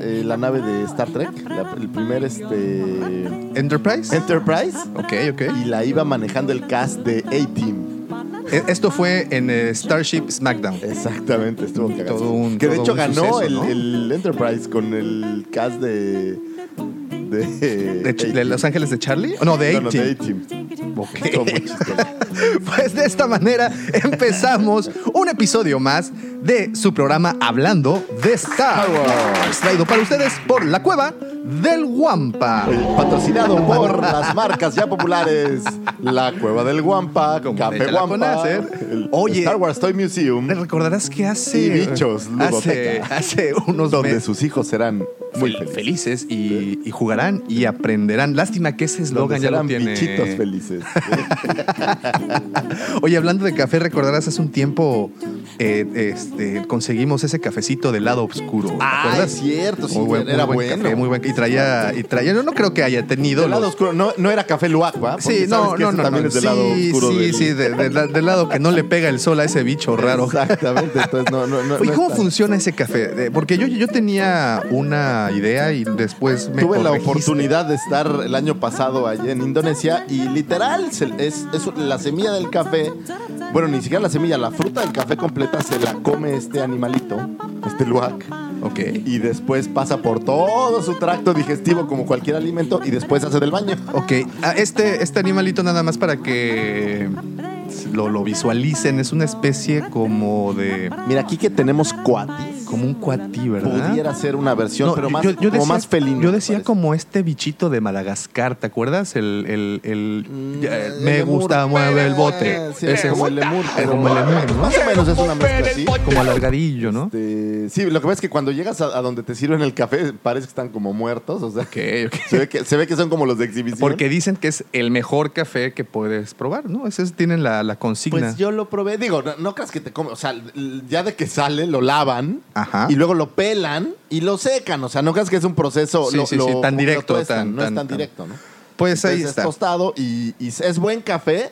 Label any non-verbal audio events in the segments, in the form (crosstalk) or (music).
eh, la nave de Star Trek. la- el primer este. Enterprise. Enterprise. ok, ok. Y la iba manejando el cast de A-Team. E- Esto fue en eh, Starship SmackDown. Exactamente, estuvo cagado. Todo un- que de todo hecho un ganó suceso, el, ¿no? el Enterprise con el cast de. De, De, Ch- de A-Team. Los Ángeles de Charlie. Oh, no, de No, no, de A-Team. A-Team. Ok. Estuvo muy chistoso. (laughs) Pues de esta manera empezamos un episodio más de su programa Hablando de Star Wars. Traído para ustedes por la cueva del Guampa. Eh, Patrocinado por las marcas ya populares La Cueva del Guampa, Como Café déjala con Guampa, hacer. el Oye. Star Wars Toy Museum, Recordarás que hace. Y bichos, hace, ludoteca. hace unos donde meses. sus hijos serán muy fel- felices. felices y, y jugarán y aprenderán. Lástima que ese Donde eslogan ya serán lo tiene. bichitos (laughs) felices. Oye, hablando de café, recordarás hace un tiempo eh, este, conseguimos ese cafecito del lado oscuro. ¿te Ah, acuerdas? es cierto, sí, era bueno. café, muy buen- y traía, y traía, no, no creo que haya tenido. Del lado los- oscuro, no, no era Café Luac, ¿va? Porque Sí, sabes no, que no, ese no. También no. es del lado sí, oscuro. sí, del- sí, de- de la- del lado que no le pega el sol a ese bicho raro. Exactamente, entonces (laughs) no, no, no. Oye, no ¿cómo está- funciona ese café? Eh, Porque yo, yo tenía una idea y después (laughs) me Tuve la corregiste. oportunidad de estar el año pasado allí en Indonesia y literal se- es, es la semilla del café. Bueno, ni siquiera la semilla, la fruta del café completa se la come este animalito, este luak. Ok. Y después pasa por todo su tracto digestivo como cualquier alimento y después hace del baño. (laughs) Ok, ah, este, este animalito nada más para que lo, lo visualicen, es una especie como de... Mira, aquí que tenemos cuatis. Como un cuatí, ¿verdad? Pudiera ser una versión, No, pero más, como más felino. Yo me decía parece. como este bichito de Madagascar, ¿te acuerdas? El, el, el- Mm, eh, el me lemur. gusta, mueve el bote. Eh, sí, Ese como es el lemur, Ah, pero- como el lemur, (laughs) ¿no? Más o menos es una mezcla así. Como alargadillo, ¿no? Este, sí, lo que pasa es que cuando llegas a, a donde te sirven el café, parece que están como muertos. O sea, Ok, ok. se, ve que, se ve que son como los de exhibición. Porque dicen que es el mejor café que puedes probar, ¿no? Ese es- tienen la, la consigna. Pues yo lo probé. Digo, no, no creas que te come. O sea, l- ya de que sale, lo lavan. Ajá. Y luego lo pelan y lo secan. O sea, no creas que es un proceso Sí, lo- sí, sí, lo- tan lo directo, tuestan, tan- no tan- es tan tan- directo, ¿no? Pues ahí Entonces, está. Es tostado y, y es buen café.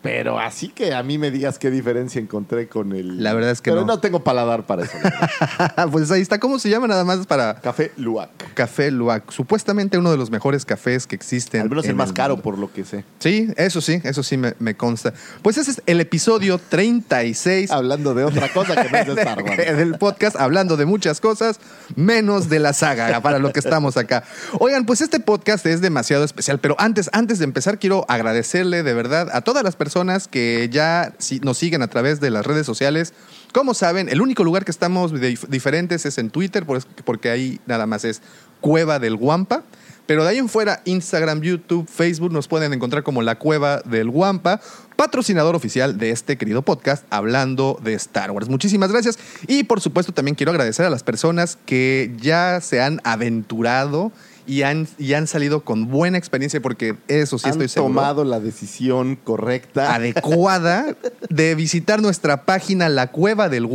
Pero así que a mí me digas qué diferencia encontré con el. La verdad es que pero no. no tengo paladar para eso. la verdad. (laughs) pues ahí está. ¿Cómo se llama nada más para café Luac. Café Luac? Supuestamente uno de los mejores cafés que existen. Al menos el (laughs) en más caro, mundo. por lo que sé. Sí, eso sí, eso sí me, me consta. Pues ese es el episodio 36 Hablando de otra cosa que no (laughs) es de Star Wars. del podcast, hablando de muchas cosas, menos de la saga, para lo que estamos acá. Oigan, pues este podcast es demasiado especial, pero antes, antes de empezar, quiero agradecerle de verdad a todas las personas que ya si- nos siguen a través de las redes sociales. Como saben, el único lugar que estamos dif- diferentes es en Twitter, por- porque ahí nada más es Cueva del Guampa. Pero de ahí en fuera, Instagram, YouTube, Facebook nos pueden encontrar como La Cueva del Guampa, patrocinador oficial de este querido podcast hablando de Star Wars. Muchísimas gracias. Y por supuesto también quiero agradecer a las personas que ya se han aventurado y han, y han salido con buena experiencia, porque eso sí han estoy seguro. tomado la decisión correcta. adecuada de visitar nuestra página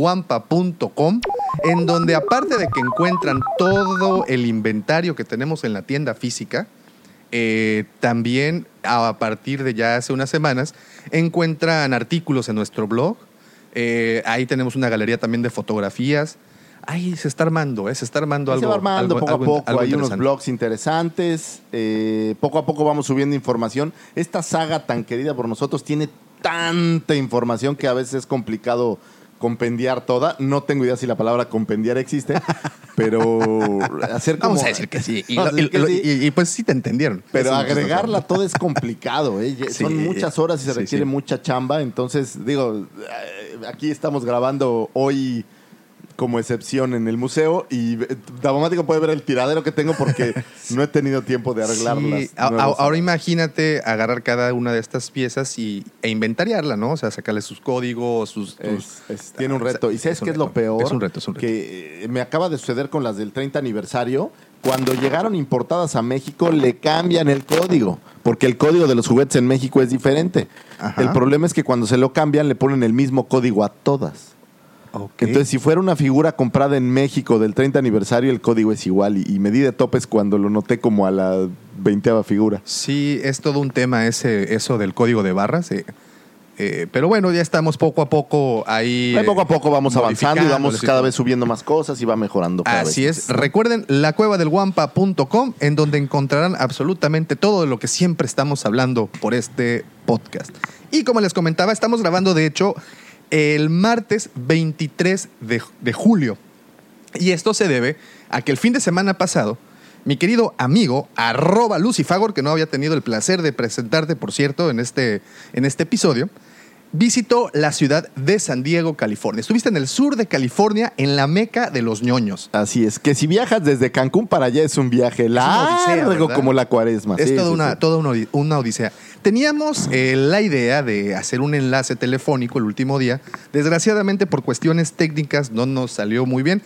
lacuevadelguampa.com, en donde aparte de que encuentran todo el inventario que tenemos en la tienda física, eh, también a partir de ya hace unas semanas encuentran artículos en nuestro blog. Eh, ahí tenemos una galería también de fotografías. Ahí se está armando, eh, se está armando Se algo. va armando algo- poco algo- a poco. algo Hay unos interesante. blogs interesantes. eh, poco a poco vamos subiendo información. Esta saga tan querida por nosotros tiene tanta información que a veces es complicado compendiar toda. No tengo idea si la palabra compendiar existe, (laughs) pero hacer como... Vamos a decir que sí. Y, Vamos lo- a decir y lo- que sí. y- y pues sí te entendieron. Pero Eso no es agregarla razón. toda es complicado, (laughs) ¿eh? Ya- Sí, Son muchas horas y se sí, requiere sí. mucha chamba. Entonces, digo, eh, aquí estamos grabando hoy como excepción en el museo y eh, Davomático puede ver el tiradero que tengo (laughs) porque no he tenido tiempo de arreglarlas. Sí, a- a- ahora imagínate agarrar cada una de estas piezas y, e inventariarla, ¿no? O sea, sacarle sus códigos, sus... sus- tiene un reto. ¿Y sabes un qué es lo reto. peor? Pues, Es un reto, es un reto. Que eh, me acaba de suceder con las del 30 aniversario. Cuando llegaron importadas a México, le cambian el código, porque el código de los juguetes en México es diferente. Ajá. El problema es que cuando se lo cambian, le ponen el mismo código a todas. Ok. Entonces, si fuera una figura comprada en México del 30 aniversario, el código es igual. Y, y me di de topes cuando lo noté como a la 20 figura. Sí, es todo un tema ese, eso del código de barras. eh. Eh, pero bueno, ya estamos poco a poco ahí. Ahí poco a poco vamos eh, avanzando y vamos modificándoles y cada todo. vez subiendo más cosas y va mejorando. cada Así vez es. más. Recuerden la cueva del guampa.com, en donde encontrarán absolutamente todo de lo que siempre estamos hablando por este podcast. Y como les comentaba, estamos grabando, de hecho, el martes 23 de, de julio. Y esto se debe a que el fin de semana pasado, mi querido amigo, arroba Lucifagor, que no había tenido el placer de presentarte, por cierto, en este, en este episodio, visitó la ciudad de San Diego, California. Estuviste en el sur de California, en la meca de los ñoños. Así es, que si viajas desde Cancún para allá es un viaje una largo odisea, ¿verdad? como la cuaresma. Es sí, toda, sí, una, sí. toda una, odi- una odisea. Teníamos eh, la idea de hacer un enlace telefónico el último día. Desgraciadamente, por cuestiones técnicas, no nos salió muy bien.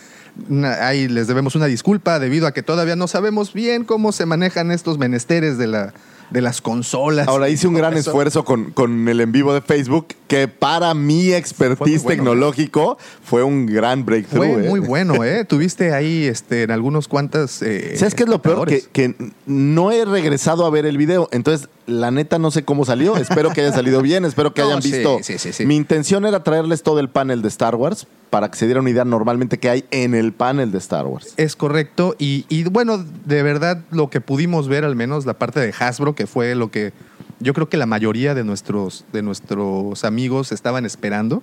Na- ahí les debemos una disculpa debido a que todavía no sabemos bien cómo se manejan estos menesteres de, la, de las consolas. Ahora hice un gran Eso- esfuerzo con, con el en vivo de Facebook, que para mi Fue muy expertise bueno. ¿eh? tecnológico fue un gran breakthrough. Fue ¿eh? muy bueno, ¿eh? Tuviste ahí este, en algunos cuantas. eh, ¿Sabes qué es lo peor? Que, espectadores. que no he regresado a ver el video. Entonces, la neta, no sé cómo salió. Espero que haya salido bien. Espero que No, hayan sí, visto. sí, sí, sí. Mi intención era traerles todo el panel de Star Wars para que se dieran una idea normalmente que hay en el panel de Star Wars. Es correcto. Y, y, bueno, de verdad, lo que pudimos ver, al menos la parte de Hasbro, que fue lo que yo creo que la mayoría de nuestros, de nuestros amigos estaban esperando.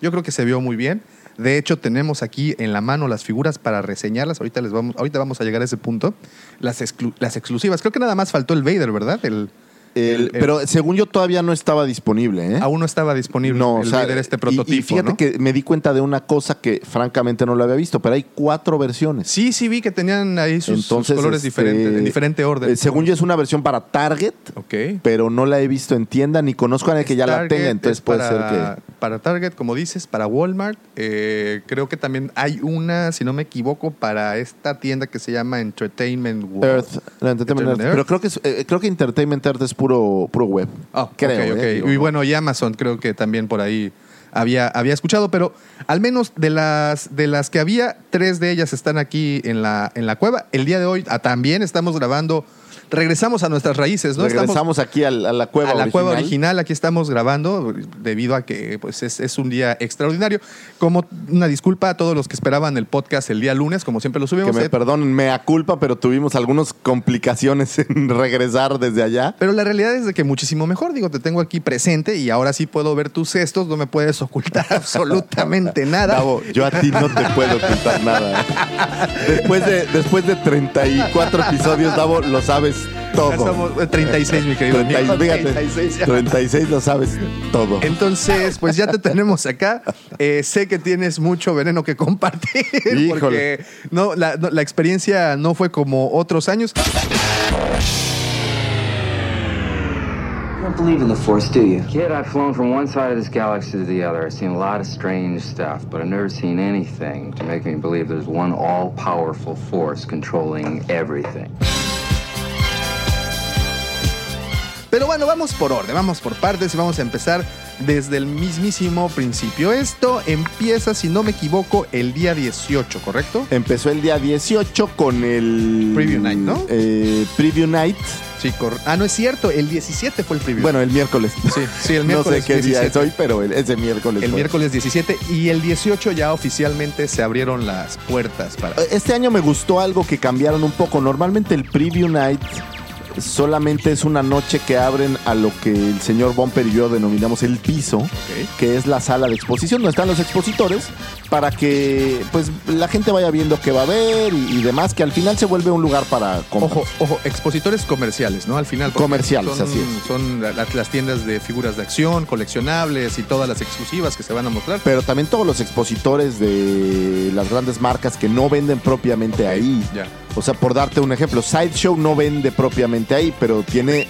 Yo creo que se vio muy bien. De hecho, tenemos aquí en la mano las figuras para reseñarlas. Ahorita, les vamos, ahorita vamos a llegar a ese punto. Las, exclu- las exclusivas. Creo que nada más faltó el Vader, ¿verdad? El, El- el- pero según yo, todavía no estaba disponible. ¿eh? aún no estaba disponible No, el o sea, Vader, este y- prototipo. Y, fíjate ¿no? que me di cuenta de una cosa que francamente no lo había visto, pero hay cuatro versiones. Sí, sí vi que tenían ahí sus, sus colores este, diferentes, en diferente orden. eh, según yo es una versión para Target, Ok. pero no la he visto en tienda ni conozco a nadie que ya la Target tenga, entonces es puede para- ser Para Target, como dices, para Walmart, eh, creo que también hay una, si no me equivoco, para esta tienda que se llama Entertainment que World. Earth, no, Entertainment Earth. Earth. pero creo que es- eh, creo que Entertainment Earth es puro puro web. Ah, creo. ok, ok. eh, digo, Y ¿no? bueno, y Amazon creo que también por ahí había, había escuchado, pero al menos de las, de las que había, tres de ellas están aquí en la, en la cueva. El día de hoy ah, también estamos grabando, regresamos a nuestras raíces, pues, ¿no? regresamos Estamos- aquí al- a, la cueva a la original. cueva original. Aquí estamos grabando debido a que pues, es, es un día extraordinario. Como una disculpa a todos los que esperaban el podcast el día lunes, como siempre lo Que subimos. me eh, perdonen, me aculpa, pero tuvimos algunas complicaciones (laughs) en regresar desde allá. pero la realidad es de que muchísimo mejor. Digo, te tengo aquí presente y ahora sí puedo ver tus cestos. No me puedes ocultar (laughs) absolutamente nada. Gabo, yo a ti no te puedo ocultar nada. Después de, después de 34 episodios, Davo, lo sabes Ya todo. somos eh, 36, mi querido amigo. 36, fíjate, 36 lo sabes todo. Entonces, pues ya te tenemos acá. Eh, sé que tienes mucho veneno que compartir. (laughs) Porque Híjole. no, la, no, la experiencia no fue como otros años. You don't believe in the Force, do you? Kid, I've flown from one side of this galaxy to the other. I've seen a lot of strange stuff, but I've never seen anything to make me believe there's one all powerful force controlling everything. Pero bueno, vamos por orden, vamos por partes y vamos a empezar desde el mismísimo principio. Esto empieza, si no me equivoco, el día 18, ¿correcto? Empezó el día 18 con el. Preview night, ¿no? eh, preview Night. Sí, correcto. Ah, no es cierto, el 17 fue el preview. Bueno, el miércoles. Sí, sí, el No miércoles sé qué día es 17. hoy, pero el- ese miércoles. el fue. miércoles 17 y el 18 ya oficialmente se abrieron las puertas para... Este año me gustó algo que cambiaron un poco. Normalmente el Preview Night solamente es una noche que abren a lo que el señor Bumper y yo denominamos el piso, que es la sala de exposición donde están los expositores, para que pues la gente vaya viendo qué va a ver y, y demás, que al final se vuelve un lugar para comprar. Ojo, ojo, expositores comerciales, ¿no? Al final. porque Comerciales, son- así es. Son la- la- las tiendas de figuras de acción, coleccionables y todas las exclusivas que se van a mostrar. Pero también todos los expositores de las grandes marcas que no venden propiamente ahí. ya. O sea, por darte un ejemplo, Sideshow no vende propiamente ahí, pero tiene.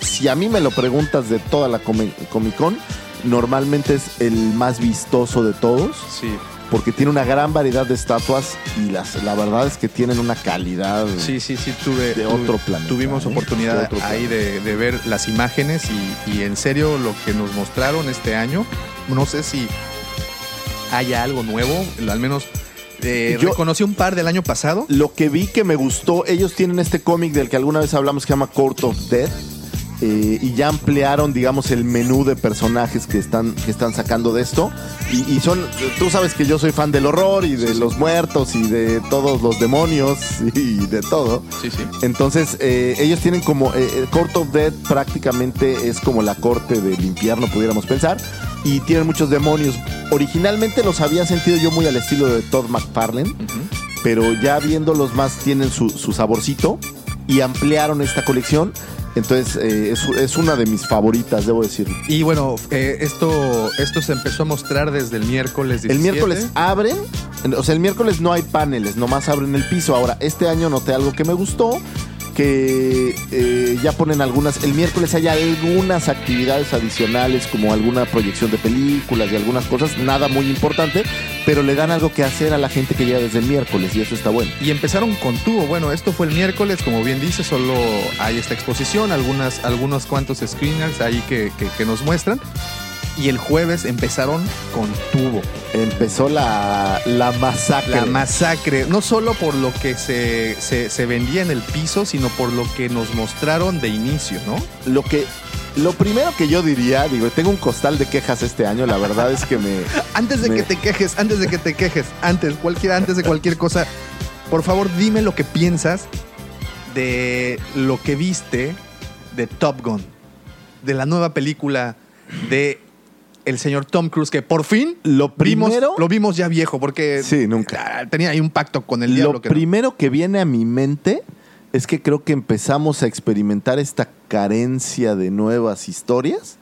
Si a mí me lo preguntas de toda la Come- Comic Con, normalmente es el más vistoso de todos Sí, porque tiene una gran variedad de estatuas y las, la verdad es que tienen una calidad. sí, sí, sí, tuve. De tuve- otro planeta, Tuvimos ¿eh? De oportunidad otro ahí de, de ver las imágenes y, y en serio lo que nos mostraron este año. No sé si haya algo nuevo, al menos. eh, Yo- reconocí un par del año pasado. Lo que vi que me gustó, ellos tienen este cómic del que alguna vez hablamos que se llama Court of Death. eh, y ya ampliaron, digamos, el menú de personajes que están, que están sacando de esto. Y, y son, tú sabes que yo soy fan del horror y de los muertos y de todos los demonios (laughs) y de todo. Sí, sí. Entonces, eh, ellos tienen como. eh, eh, Court of Death prácticamente es como la corte del infierno, pudiéramos pensar. Y tienen muchos demonios. Originalmente los había sentido yo muy al estilo de Todd McFarlane. Pero ya viéndolos más, tienen su, su saborcito. Y ampliaron esta colección. Entonces, eh, es, es una de mis favoritas, debo decirlo. Y bueno, eh, esto, esto se empezó a mostrar desde el miércoles 17. El miércoles abren, o sea, el miércoles no hay paneles, nomás abren el piso. Ahora, este año noté algo que me gustó, que eh, ya ponen algunas, el miércoles hay algunas actividades adicionales, como alguna proyección de películas y algunas cosas, nada muy importante, pero le dan algo que hacer a la gente que llega desde el miércoles y eso está bueno. Y empezaron con tubo. Bueno, esto fue el miércoles, como bien dice, solo hay esta exposición, algunas, algunos cuantos screeners ahí que, que- que nos muestran. Y el jueves empezaron con tubo. Empezó la, la masacre. La masacre, no solo por lo que se, se, se vendía en el piso, sino por lo que nos mostraron de inicio, ¿no? lo que... Lo primero que yo diría, digo, tengo un costal de quejas este año, la verdad es que me, Antes de Me- que te quejes, antes de que te quejes, antes, cualquier, antes de cualquier cosa, por favor dime lo que piensas de lo que viste de Top Gun, de la nueva película de el señor Tom Cruise, que por fin Lo vimos- primero- (laughs) lo vimos ya viejo, porque Sí, nunca. ah, tenía ahí un pacto con el diablo. Lo que no. primero que viene a mi mente es que creo que empezamos a experimentar esta carencia de nuevas historias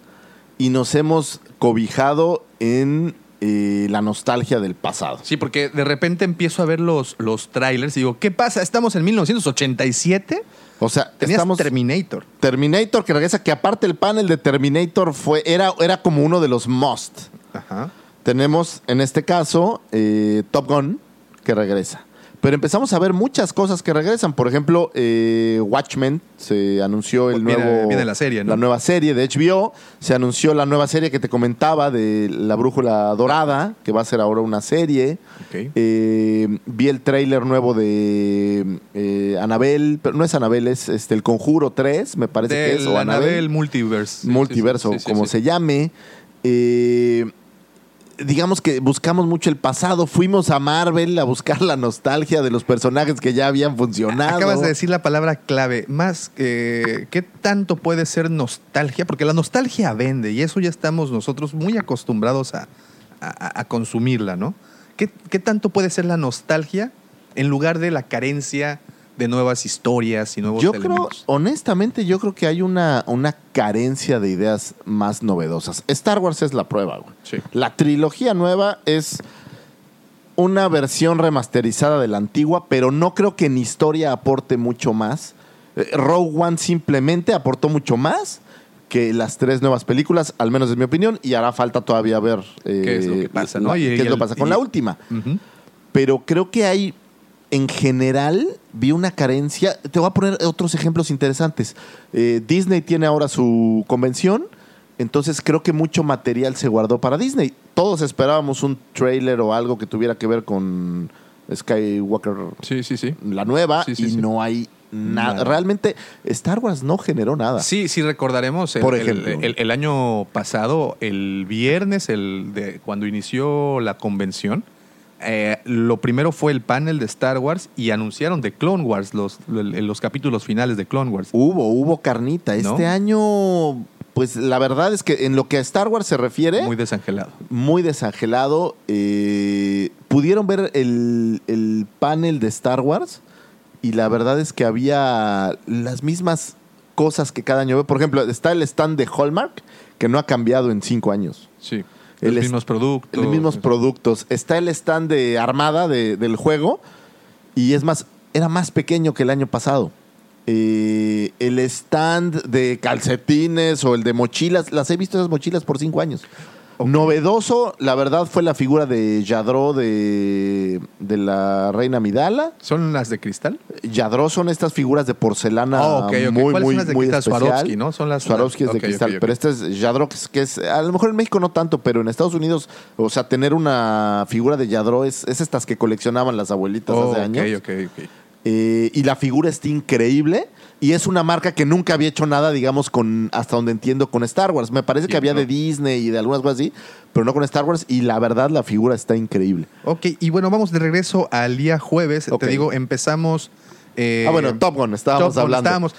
y nos hemos cobijado en eh, la nostalgia del pasado. Sí, porque de repente empiezo a ver los, los trailers y digo, ¿qué pasa? Estamos en 1987, O sea, tenías estamos Terminator. Terminator que regresa, que aparte el panel de Terminator fue era, era como uno de los must. Ajá. Tenemos en este caso eh, Top Gun que regresa. Pero empezamos a ver muchas cosas que regresan. Por ejemplo, eh, Watchmen se anunció el Pues Viene- nuevo. viene la serie, ¿no? La nueva serie de HBO. Se anunció la nueva serie que te comentaba de La Brújula Dorada, que va a ser ahora una serie. Ok. Eh, vi el tráiler nuevo de eh, Anabel, pero no es Anabel, es este, El Conjuro 3, me parece que es. Del o Annabelle Annabelle Multiverse. multiverso, Sí, sí, sí, como sí. se llame. Eh, digamos que buscamos mucho el pasado, fuimos a Marvel a buscar la nostalgia de los personajes que ya habían funcionado. Acabas de decir la palabra clave. Más, eh, ¿qué tanto puede ser nostalgia? Porque la nostalgia vende y eso ya estamos nosotros muy acostumbrados a, a- a consumirla, ¿no? ¿Qué, qué tanto puede ser la nostalgia en lugar de la carencia de nuevas historias y nuevos Yo creo, elementos? honestamente, yo creo que hay una, una carencia de ideas más novedosas. Star Wars es la prueba, güey. Sí. La trilogía nueva es una versión remasterizada de la antigua, pero no creo que en historia aporte mucho más. Eh, Rogue One simplemente aportó mucho más que las tres nuevas películas, al menos es mi opinión, y hará falta todavía ver eh, ¿Qué es lo que pasa, no? la- Y- qué y es lo el- que pasa con y- la última Ujú. pero creo que hay, en general, vi una carencia. Te voy a poner otros ejemplos interesantes. Eh, Disney tiene ahora su convención, entonces creo que mucho material se guardó para Disney. Todos esperábamos un trailer o algo que tuviera que ver con Skywalker, Sí, sí, sí. la nueva, Sí, sí, y sí. no hay nada. Nada. Realmente, Star Wars no generó nada. Sí, sí recordaremos el, Ah. Por el- ejemplo. el- el año pasado, el viernes, el de cuando inició la convención, eh, lo primero fue el panel de Star Wars y anunciaron de Clone Wars, los, los capítulos finales de Clone Wars. Hubo, hubo carnita. ¿No? Este año, pues la verdad es que en lo que a Star Wars se refiere, Muy muy, desangelado. desangelado. eh, pudieron ver el, el panel de Star Wars y la verdad es que había las mismas cosas que cada año veo. Por ejemplo, está el stand de Hallmark que no ha cambiado en cinco años. Sí. El los es- mismos productos. Los mismos Sí. productos. Está el stand de Armada de- del juego. Y es más, era más pequeño que el año pasado. Eh, el stand de calcetines o el de mochilas. Las he visto esas mochilas por cinco años. Novedoso, la verdad, fue la figura de Yadro de, de la reina Midala. ¿Son las de cristal? Yadro son estas figuras de porcelana Ah, ok, ok. muy, ¿Cuáles muy, son las de muy cristal? especial. Swarovski, ¿no? Son las- Swarovski es ok, de ok, cristal, ok. pero este es Yadro, que es- que es... A lo mejor en México no tanto, pero en Estados Unidos, o sea, tener una figura de Yadro es, es estas que coleccionaban las abuelitas Oh, hace ok, años. ok, ok. Eh, y la figura está increíble. Y es una marca que nunca había hecho nada, digamos, con hasta donde entiendo, con Star Wars. Me parece que Sí, había ¿no? de Disney y de algunas cosas así, pero no con Star Wars. Y la verdad, la figura está increíble. Ok, y bueno, vamos de regreso al día jueves. Ok. Te digo, empezamos. eh, ah, bueno, Top Gun, estábamos Top Gun, hablando. estábamos-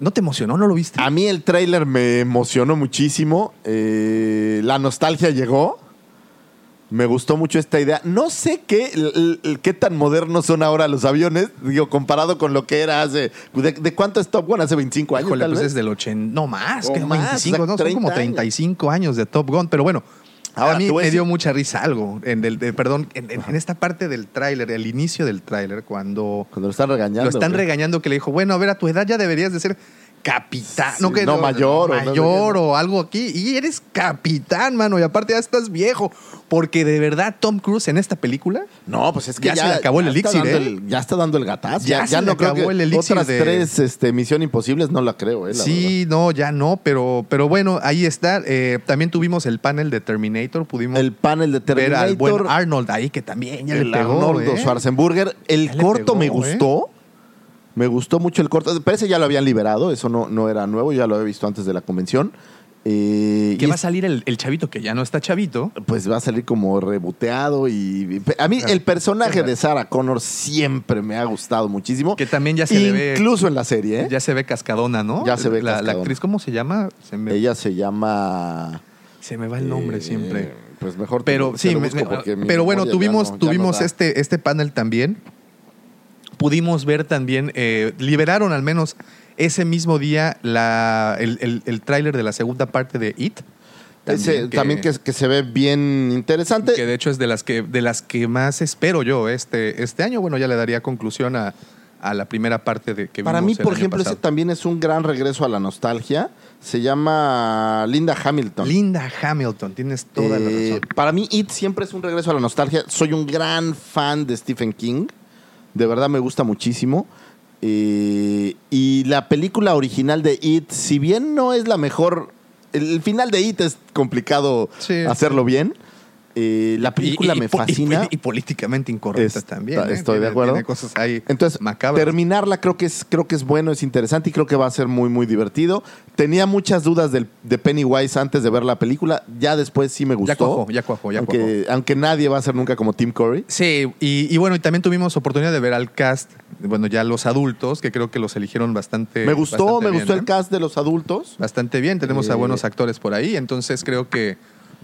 ¿No te emocionó? ¿No lo viste? A mí el tráiler me emocionó muchísimo. eh, la nostalgia llegó. Me gustó mucho esta idea. No sé qué, l- l- qué tan modernos son ahora los aviones, digo, comparado con lo que era hace. ¿De, de cuánto es Top Gun? Hace 25 años. Híjole, tal pues vez? es del 80. No más, O que más, 25, o sea, no, son como 30 años. 35 años de Top Gun. Pero bueno, Ahora, a mí te me voy a decir- dio mucha risa algo. En el, de- perdón, en, en- en esta parte del tráiler, el inicio del tráiler, cuando Cuando lo están regañando. lo están güey. regañando, que le dijo, bueno, a ver, a tu edad ya deberías de ser capitán. Sí, no, que no, mayor, o no sé mayor qué. o algo aquí. Y eres capitán, mano. Y aparte ya estás viejo. Porque de verdad, Tom Cruise en esta película... No, pues es que Ya ya, se le acabó el está elixir, dando ¿eh? el- ya está dando el gatazo. Ya Ya, se ya le no creo acabó que el elixir otras de- tres este, Misión Imposibles no la creo, ¿eh? la verdad. Sí, no, ya no, pero, pero bueno, ahí está. Eh, también tuvimos el panel de Terminator, pudimos El panel de ver al buen Terminator. Arnold ahí, que también ya el le pegó. Arnoldo ¿eh? Schwarzenegger. El Ya le corto pegó, me ¿eh? gustó. Me gustó mucho el corto. Parece ya lo habían liberado. Eso no, no era nuevo. Ya lo había visto antes de la convención. Eh, Que y va a es- salir el, el chavito que ya no está chavito. pues va a salir como reboteado. Y, y- a mí el personaje de Sarah Connor siempre me ha gustado muchísimo. Que también ya se le ve- Incluso en la serie. ¿eh? Ya se ve cascadona, ¿no? Ya se ve la, la cascadona. actriz, ¿cómo se llama? Se me, Ella se llama... se me va el nombre eh, siempre. Pues mejor. te Pero lo- sí, te lo me- busco me- porque mi pero bueno, memoria ya tuvimos, no- ya no tuvimos da. este, este panel también. Pudimos ver también, eh, liberaron al menos ese mismo día la, el, el- el tráiler de la segunda parte de It. Ese- También, que, que se ve bien interesante. que de hecho es de las que, de las que más espero yo este, este año. Bueno, ya le daría conclusión a, a la primera parte de que Para mí, vimos el por año ejemplo, pasado. ese también es un gran regreso a la nostalgia. Se llama Linda Hamilton. Linda Hamilton, tienes toda la Eh, razón. Para mí, It siempre es un regreso a la nostalgia. Soy un gran fan de Stephen King. De verdad me gusta muchísimo. Eh, y la película original de It, si bien no es la mejor. El, el final de It es complicado Sí, hacerlo bien. eh, la película Y- y- me y po- y- fascina. Y, políticamente incorrecta Está- también. ¿eh? estoy de Tiene- acuerdo. tiene cosas ahí Entonces, macabras. terminarla creo que, es, creo que es bueno, es interesante y creo que va a ser muy, muy divertido. Tenía muchas dudas del, de Pennywise antes de ver la película. Ya después sí me gustó. cuajó, ya cuajó, ya aunque, aunque nadie va a ser nunca como Tim Curry. Sí, y, y bueno, y también tuvimos oportunidad de ver al cast, bueno, ya los adultos, que creo que los eligieron bastante. me gustó, bastante me bien, gustó ¿eh? el cast de los adultos. Bastante bien, tenemos a Eh, buenos actores por ahí, entonces creo que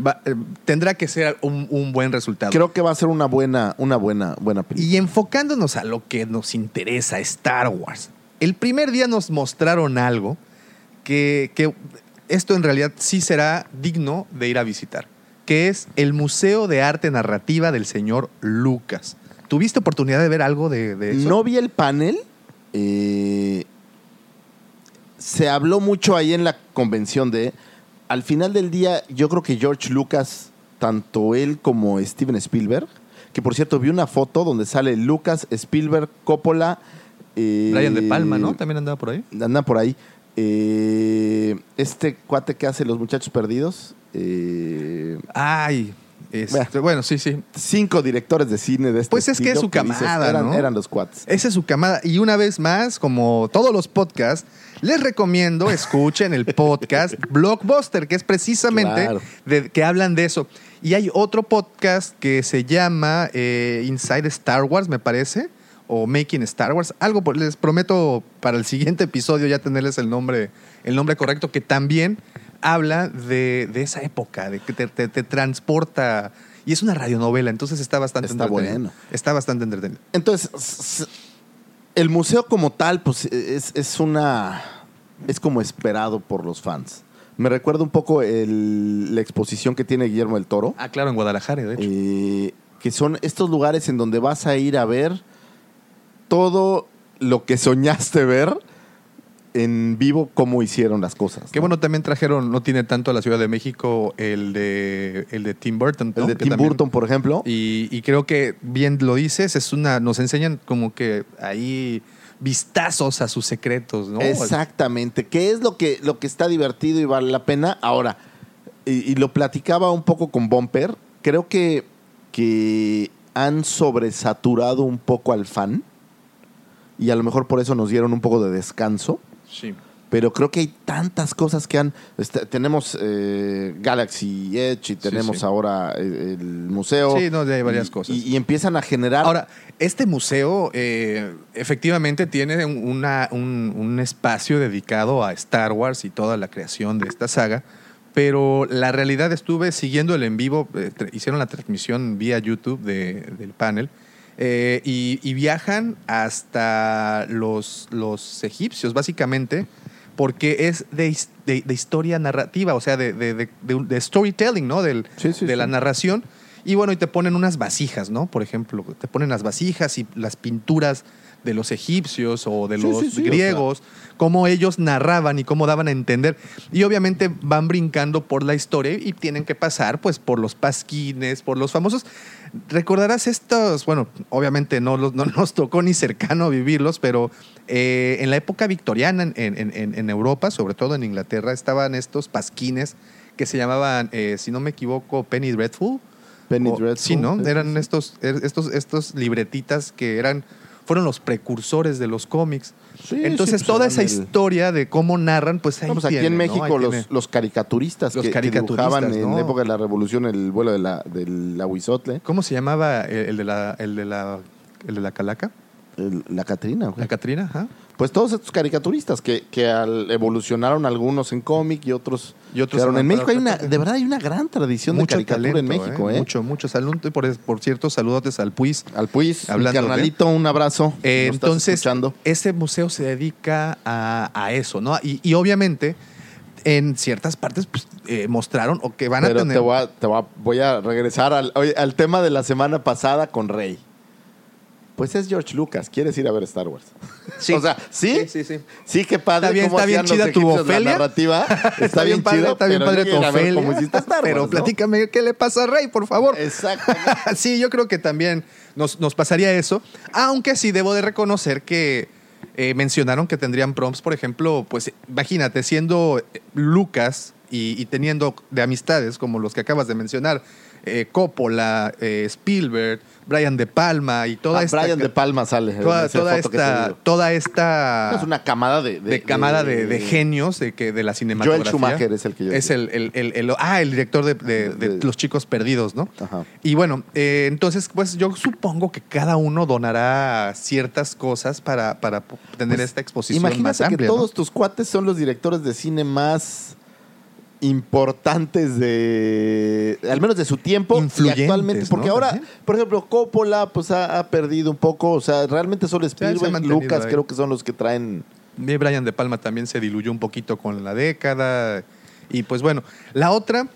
va- eh, tendrá que ser un, un buen resultado. Creo que va a ser una buena, una buena, buena película. Y enfocándonos a lo que nos interesa, Star Wars. El primer día nos mostraron algo que, que esto en realidad sí será digno de ir a visitar, que es el Museo de Arte Narrativa del señor Lucas. ¿Tuviste oportunidad de ver algo de, de eso? No vi el panel. eh, se habló mucho ahí en la convención de. Al final del día, yo creo que George Lucas, tanto él como Steven Spielberg, que por cierto vi una foto donde sale Lucas, Spielberg, Coppola. eh, Brian de Palma, ¿no? También andaba por ahí. Andan por ahí. Eh, este cuate que hace Los Muchachos Perdidos. eh, Ay, este, Bueno. bueno, sí, sí. cinco directores de cine de este Pues es que estilo es su dices, camada, eran, ¿no? eran los cuates. Esa es su camada. Y una vez más, como todos los podcasts, (laughs) les recomiendo escuchen el podcast Blockbuster, que es precisamente Claro. de, que hablan de eso. Y hay otro podcast que se llama eh, Inside Star Wars, me parece, o Making Star Wars. Algo por- les prometo para el siguiente episodio ya tenerles el nombre, el nombre correcto, que también habla de, de esa época, de que te, te- te transporta. Y es una radionovela, entonces está bastante Está entretenido. bueno. Está bastante entretenido. Entonces, s- s- el museo como tal, pues es, es una. Es como esperado por los fans. Me recuerda un poco el- la exposición que tiene Guillermo el Toro. Ah, claro, en Guadalajara, de hecho. eh, que son estos lugares en donde vas a ir a ver todo lo que soñaste ver en vivo, cómo hicieron las cosas. Qué ¿no? bueno también trajeron, no tiene tanto a la Ciudad de México el de el de Tim Burton. ¿no? El de Que Tim también- Burton, por ejemplo. Y, y creo que bien lo dices, es una, nos enseñan como que ahí vistazos a sus secretos, ¿no? Exactamente. ¿Qué es lo que, lo que está divertido y vale la pena? Ahora, y, y lo platicaba un poco con Bumper, creo que, que han sobresaturado un poco al fan y a lo mejor por eso nos dieron un poco de descanso. Sí. Pero creo que hay tantas cosas que han... está- tenemos eh, Galaxy Edge y tenemos sí. ahora eh, el museo. Sí, no, ya hay varias Y- cosas. Y, y empiezan a generar... Ahora, este museo eh, efectivamente tiene un- una- un, un espacio dedicado a Star Wars y toda la creación de esta saga, pero la realidad estuve siguiendo el en vivo, eh, tr- hicieron la transmisión vía YouTube de- del panel. eh, y, y viajan hasta los, los egipcios, básicamente, porque es de, his- de- de historia narrativa, o sea, de, de- de- de un- de storytelling, ¿no? Del, Sí, sí, de la sí. narración. Y bueno, y te ponen unas vasijas, ¿no? Por ejemplo, te ponen las vasijas y las pinturas de los egipcios o de Sí, los sí, sí, o sea. griegos, cómo ellos narraban y cómo daban a entender. Y obviamente van brincando por la historia y tienen que pasar pues por los pasquines, por los famosos. Recordarás estos, bueno, obviamente no, los- no (laughs) nos tocó ni cercano vivirlos, pero eh, en la época victoriana en, en- en- en Europa, sobre todo en Inglaterra, estaban estos pasquines que se llamaban, eh, si no me equivoco, Penny Dreadful. Penny O- Dreadful, Sí, ¿no? sí, sí, eran sí. estos, er- estos, estos libretitas que eran, fueron los precursores de los cómics. Sí, Entonces, sí, pues, toda eran esa el- historia de cómo narran, pues ahí No, pues aquí tiene, en ¿no? México Ahí tiene. los, los caricaturistas Los que, que caricaturistas, dibujaban en ¿no? la época de la revolución el vuelo de la, del aguizotle, ¿Cómo se llamaba el, el de la, el, de la, el de la calaca? el- la Catrina. güey. ¿La Catrina? Ajá. Pues todos estos caricaturistas que, que al- evolucionaron algunos en cómic y otros, Y otros quedaron en en la- México. Hay una, otra- de verdad hay una gran tradición de caricatura en talento, México. ¿eh? Mucho, mucho saludo. Por, por cierto, saludotes al Puis. Al Puis, mi Hablando de- carnalito, un abrazo. Eh, Nos estás entonces, escuchando. ese museo se dedica a, a eso, ¿no? Y, y obviamente, en ciertas partes pues, eh, mostraron o que van Pero a tener. te, voy a, te voy a- voy a regresar al, oye, al tema de la semana pasada con Rey. Pues es George Lucas, ¿quieres ir a ver Star Wars? Sí. o sea, ¿sí? Sí, sí, sí. Sí, qué padre. Está bien, cómo está bien hacían los chida tu egipcios la Ofelia. narrativa. Está, bien padre, chido, (laughs) está bien pero padre yo tu quiero ver Ofelia. cómo (laughs) hiciste Star Wars, pero ¿no? platícame qué le pasa a Rey, por favor. Exactamente. (laughs) sí, yo creo que también nos, nos pasaría eso. Aunque sí debo de reconocer que eh, mencionaron que tendrían prompts, por ejemplo, pues imagínate, siendo eh, Lucas y, y teniendo de amistades como los que acabas de mencionar, eh, Coppola, eh, Spielberg, Brian De Palma y toda Ah, esta... Brian de Palma sale. en Toda, esa toda foto que te esta, digo. toda esta Es una camada de... de, camada de, de genios de, que, de la cinematografía. Schumacher es el que yo Es decía. el, el- el- el- ah, el director de, de- de De- Los Chicos Perdidos, ¿no? Ajá. Y bueno, eh, entonces, pues yo supongo que cada uno donará ciertas cosas para, para po- tener Pues, esta exposición más Imagínate que amplia. ¿no? todos tus cuates son los directores de cine más importantes de al menos de su tiempo y Influyentes, actualmente porque ¿no? ahora También. por ejemplo Coppola pues ha, ha perdido un poco o sea realmente solo ha Spielberg mantenido Lucas ahí. creo que son los que traen Y Brian De Palma también se diluyó un poquito con la década. Y pues bueno, la otra,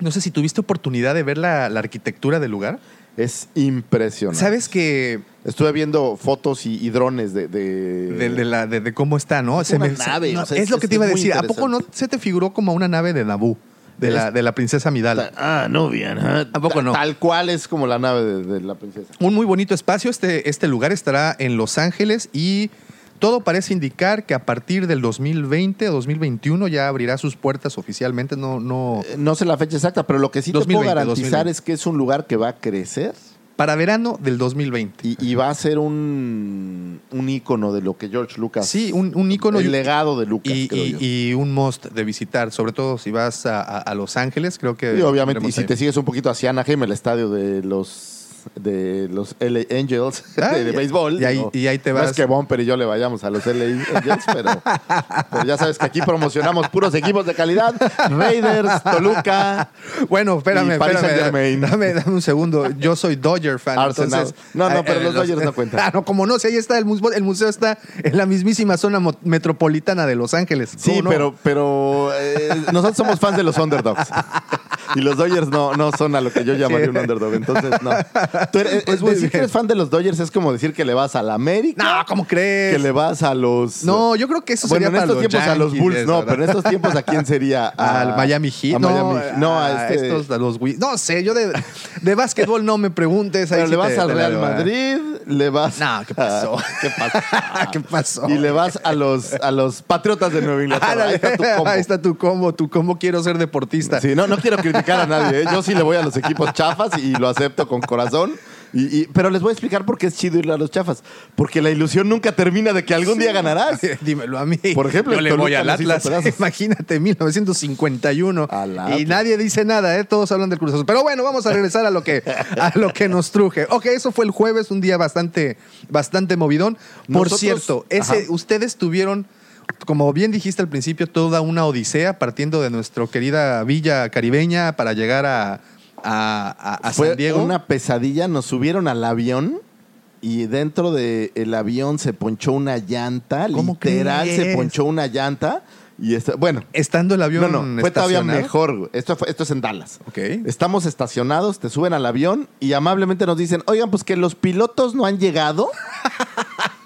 no sé si tuviste oportunidad de ver la, la arquitectura del lugar. es impresionante Sabes que Estuve viendo fotos y, y drones de, de- de, de la, de, de cómo está, ¿no? Es una nave, no, o sea, es, es- lo que es te iba a muy decir. ¿A poco no interesante. se te figuró como una nave de Naboo? De, Es- la, de la princesa Midala. Ah, no, bien. ajá. ¿A poco no? Tal cual es como la nave de, de la princesa. Un muy bonito espacio. Este, este lugar estará en Los Ángeles y todo parece indicar que a partir del 2020 o 2021 ya abrirá sus puertas oficialmente. No, no Eh, No sé la fecha exacta, pero lo que sí te puedo 2020, garantizar 2020. es que es un lugar que va a crecer para verano del 2020. Y, y va a ser un, un ícono de lo que George Lucas. Sí, un, un ícono El y- legado de Lucas, y, creo y- yo. y un must de visitar, sobre todo si vas a, a- a Los Ángeles, creo que... Y obviamente, y si te tendremos ahí. sigues un poquito hacia Anaheim, el estadio de los de los LA Angels (laughs) Ah, de, de y- béisbol. y ahí- digo, y ahí te No vas. es que Bumper y yo le vayamos a los LA Angels, pero, pero ya sabes que aquí promocionamos puros equipos de (laughs) calidad. Raiders, Toluca. Bueno, espérame, Y Paris espérame. Saint-Germain. Dame, dame un segundo. Yo soy (laughs) Dodger fan. Arsenal. entonces- No, no, pero los Dodgers no (laughs) cuentan. Ah, no, como no, si ahí está el museo, el museo está en la mismísima zona mo- metropolitana de Los Ángeles. Sí, ¿Cómo no? pero, pero eh, nosotros somos fans de los underdogs. Y los Dodgers no, no son a lo que yo llamaría un underdog. Entonces, no. Tú eres- eh, Pues muy decir que bien. eres fan de los Dodgers es como decir que le vas al América. No, ¿cómo crees? que le vas a los. No, yo creo que eso bueno, sería en para estos los tiempos a los Yankees, Bulls, es no, verdad. pero en estos tiempos a quién sería. A- (laughs) al Miami Heat, A Miami Heat. No, a, este- estos a los Wii. No sé, yo de, de básquetbol no me preguntes. ahí Pero sí le vas te- al te la Real debo, ¿eh? Madrid, le vas. No, ¿qué pasó? a- (laughs) ¿Qué pasó? (laughs) ¿Qué pasó? Y le vas a los, a los Patriotas de (laughs) Nueva Inglaterra. (laughs) Ahí Ándale, está tu combo. Ahí está tu combo, tu combo quiero ser deportista. Sí, no, no quiero criticar a nadie. ¿eh? Yo sí le voy a los equipos chafas y lo acepto con corazón. Y, y- pero les voy a explicar por qué es chido ir a los chafas. Porque la ilusión nunca termina de que algún día ganarás. (laughs) Dímelo a mí. Por ejemplo, yo el le voy Toluca al nos hizo Atlas. pedazos. (laughs) Imagínate, 1951. Al y Atlas. nadie dice nada, ¿eh? todos hablan del Cruz Azul. Pero bueno, vamos a regresar a lo que, a lo que nos truje. Ok, eso fue el jueves, un día bastante, bastante movidón. Por Nosotros- cierto, ese, Ajá. ustedes tuvieron, como bien dijiste al principio, toda una odisea partiendo de nuestra querida villa caribeña para llegar a, a- a- a Fue San Diego. una pesadilla. Nos subieron al avión y dentro del avión se ponchó una llanta. ¿Cómo literal, se crees? ponchó una llanta. Y está, bueno, Estando el avión no, no, fue todavía estacionado. mejor. güey. Esto, fue- esto es en Dallas. Ok. Estamos estacionados, te suben al avión y amablemente nos dicen, oigan, pues que los pilotos no han (laughs) llegado.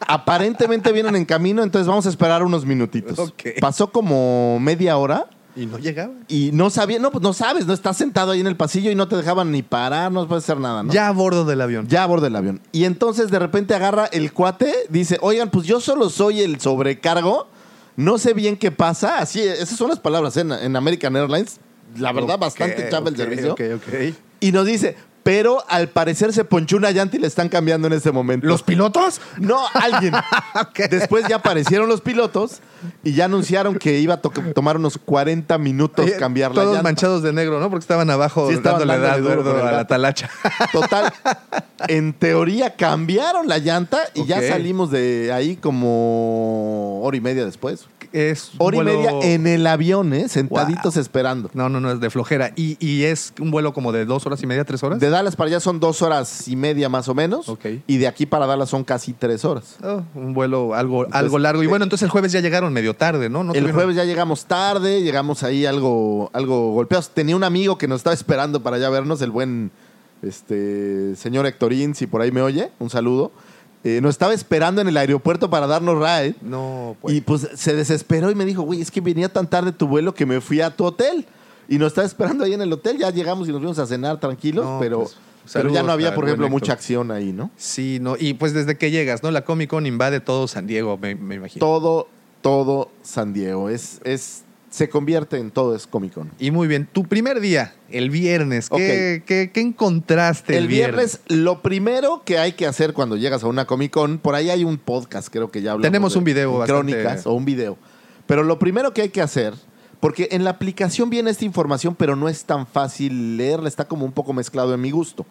Aparentemente vienen en camino, entonces vamos a esperar unos minutitos. Ok. Pasó como media hora Y no llegaba. y no sabía, no, pues no sabes, no estás sentado ahí en el pasillo y no te dejaban ni parar, no puedes hacer nada, ¿no? Ya a bordo del avión. Ya a bordo del avión. Y entonces de repente agarra el cuate, dice, oigan, pues yo solo soy el sobrecargo, no sé bien qué pasa. Así, esas son las palabras ¿eh? en, en American Airlines. La verdad, Ok, bastante chapa el ok, servicio. ok, ok. Y nos dice, pero al parecer se ponchó una llanta y le están cambiando en este momento. ¿Los pilotos? No, alguien. (laughs) Ok. Después ya aparecieron los pilotos y ya anunciaron que iba a to- tomar unos 40 minutos Eh, cambiar la Todos llanta. manchados de negro, ¿no? Porque estaban abajo Sí, estaban dándole edad dándole duro con el a la gato. (laughs) talacha. Total, en teoría cambiaron la llanta y ya Ok. salimos de ahí como hora y media después. es un Hora y vuelo- media en el avión, ¿eh? Sentaditos esperando. No, no, no, es de flojera. Y, y es un vuelo como de dos horas y media, tres horas. De Dallas para allá son dos horas y media más o menos. Ok. Y de aquí para Dallas son casi tres horas. Oh, un vuelo algo, algo largo. Y bueno, entonces el jueves ya llegaron medio tarde, ¿no? No Pues, eh, El tuvieron- jueves ya llegamos tarde, llegamos ahí algo, algo golpeados. Tenía un amigo que nos estaba esperando para ya vernos, el buen este, señor Hectorín, si por ahí me oye, un saludo. Eh, nos estaba esperando en el aeropuerto para darnos ride. No, pues. Y pues se desesperó y me dijo, güey, es que venía tan tarde tu vuelo que me fui a tu hotel. Y nos estaba esperando ahí en el hotel. Ya llegamos y nos fuimos a cenar tranquilos, No, pero, pues, pero ya saludos no había, al por buen ejemplo, Héctor. mucha acción ahí, ¿no? Sí, no. Y pues desde que llegas, ¿no? La Comic Con invade todo San Diego, me, me imagino. Todo, todo San Diego. Es, es, se convierte en todo, es Comic Con. Y muy bien, tu primer día, el viernes, ¿qué, qué- qué encontraste el, El viernes, lo primero que hay que hacer cuando llegas a una Comic Con, por ahí hay un podcast, creo que ya hablamos. Tenemos de- un video de bastante- Crónicas o un video. Pero lo primero que hay que hacer, porque en la aplicación viene esta información, pero no es tan fácil leerla, está como un poco mezclado en mi gusto.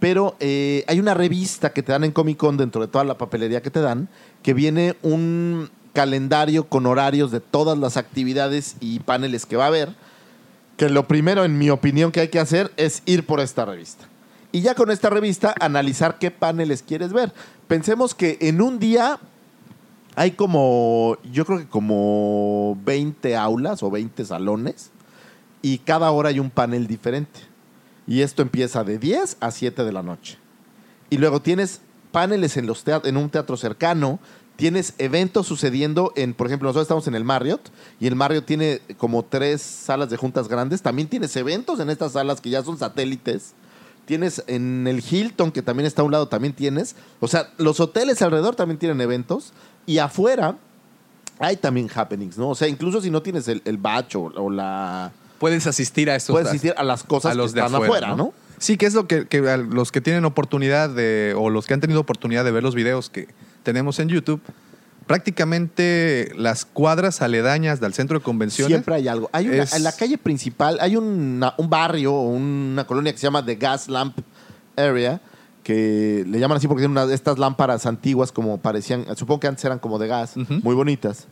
Pero eh, hay una revista que te dan en Comic Con dentro de toda la papelería que te dan, que viene un calendario con horarios de todas las actividades y paneles que va a haber que lo primero, en mi opinión, que hay que hacer es ir por esta revista. Y ya con esta revista, analizar qué paneles quieres ver. Pensemos que en un día hay como, yo creo que como 20 aulas o 20 salones y cada hora hay un panel diferente. Y esto empieza de 10 a 7 de la noche. Y luego tienes paneles en, los tea- en un teatro cercano, tienes eventos sucediendo en, por ejemplo, nosotros estamos en el Marriott y el Marriott tiene como tres salas de juntas grandes, también tienes eventos en estas salas que ya son satélites. Tienes en el Hilton, que también está a un lado, también tienes. O sea, los hoteles alrededor también tienen eventos. Y afuera hay también happenings, ¿no? O sea, incluso si no tienes el, el batch o- o la, puedes asistir a estos puedes asistir a las cosas a los que de están afuera, afuera, ¿no? ¿no? Sí, que es lo que, que a los que tienen oportunidad de, o los que han tenido oportunidad de ver los videos que tenemos en YouTube, prácticamente las cuadras aledañas del centro de convenciones. Siempre hay algo. Hay una- es- En la calle principal hay una- un barrio o una colonia que se llama The Gas Lamp Area, que le llaman así porque tiene unas estas lámparas antiguas como parecían, supongo que antes eran como de gas, Ujú. muy bonitas.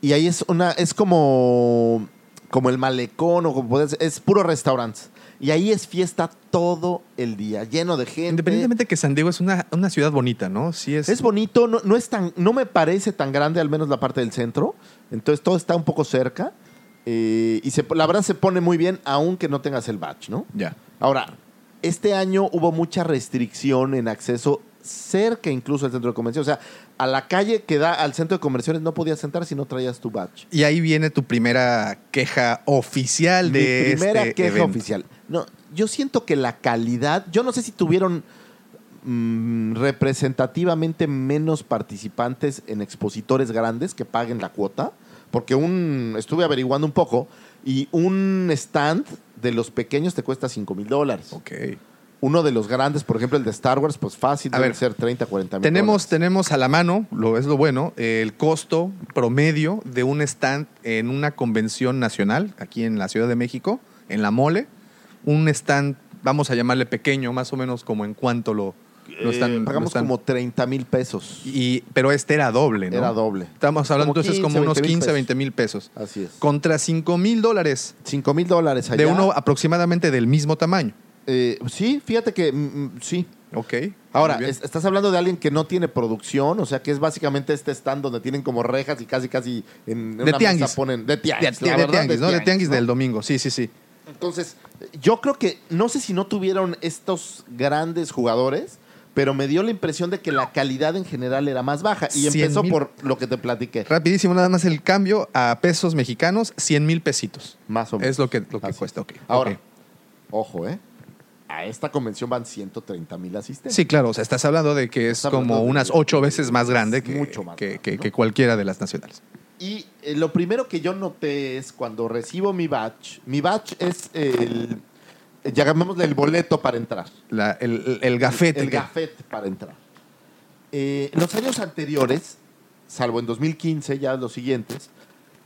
Y ahí es una, es como, como el malecón o como puede ser, es puro restaurante. Y ahí es fiesta todo el día, lleno de gente. Independientemente que San Diego es una, una ciudad bonita, ¿no? Sí es. Es bonito, no, no es tan, no me parece tan grande, al menos la parte del centro. Entonces todo está un poco cerca. eh, y se, la verdad se pone muy bien, aunque no tengas el batch, ¿no? Ya. Ahora, este año hubo mucha restricción en acceso cerca incluso al centro de convenciones. O sea, a la calle que da al centro de convenciones no podías sentar si no traías tu batch. Y ahí viene tu primera queja oficial de Mi primera este queja evento. oficial. No, yo siento que la calidad, yo no sé si tuvieron mm, representativamente menos participantes en expositores grandes que paguen la cuota, porque un estuve averiguando un poco y un stand de los pequeños te cuesta 5 mil dólares. Ok. Uno de los grandes, por ejemplo, el de Star Wars, pues fácil, A debe ver, ser 30, 40 mil Tenemos, tenemos a la mano, lo es lo bueno, el costo promedio de un stand en una convención nacional, aquí en la Ciudad de México, en la Mole. Un stand, vamos a llamarle pequeño, más o menos como en cuanto lo, lo Eh, están. lo pagamos están- como 30 mil pesos. Y, pero este era doble, ¿no? Era doble. Estamos hablando Como entonces 15, como unos 20 mil 15, pesos. 20 mil pesos. Así es. Contra 5 mil dólares 5 mil dólares allá. de uno aproximadamente del mismo tamaño. Eh, sí, fíjate que mm, mm, sí. Ok. Ahora, Muy bien. es- estás hablando de alguien que no tiene producción, o sea, que es básicamente este stand donde tienen como rejas y casi, casi en De una tianguis. mesa ponen... De de, tianguis, de la verdad, tianguis, ¿no? De tianguis ¿no? del domingo, sí, sí, sí. Entonces, yo creo que, no sé si no tuvieron estos grandes jugadores, pero me dio la impresión de que la calidad en general era más baja. Y Cien empezó mil. por lo que te platiqué. Rapidísimo, nada más el cambio a pesos mexicanos, 100 mil pesitos. Más o menos. Es lo que, lo que Así. cuesta, ok. Ahora, ok. ojo, ¿eh? A esta convención van 130 mil asistentes. Sí, claro, o sea, estás hablando de que es Estás como hablando de- unas ocho veces más grande que, Mucho más que, grande, que- ¿no? que cualquiera de las nacionales. Y eh, lo primero que yo noté es cuando recibo mi batch, mi batch es el, ya llamémosle el boleto para entrar. La- el, el gafete. El que- gafete para entrar. Eh, en los años anteriores, salvo en 2015, ya los siguientes,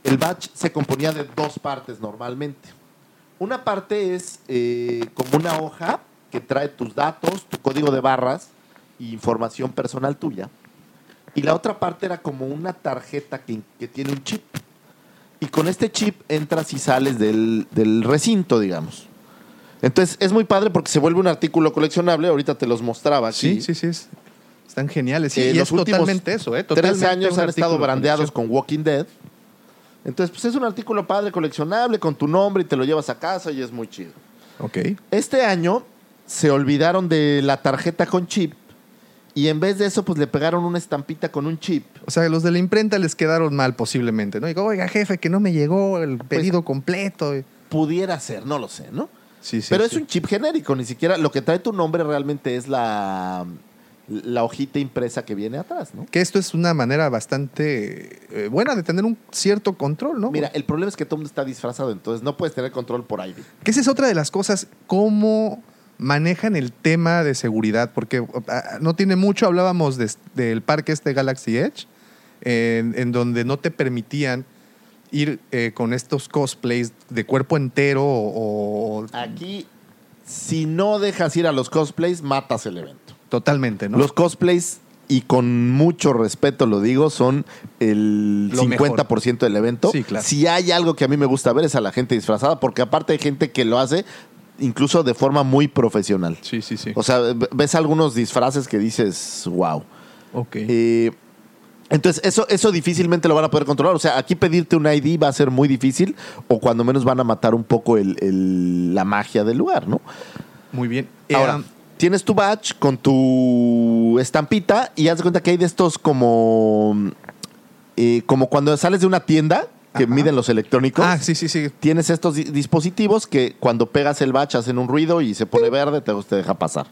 el batch se componía de dos partes normalmente. Una parte es eh, como una hoja que trae tus datos, tu código de barras e información personal tuya. Y la otra parte era como una tarjeta que, que tiene un chip. Y con este chip entras y sales del, del recinto, digamos. Entonces es muy padre porque se vuelve un artículo coleccionable. Ahorita te los mostraba. Sí, aquí. sí, sí. es- están geniales. Sí, Eh, y los es últimos totalmente eso, ¿eh? Tres Totalmente años un han artículo estado de brandeados colección. con Walking Dead. Entonces, pues es un artículo padre coleccionable con tu nombre y te lo llevas a casa y es muy chido. Ok. Este año se olvidaron de la tarjeta con chip y en vez de eso, pues le pegaron una estampita con un chip. O sea, los de la imprenta les quedaron mal posiblemente, ¿no? Digo, oiga, jefe, que no me llegó Pues el pedido completo. Pudiera ser, no lo sé, ¿no? Sí, sí. Pero es sí. un chip genérico, ni siquiera lo que trae tu nombre realmente es la, la hojita impresa que viene atrás, ¿no? Que esto es una manera bastante eh, buena de tener un cierto control, ¿no? Mira, el problema es que todo el mundo está disfrazado, entonces no puedes tener control por ahí. Que esa es otra de las cosas, cómo manejan el tema de seguridad, porque ah, no tiene mucho, hablábamos de- del parque este Galaxy Edge, en, en donde no te permitían ir eh, con estos cosplays de cuerpo entero o, o- Aquí, si no dejas ir a los cosplays, matas el evento. totalmente, ¿no? Los cosplays, y con mucho respeto lo digo, son el Lo 50% del evento. Sí, claro. Si hay algo que a mí me gusta ver es a la gente disfrazada, porque aparte hay gente que lo hace incluso de forma muy profesional. sí, sí, sí. O sea, ve- ves algunos disfraces que dices, wow. ok. Eh, entonces, eso, eso difícilmente lo van a poder controlar. O sea, aquí pedirte un ID va a ser muy difícil o cuando menos van a matar un poco el- el- la magia del lugar, ¿no? Muy bien. Ahora, Eh, tienes tu badge con tu estampita y haz de cuenta que hay de estos como. eh, como cuando sales de una tienda que Ajá. miden los electrónicos. ah, sí, sí, sí. Tienes estos di- dispositivos que cuando pegas el badge hacen un ruido y se pone verde, te, te deja pasar.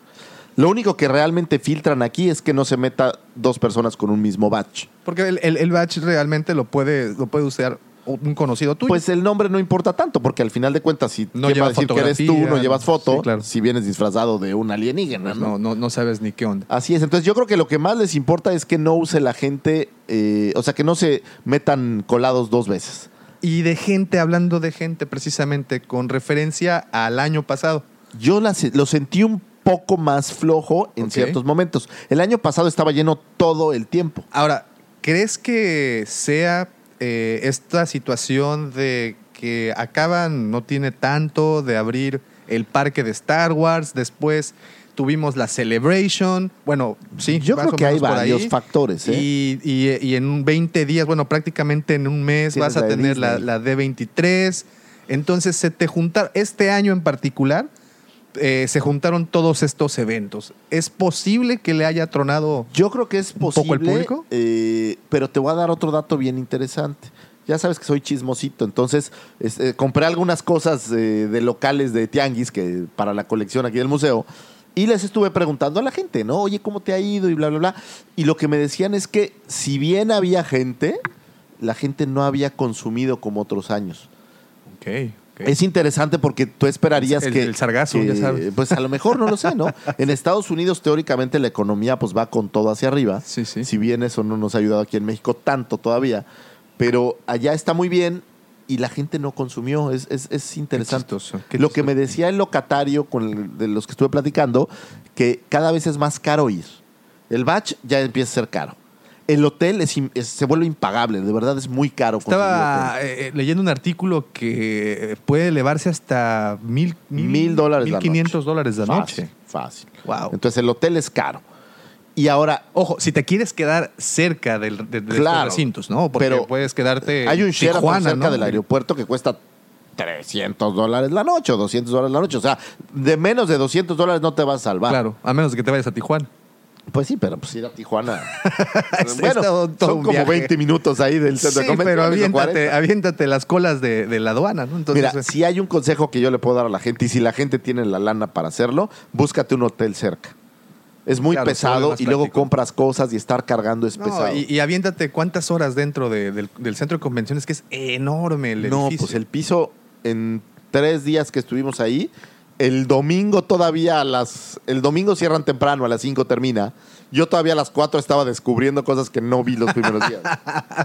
Lo único que realmente filtran aquí es que no se meta dos personas con un mismo badge. Porque el, el, el badge realmente lo puede, lo puede usar un conocido tuyo. Pues el nombre no importa tanto, porque al final de cuentas, si No ¿quién va lleva a decir que eres tú, fotografía, no llevas foto, sí, claro. Pues si vienes disfrazado de un alienígena, ¿no? no, no, no sabes ni qué onda. Así es, entonces yo creo que lo que más les importa es que no use la gente, eh, o sea, que no se metan colados dos veces. Y de gente, hablando de gente precisamente, con referencia al año pasado. Yo la se- lo sentí un poco más flojo en Ok. ciertos momentos. El año pasado estaba lleno todo el tiempo. Ahora, ¿crees que sea eh, esta situación de que acaban, no tiene tanto, de abrir el parque de Star Wars, después tuvimos la Celebration, bueno, sí, Yo más creo o que hay menos por varios ahí. factores, ¿eh? Y, y- y en un 20 días, bueno, prácticamente en un mes Tienes vas a la de tener la, Disney. la D23, entonces se te juntaron, este año en particular, eh, se juntaron todos estos eventos. ¿Es posible que le haya tronado Yo creo que es poco el posible, público? eh, pero te voy a dar otro dato bien interesante. Ya sabes que soy chismosito, entonces es- eh, compré algunas cosas eh, de locales de tianguis que para la colección aquí del museo y les estuve preguntando a la gente, ¿no? Oye, ¿cómo te ha ido? Y bla, bla, bla. Y lo que me decían es que si bien había gente, la gente no había consumido como otros años. Ok, ok. Es interesante porque tú esperarías El- que. el sargazo, que- ya sabes. Pues a lo mejor no lo sé, (laughs) ¿no? En Estados Unidos, teóricamente, la economía pues va con todo hacia arriba. Sí, sí. Si bien eso no nos ha ayudado aquí en México tanto todavía. Pero allá está muy bien y la gente no consumió. Es, es, es interesante. chistoso, qué lo que chistoso. me decía el locatario con el- de los que estuve platicando, que cada vez es más caro ir. El batch ya empieza a ser caro. El hotel es im- es- se vuelve impagable, de verdad es muy caro. conseguir hotel. Estaba eh, eh, leyendo un artículo que eh, puede elevarse hasta mil, Mil dólares la mil noche. quinientos Ah, dólares la Fácil, noche. Fácil. Wow. Entonces el hotel es caro. Y ahora Ojo, si te quieres quedar cerca del, de, de Claro, estos recintos, ¿no? Porque pero puedes quedarte hay un en Sheraton Tijuana, cerca ¿no? del aeropuerto que cuesta 300 dólares la noche o 200 dólares la noche. O sea, de menos de 200 dólares no te vas a salvar. Claro, a menos que te vayas (laughs) a Tijuana. Pues sí, pero pues ir a Tijuana. (laughs) Es- bueno, es todo- todo son un como viaje. 20 minutos ahí del Sí, centro de pero convenciones, o aviéntate, 40. aviéntate las colas de, de la aduana, ¿no? Entonces, Mira, eh, si hay un consejo que yo le puedo dar a la gente, y si la gente tiene la lana para hacerlo, búscate un hotel cerca. Es muy Claro, se vuelve pesado más y luego práctico. compras cosas y estar cargando es no, pesado. y, y aviéntate cuántas horas dentro de- del, del centro de convenciones, que es enorme el no, edificio. pues el piso en tres días que estuvimos ahí, el domingo todavía a las... El domingo cierran temprano, a las 5 termina. Yo todavía a las 4 estaba descubriendo cosas que no vi los primeros (laughs) días.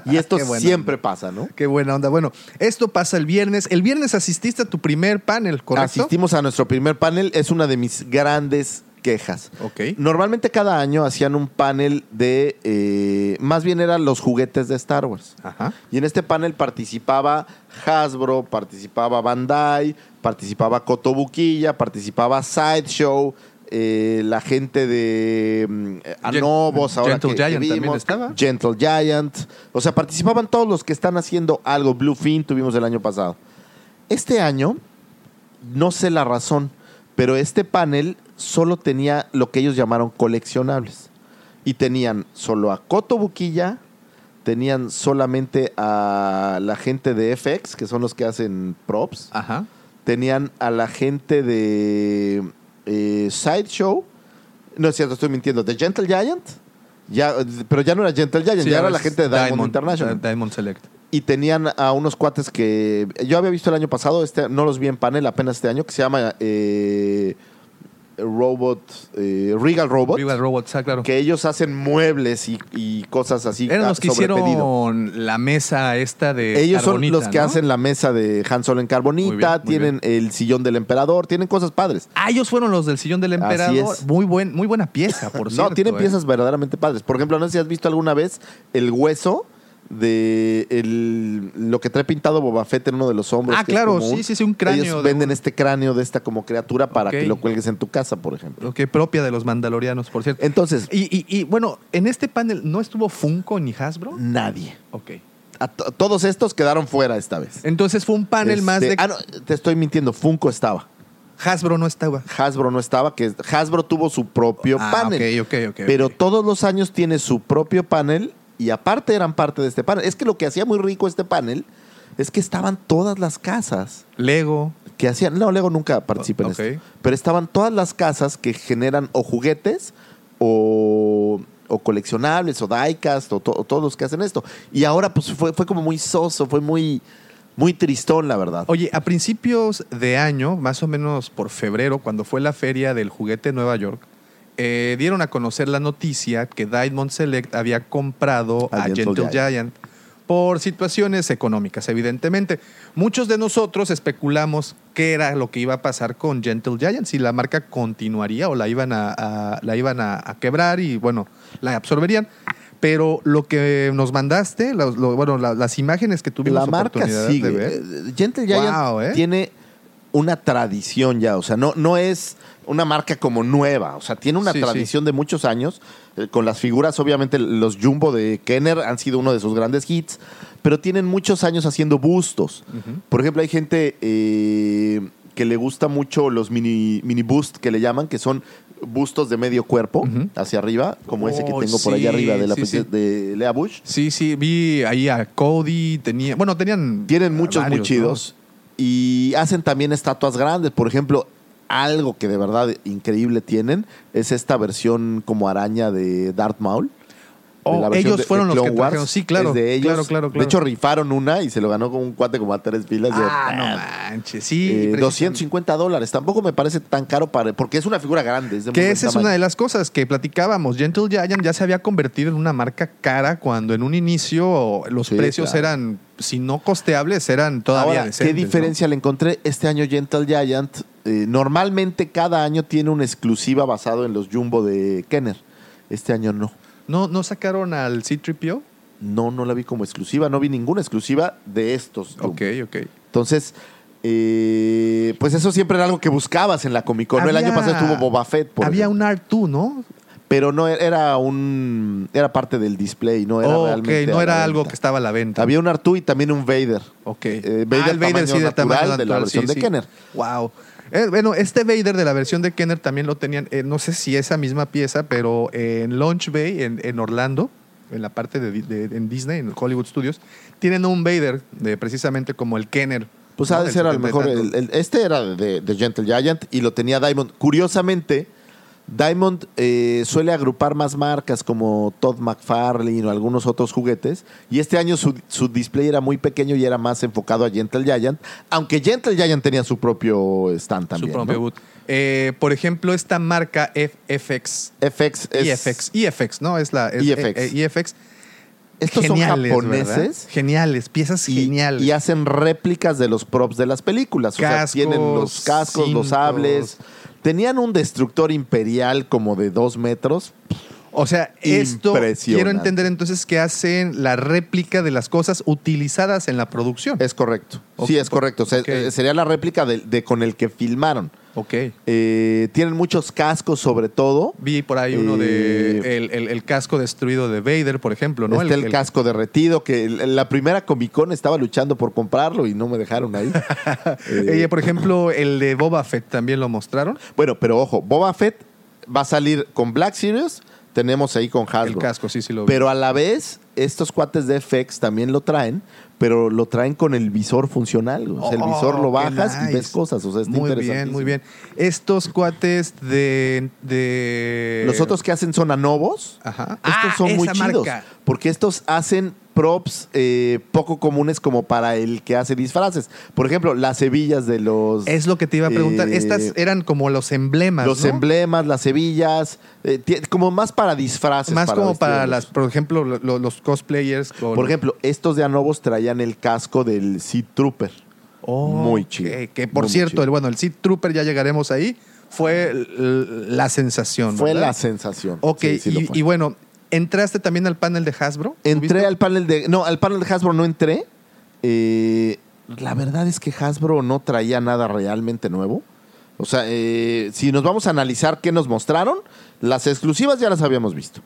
Y esto Qué bueno. siempre pasa, ¿no? Qué buena onda. Bueno, esto pasa el viernes. El viernes asististe a tu primer panel, ¿correcto? Asistimos a nuestro primer panel, es una de mis grandes quejas. Ok. Normalmente cada año hacían un panel de... eh, más bien eran los juguetes de Star Wars. Ajá. Y en este panel participaba Hasbro, participaba Bandai, participaba Cotobuquilla, participaba Sideshow, eh, la gente de mm, eh, Anobos, ahora Gentle que- que Giant también vimos, estaba. Gentle Giant. O sea, participaban todos los que están haciendo algo. Bluefin tuvimos el año pasado. Este año, no sé la razón, pero este panel solo tenía lo que ellos llamaron coleccionables. Y tenían solo a Cotobuquilla, tenían solamente a la gente de FX, que son los que hacen props. Ajá. Tenían a la gente de eh, Sideshow. No es cierto, estoy mintiendo. De Gentle Giant. Ya, eh, pero ya no era Gentle Giant, Sí, ya era ahora la es gente de Diamond, International. Di- Diamond Select. y tenían a unos cuates que yo había visto el año pasado, este, no los vi en panel apenas este año, que se llama eh, Robot, eh, Regal Robot. Viva el Robot, ah, claro. Que ellos hacen muebles y, y cosas así. Eran ah, los que sobre hicieron pedido. la mesa esta de Ellos carbonita, son los que ¿no? hacen la mesa de Han Solo en carbonita, Muy bien, muy tienen el sillón del emperador, tienen cosas padres. Ah, ellos fueron los del sillón del Así emperador. es. Muy, buen, muy buena pieza, por cierto. (laughs) no, tienen ¿eh? piezas verdaderamente padres. Por ejemplo, no sé si has visto alguna vez el hueso de el- lo que trae pintado Boba Fett en uno de los hombros. Ah, que es claro, como sí, sí, sí, un cráneo Ellos de venden un- este cráneo de esta como criatura para Ok. que lo cuelgues en tu casa, por ejemplo. Ok, propia de los mandalorianos, por cierto. Entonces, Y, y- y, bueno, en este panel, ¿no estuvo Funko ni Hasbro? nadie. Ok. A to- todos estos quedaron fuera esta vez. Entonces fue un panel más Este, de... ah, no, te estoy mintiendo, Funko estaba. Hasbro no estaba. Hasbro no estaba, que Hasbro tuvo su propio Ah, panel. ok, ok, ok, Pero ok. todos los años tiene su propio panel y aparte eran parte de este panel. Es que lo que hacía muy rico este panel es que estaban todas las casas Lego. que hacían. No, Lego nunca participa en Ok. esto. Pero estaban todas las casas que generan o juguetes o, o o coleccionables o diecast o, to- o todos los que hacen esto. Y ahora pues fue, fue como muy soso, fue muy, muy tristón, la verdad. Oye, a principios de año, más o menos por febrero, cuando fue la feria del juguete en Nueva York, eh, dieron a conocer la noticia que Diamond Select había comprado A a Gentle Gentle, Giant. Giant. por situaciones económicas, evidentemente. Muchos de nosotros especulamos qué era lo que iba a pasar con Gentle Giant, si la marca continuaría o la iban a, a- la iban a, a quebrar y bueno, la absorberían. Pero lo que nos mandaste, los- lo- bueno, la- las imágenes que tuvimos la marca oportunidad de sigue. ver, Eh, Gentle Giant Wow, ¿eh? tiene una tradición ya, o sea, no, no es una marca como nueva, o sea, tiene una Sí, sí. tradición de muchos años, eh, con las figuras, obviamente los Jumbo de Kenner han sido uno de sus grandes hits, pero tienen muchos años haciendo bustos. Por ejemplo, hay gente eh, que le gusta mucho los mini, mini boost que le llaman, que son bustos de medio cuerpo hacia arriba, como ese que Oh, tengo por sí, allá arriba de la sí, sí. princesa- de Lea Bush. Sí, sí, vi ahí a Cody, tenía, bueno, tenían Tienen muchos varios, muy chidos. Y hacen también estatuas grandes. Por ejemplo, algo que de verdad increíble tienen es esta versión como araña de Darth Maul. ¿no? de la Oh, versión ellos de- fueron de los que Clone Wars. trajeron, sí, claro, Es de ellos. claro, claro, De claro. hecho, rifaron una y se lo ganó con un cuate como a tres filas. de- ah, no manches, sí, Eh, precisamente. 250 dólares. Tampoco me parece tan caro para, porque es una figura grande. Es de muy Que buen esa es tamaño. una de las cosas que platicábamos. Gentle Giant ya se había convertido en una marca cara cuando en un inicio los Sí, precios claro. eran, si no costeables, eran todavía Ahora, ¿qué decentes, ¿no? diferencia le encontré? Este año Gentle Giant, eh, normalmente cada año tiene una exclusiva basado en los Jumbo de Kenner. Este año no. ¿No, no sacaron al C-3PO? No, no la vi como exclusiva. No vi ninguna exclusiva de estos. Jumbo. Ok, ok. Entonces, eh, pues eso siempre era algo que buscabas en la Comic Con. ¿no? El Había- año pasado estuvo Boba Fett, por Había ejemplo. un R2, ¿no? pero no era- era un era parte del display, no era Oh, ok, realmente. no a la era algo venta. que estaba a la venta. Había un Artu y también un Vader. Ok. Ah, Eh, Vader tamaño natural de la versión de Kenner. Wow. bueno, este Vader de la versión de Kenner también lo tenían, eh, no sé si esa misma pieza, pero eh, en Launch Bay, en, en Orlando, en la parte de, Di- de- en Disney, en Hollywood Studios, tienen un Vader de, precisamente como el Kenner. Pues ¿no? ha de Del ser a lo 70 y mejor. tantos. el- el- este era de, de Gentle Giant y lo tenía Diamond. Curiosamente, Diamond eh, suele agrupar más marcas como Todd McFarlane o algunos otros juguetes. Y este año su, su display era muy pequeño y era más enfocado a Gentle Giant. Aunque Gentle Giant tenía su propio stand Su también. propio ¿no? boot. Eh, por ejemplo, esta marca FX. FX es- EFX, EFX, ¿no? Es la es- EFX. eh, eh, EFX. Estos Geniales, son ¿verdad? japoneses. Geniales, piezas y, geniales. y hacen réplicas de los props de las películas. Cascos, o sea, tienen los cascos, los cintos. sables. Tenían un destructor imperial como de dos metros. O sea, esto Impresionante. quiero entender entonces que hacen la réplica de las cosas utilizadas en la producción. Es correcto. Sí, es correcto. O sea, Ok. eh, Sería la réplica de, de con el que filmaron. ok. Eh, tienen muchos cascos, sobre todo. Vi por ahí uno Eh, de el, el- el casco destruido de Vader, por ejemplo, ¿no? Está el, (laughs) casco derretido, que el- la primera Comic Con estaba luchando por comprarlo y no me dejaron (laughs) ahí. eh, Ella, por ejemplo, el de Boba Fett también lo mostraron. Bueno, pero ojo, Boba Fett va a salir con Black Series, tenemos ahí con Hasbro. El casco, sí, sí lo vi. Pero a la vez, estos cuates de FX también lo traen, pero lo traen con el visor funcional. güey. O sea, el Oh, visor lo qué bajas y nice. ves cosas. O sea, está Muy bien, muy bien. Estos cuates de. de... Los otros que hacen son Anovos. Eh, Ajá. Estos Ah, son muy esa chidos. marca. Porque estos hacen props eh, poco comunes como para el que hace disfraces. Por ejemplo, las hebillas de los. Es lo que te iba a preguntar. Eh, Estas eran como los emblemas. los ¿no? emblemas, las hebillas, eh, tie- como más para disfraces. Más como para vestirlos. las, por ejemplo, lo- lo- los cosplayers. con- Por ejemplo, estos de Anovos traían el casco del Sea Trooper. Oh, Muy chido. Que, que, por Muy, muy cierto, chido. el, bueno, el Seed Trooper ya llegaremos ahí. Fue l- l- la sensación. Fue ¿verdad? la sensación. Ok, Sí, sí lo y- fue. y, bueno, entraste también al panel de Hasbro. entré ¿Tuviste? al panel de. No, al panel de Hasbro no entré. Eh, la verdad es que Hasbro no traía nada realmente nuevo. O sea, eh, si nos vamos a analizar qué nos mostraron, las exclusivas ya las habíamos visto.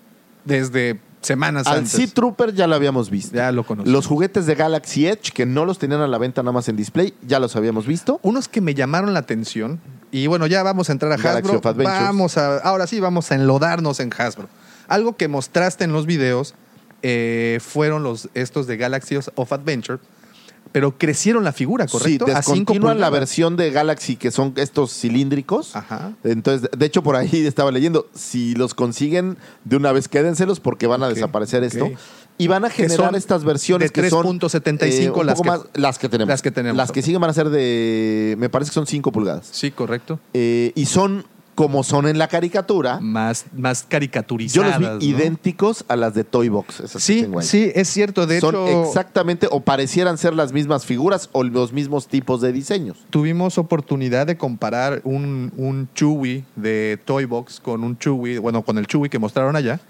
Desde semanas Al antes. Sea Trooper ya lo habíamos visto. Ya lo conocimos. Los juguetes de Galaxy Edge, que no los tenían a la venta nada más en display, ya los habíamos visto. Unos que me llamaron la atención. Y bueno, ya vamos a entrar a Galaxy Hasbro. of Adventures. Vamos a, ahora sí, vamos a enlodarnos en Hasbro. Algo que mostraste en los videos eh, fueron los, estos de Galaxy of Adventure. pero crecieron la figura, ¿correcto? Sí, A cinco descontinúan la pulgadas. versión de Galaxy que son estos cilíndricos. Ajá. Entonces, de hecho, por ahí (laughs) estaba leyendo, si los consiguen de una vez, quédenselos porque van a Ok, desaparecer ok. esto. Y van a Que generar son estas versiones de que son eh, 3.75 un las poco que- más- las que tenemos. las que tenemos. Las que siguen van a ser de, me parece que son 5 pulgadas. Sí, correcto. Eh, y son como son en la caricatura. Más, más Yo caricaturizadas. los vi ¿no? idénticos a las de Toy Box. esas que Sí, tengo ahí. sí, es cierto. De son hecho, exactamente o parecieran ser las mismas figuras o los mismos tipos de diseños. tuvimos oportunidad de comparar un, un Chewie de Toy Box con un Chewie, bueno, con el Chewie que mostraron allá.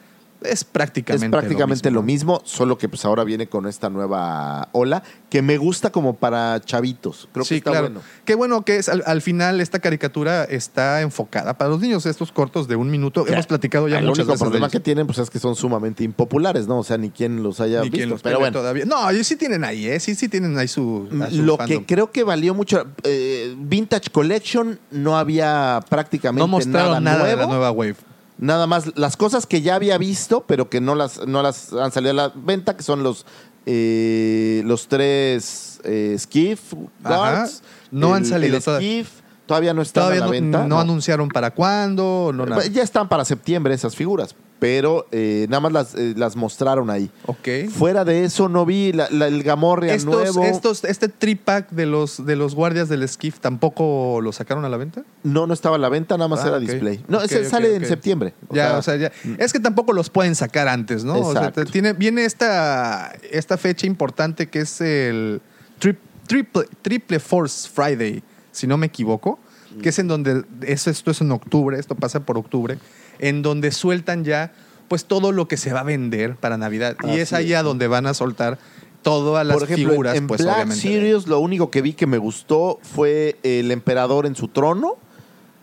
Es prácticamente, Es prácticamente lo mismo. solo que pues ahora viene con esta nueva ola que me gusta como para chavitos. Creo que sí, está claro. bueno. Qué bueno que es. Al, al final, esta caricatura está enfocada para los niños. Estos cortos de un minuto. Ya, Hemos platicado ya El muchas único veces de problema ellos. que tienen pues es que son sumamente impopulares, ¿no? O sea, ni quien los haya Ni visto. quien los pero pele bueno, Mm, todavía. No, ellos sí tienen ahí, ¿eh? Sí, sí tienen ahí su. a su lo fandom. que creo que valió mucho eh, Vintage Collection no había prácticamente no mostraron nada, nada, de nuevo. la nueva wave. Nada más las cosas que ya había visto, pero que no las, no las han salido a la venta, que son los eh, los tres eh, Skiff Ajá. Guards. No han salido el todavía. Skiff todavía no están Todavía a no, la venta. no anunciaron para cuándo, no nada. Eh, Ya están para septiembre esas figuras, pero eh, nada más las, eh, las mostraron ahí. Ok. Fuera de eso no vi la- la- el Gamorrea Estos, nuevo. estos, este tripack de los, de los guardias del Skiff tampoco lo sacaron a la venta. No, no estaba a la venta, nada más Ah, era ok. display. No, Ok, ese ok, sale ok. en septiembre. ya, o sea, ya. Es que tampoco los pueden sacar antes, ¿no? O sea, Exacto. te- tiene, viene esta, esta fecha importante que es el tri- triple, triple Force Friday, si no me equivoco, que es en donde, es, esto es en octubre, esto pasa por octubre, en donde sueltan ya pues todo lo que se va a vender para Navidad. y Así es allá donde van a soltar todas las Por ejemplo, en- figuras, en, pues Black obviamente. Sirius lo único que vi que me gustó fue el emperador en su trono,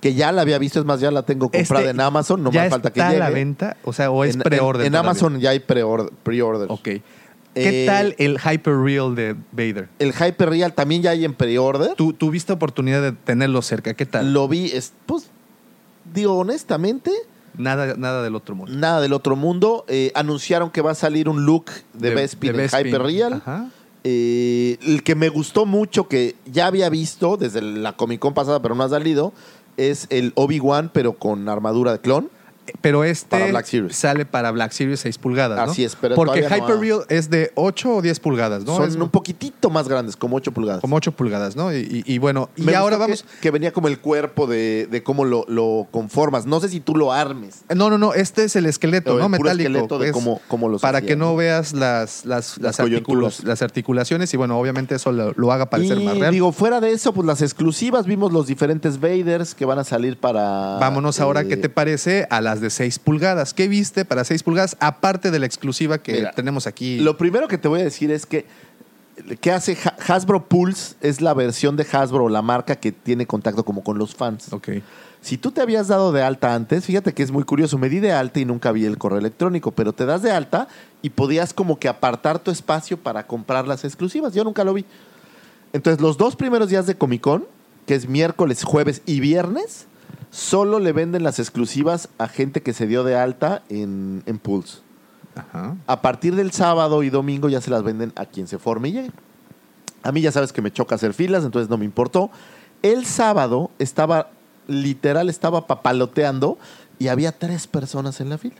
que ya la había visto, es más, ya la tengo comprada Este en Amazon, no ya me falta que está llegue. a la venta? O sea, o es en, en- preorden. en todavía? Amazon ya hay preor- pre-order. Ok. ¿Qué Eh, tal el Hyper Real de Vader? El Hyper Real también ya hay en pre-order. Tú tuviste oportunidad de tenerlo cerca. ¿Qué tal? Lo vi, es- pues, digo, honestamente, nada, nada del otro mundo. nada del otro mundo. Eh, anunciaron que va a salir un look de, De- Bespin de en Bespin. Hyper Real. Ajá. Eh, el que me gustó mucho, que ya había visto desde la Comic Con pasada, pero no ha salido, es el Obi-Wan, pero con armadura de clon. Pero este Para Black Series. sale para Black Series 6 pulgadas. ¿no? Así es, pero Porque todavía no Hyper ha- Real es de 8 o 10 pulgadas, ¿no? Son Es un poquitito más grandes, como 8 pulgadas. como 8 pulgadas, ¿no? Y, y- y bueno, Me y ahora gustó que- vamos. Que, venía como el cuerpo de, de cómo lo, lo conformas. No sé si tú lo armes. No, no, no, este es el esqueleto, El ¿no? puro Metálico. esqueleto de es cómo- cómo los para hacían. que no veas las, las, las, Las artículos- coyunturas. las articulaciones y bueno, obviamente eso lo, lo haga parecer Y más real. digo, fuera de eso, pues las exclusivas, vimos los diferentes Vaders que van a salir para... Vámonos ahora, eh, ¿qué te parece? A las de 6 pulgadas. ¿Qué viste para 6 pulgadas? Aparte de la exclusiva que Mira, tenemos aquí. Lo primero que te voy a decir es que que hace Ha- Hasbro Pulse es la versión de Hasbro, la marca que tiene contacto como con los fans. Ok. Si tú te habías dado de alta antes, fíjate que es muy curioso, me di de alta y nunca vi el correo electrónico, pero te das de alta y podías como que apartar tu espacio para comprar las exclusivas. Yo nunca lo vi. Entonces, los dos primeros días de Comic Con, que es miércoles, jueves y viernes, solo le venden las exclusivas a gente que se dio de alta en, en Pulse. Ajá. A partir del sábado y domingo ya se las venden a quien se forme y llegue. A mí ya sabes que me choca hacer filas, entonces no me importó. El sábado estaba, literal, estaba papaloteando y había tres personas en la fila.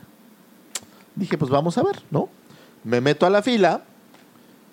Dije, pues vamos a ver, ¿no? Me meto a la fila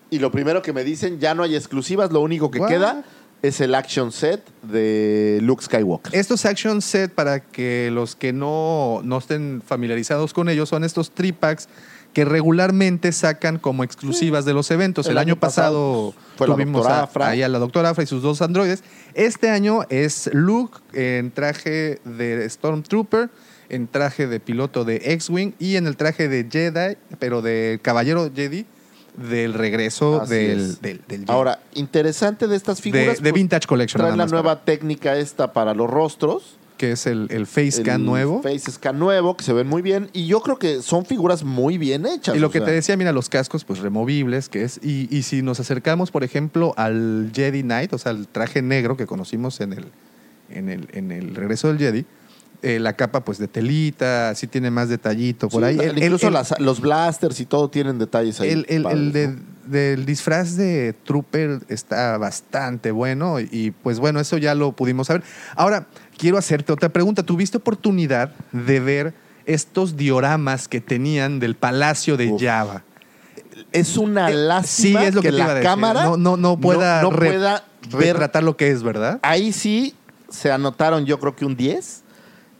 y lo primero que me dicen, ya no hay exclusivas, lo único que What? queda es el action set de Luke Skywalker. Estos action set, para que los que no, no estén familiarizados con ellos, son estos tripacks que regularmente sacan como exclusivas de los eventos. El, El año, año pasado, pasado fue la tuvimos doctora a- Afra. ahí a la doctora Afra y sus dos androides. Este año es Luke en traje de Stormtrooper, en traje de piloto de X-Wing y en el traje de Jedi, pero de Caballero Jedi, del regreso Así del, es. del, del Jedi. Ahora, interesante de estas de, figuras. de pues, Vintage Collection. Traen nada la más nueva para- técnica esta para los rostros. que es el, el face el scan nuevo. Face Scan nuevo, que se ven muy bien. Y yo creo que son figuras muy bien hechas. Y lo o que sea, te decía, mira, los cascos, pues removibles, que es. Y, y si nos acercamos, por ejemplo, al Jedi Knight, o sea, el traje negro que conocimos en el, en el, en el regreso del Jedi, eh, la capa, pues de telita, así tiene más detallito por sí, ahí. la- El- el- incluso el- las- los blasters y todo tienen detalles ahí. el, el- el padres, de ¿no? del disfraz de Trooper está bastante bueno y pues bueno, eso ya lo pudimos saber. Ahora, quiero hacerte otra pregunta. ¿Tuviste oportunidad de ver estos dioramas que tenían del Palacio de Uf. Java? Es una Eh, lástima sí, es lo que, que, te iba la a decir. cámara no, no, no pueda, no re- pueda ver. retratar lo que es, ¿verdad? Ahí sí se anotaron, yo creo que un 10.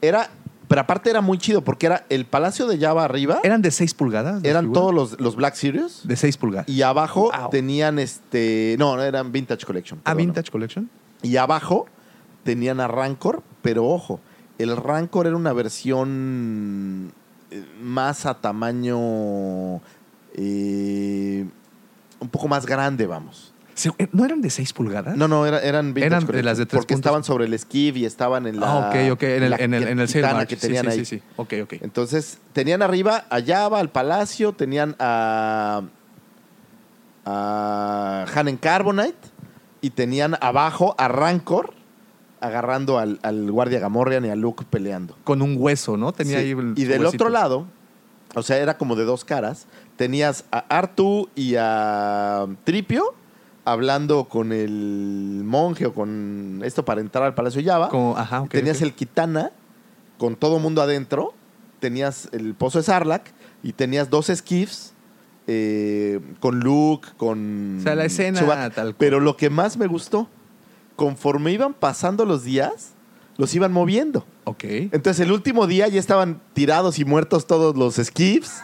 Era, pero aparte era muy chido porque era el Palacio de Java arriba, Eran de 6 pulgadas. las eran figuras? todos los, los Black Series de 6 pulgadas. y abajo Wow. tenían este, no, eran Vintage Collection. ah, perdón. Vintage Collection. Y abajo tenían a Rancor, pero ojo, el Rancor era una versión eh, más a tamaño eh, un poco más grande, vamos. Se- eh, ¿No eran de 6 pulgadas? No, no, era- eran vintage Eran collection, las de tres Porque puntos. estaban sobre el esquive y estaban en la. Ah, ok, ok. En el, la en el, en el sale gitana march. que tenían sí, sí, ahí. sí, sí. Ok, ok. Entonces, tenían arriba a Java, al Palacio, tenían a. a Hanen Carbonite y tenían abajo a Rancor agarrando al, al guardia Gamorrean y a Luke peleando. Con un hueso, ¿no? Tenía Sí. ahí el y del huesito. otro lado, o sea, era como de dos caras. Tenías a Artu y a Tripio hablando con el monje o con esto para entrar al Palacio Java. Como- ajá, Ah, ok, tenías ok. el Kitana con todo mundo adentro. Tenías el pozo de Sarlacc y tenías dos esquifs eh, con Luke, con. O sea, la escena Chewbacca. tal cual. Pero lo que más me gustó, conforme iban pasando los días, los iban moviendo. Ok. Entonces el último día ya estaban tirados y muertos todos los skips.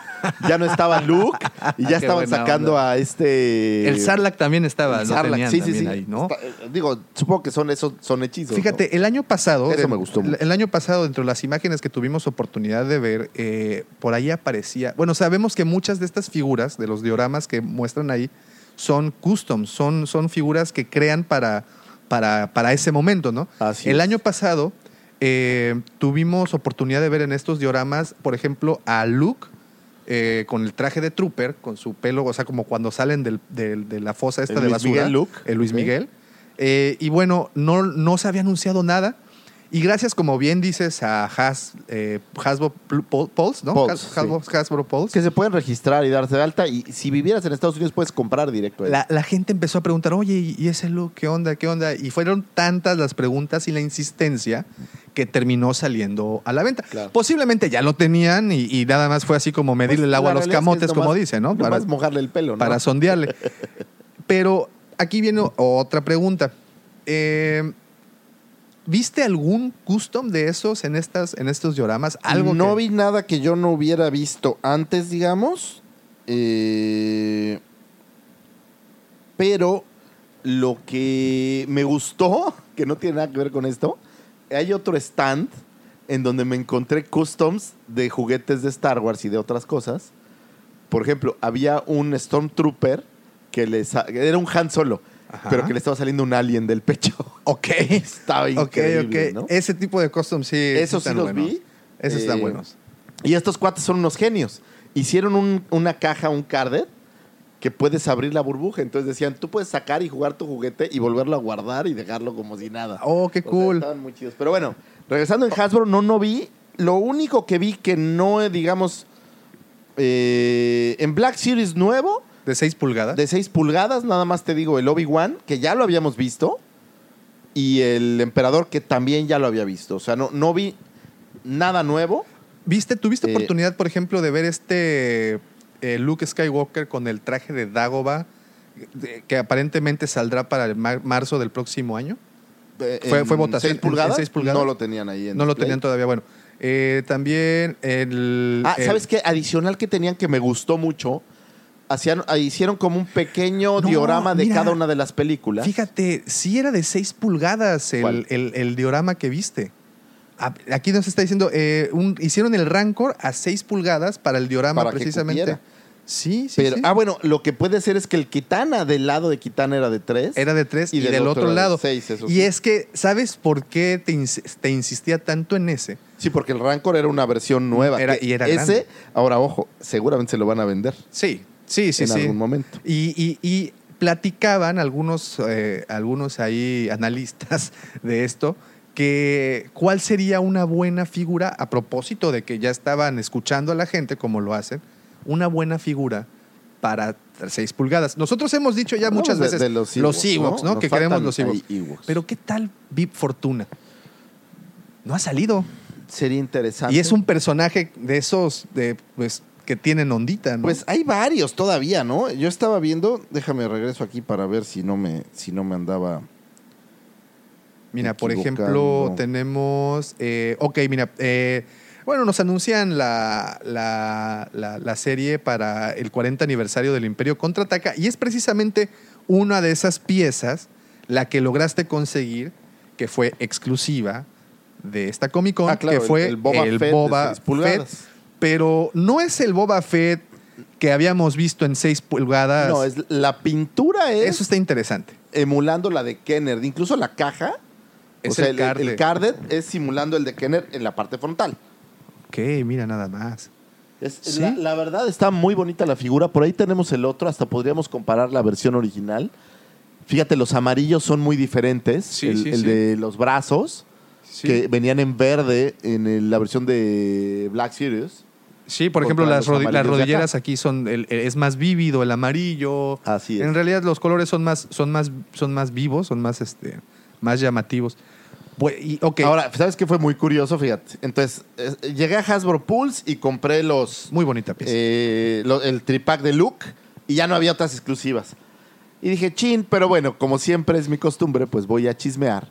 Ya no estaba Luke y (laughs) Ah, Qué ya estaban buena sacando onda. a este. El Sarlacc también estaba, El ¿no? Sarlacc, Tenían sí, sí, también sí. ahí, ¿no? Está- eh, digo, supongo que son esos son hechizos. Fíjate, el año pasado. Ese se- me gustó el- mucho. El año pasado, dentro de las imágenes que tuvimos oportunidad de ver, eh, por ahí aparecía. Bueno, sabemos que muchas de estas figuras, de los dioramas que muestran ahí, son customs, son, son figuras que crean para, para, para ese momento, ¿no? Así el es. año pasado eh, tuvimos oportunidad de ver en estos dioramas, por ejemplo, a Luke. eh, con el traje de trooper, con su pelo, o sea, como cuando salen del- del- de la fosa esta El de Luis basura. Miguel Luke. El Luis Ok. Miguel. Eh, y bueno, no, no se había anunciado nada. Y gracias, como bien dices, a Has, eh, Hasbro Pl- Pul- Pulse, ¿no? Pulse, Has- Hasbro, Hasbro ¿no? Pulse. que se pueden registrar y darse de alta y si vivieras en Estados Unidos puedes comprar directo. ahí. La, la gente empezó a preguntar, oye, ¿y y ese look? ¿Qué onda? ¿Qué onda? Y fueron tantas las preguntas y la insistencia que terminó saliendo a la venta. Claro. Posiblemente ya lo tenían y, y nada más fue así como medirle el Pues, agua la a los realidad es que camotes, es como nomás- dice, ¿no? nomás Para- mojarle el pelo, ¿no? (laughs) para sondearle. Pero aquí viene otra pregunta. Eh, ¿Viste algún custom de esos en, estas, en estos dioramas? Algo no que- vi nada que yo no hubiera visto antes, digamos. Eh, pero lo que me gustó, (laughs) que no tiene nada que ver con esto, hay otro stand en donde me encontré customs de juguetes de Star Wars y de otras cosas. Por ejemplo, había un Stormtrooper que le sa- era un Han Solo, Ajá. pero que le estaba saliendo un alien del pecho. Ok. (laughs) Estaba Ok, increíble, ok. ¿no? Ese tipo de custom sí. Esos sí están los buenos. vi. Esos están Eh, buenos. Y estos cuates son unos genios. Hicieron un- una caja, un cardet, que puedes abrir la burbuja. Entonces decían, tú puedes sacar y jugar tu juguete y volverlo a guardar y dejarlo como si nada. Oh, qué O sea, cool. estaban muy chidos. Pero bueno, regresando en Hasbro, no, no vi. Lo único que vi que no, eh, digamos, eh, en Black Series nuevo, de 6 pulgadas. de 6 pulgadas, nada más te digo el Obi-Wan, que ya lo habíamos visto, y el Emperador, que también ya lo había visto. O sea, no, no vi nada nuevo. ¿Viste, ¿Tuviste Eh, oportunidad, por ejemplo, de ver este eh, Luke Skywalker con el traje de Dagoba de- que aparentemente saldrá para el mar- marzo del próximo año? Eh, Fue- en fue votación, seis pulgadas, en seis pulgadas. No lo tenían ahí. en No lo display. tenían todavía. Bueno, Eh, también el. Ah, el- ¿sabes qué? Adicional que tenían que me gustó mucho. Hacían, ah, hicieron como un pequeño No, diorama de mira. cada una de las películas. Fíjate, sí era de 6 pulgadas el, ¿Cuál? el- el diorama que viste. A- Aquí nos está diciendo, eh, un- hicieron el Rancor a 6 pulgadas para el diorama Para que precisamente. cupiera. Sí, sí, Pero, sí. Ah, bueno, lo que puede ser es que el Kitana del lado de Kitana era de tres. Era de 3 y, y del, del otro, otro era de lado. seis, eso y sí. es que, ¿sabes por qué te, ins- te insistía tanto en ese? Sí, porque el Rancor era una versión nueva. Era- que y era Ese, grande. ahora ojo, seguramente se lo van a vender Sí, sí, sí, en sí. algún momento. Y, y- y platicaban algunos, eh, algunos ahí analistas (laughs) de esto que cuál sería una buena figura a propósito de que ya estaban escuchando a la gente como lo hacen, una buena figura para 6 pulgadas. Nosotros hemos dicho ya Hablamos muchas de- veces de los los Ewoks, Ewoks, ¿no? ¿no? Nos Que queremos faltan los ahí Ewoks. Ewoks. Pero ¿qué tal Vip Fortuna? No ha salido. Sería interesante. Y es un personaje de esos de pues que tienen ondita, ¿no? Pues hay varios todavía, ¿no? Yo estaba viendo, déjame regreso aquí para ver si no me, si no me andaba. Mira, por equivocando. ejemplo, tenemos. eh, ok, mira. eh, bueno, nos anuncian la, la- la- la serie para el 40 aniversario del Imperio Contraataca y es precisamente una de esas piezas la que lograste conseguir que fue exclusiva de esta Comic Con, Ah, claro, que fue el- el Boba Fett de Boba seis pulgadas. Fett, pero no es el Boba Fett que habíamos visto en 6 pulgadas. No, es, la pintura es Eso está interesante. emulando la de Kenner. Incluso la caja, Es o sea, el el, el carde. cardet es simulando el de Kenner en la parte frontal. Ok, mira nada más. Es- ¿Sí? la, la verdad está muy bonita la figura. Por ahí tenemos el otro, hasta podríamos comparar la versión original. Fíjate, los amarillos son muy diferentes. Sí, el sí, el sí. de los brazos, Sí. que venían en verde en el- la versión de Black Series. Sí, por Contra ejemplo, las, los rodi- las amarillos de rodilleras acá. aquí son el- el- es más vívido, el amarillo. Así es. En realidad los colores son más son más son más vivos, son más este más llamativos. Bue- y, ok, Ahora, ¿sabes qué fue muy curioso? Fíjate. Entonces, eh, llegué a Hasbro Pulse y compré los, muy bonita pieza. eh, lo- el tripack de Luke y ya no había otras exclusivas. Y dije, chin, pero bueno, como siempre es mi costumbre, pues voy a chismear.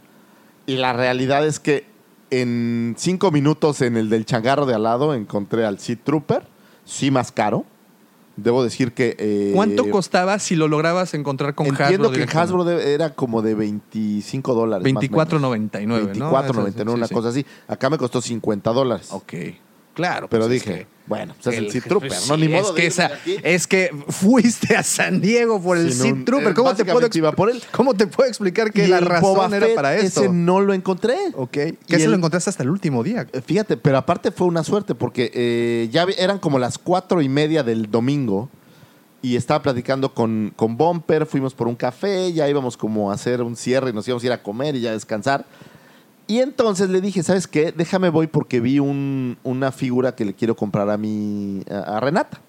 Y la realidad es que en cinco minutos en el del changarro de al lado encontré al Sea Trooper, sí más caro. Debo decir que... eh, ¿Cuánto costaba si lo lograbas encontrar con Entiendo Hasbro? que en directamente? Hasbro de- era como de 25 dólares. más o menos. 24.99, ¿no? 24.99, Sí, una sí. cosa así. Acá me costó 50 dólares. Ok. Claro. Pero pues, es dije, que- bueno, pues es el, el- Sea Trooper, pues, ¿no? Ni sí, modo es, de que irme esa- de aquí. es que fuiste a San Diego por el Sin Sea un- Trooper. eh, ¿Cómo te, puedo básicamente iba por él. expl- ¿Cómo te puedo explicar que Y la el razón Boba era Fett, para eso? Ese no lo encontré. Ok. Y Que se el- lo encontraste hasta el último día. Eh, Fíjate, pero aparte fue una suerte porque eh, ya vi- eran como las cuatro y media del domingo y estaba platicando con, con Bumper, fuimos por un café, ya íbamos como a hacer un cierre y nos íbamos a ir a comer y ya a descansar. Y entonces le dije, ¿sabes qué? Déjame voy porque vi un- una figura que le quiero comprar a mi, a, a Renata.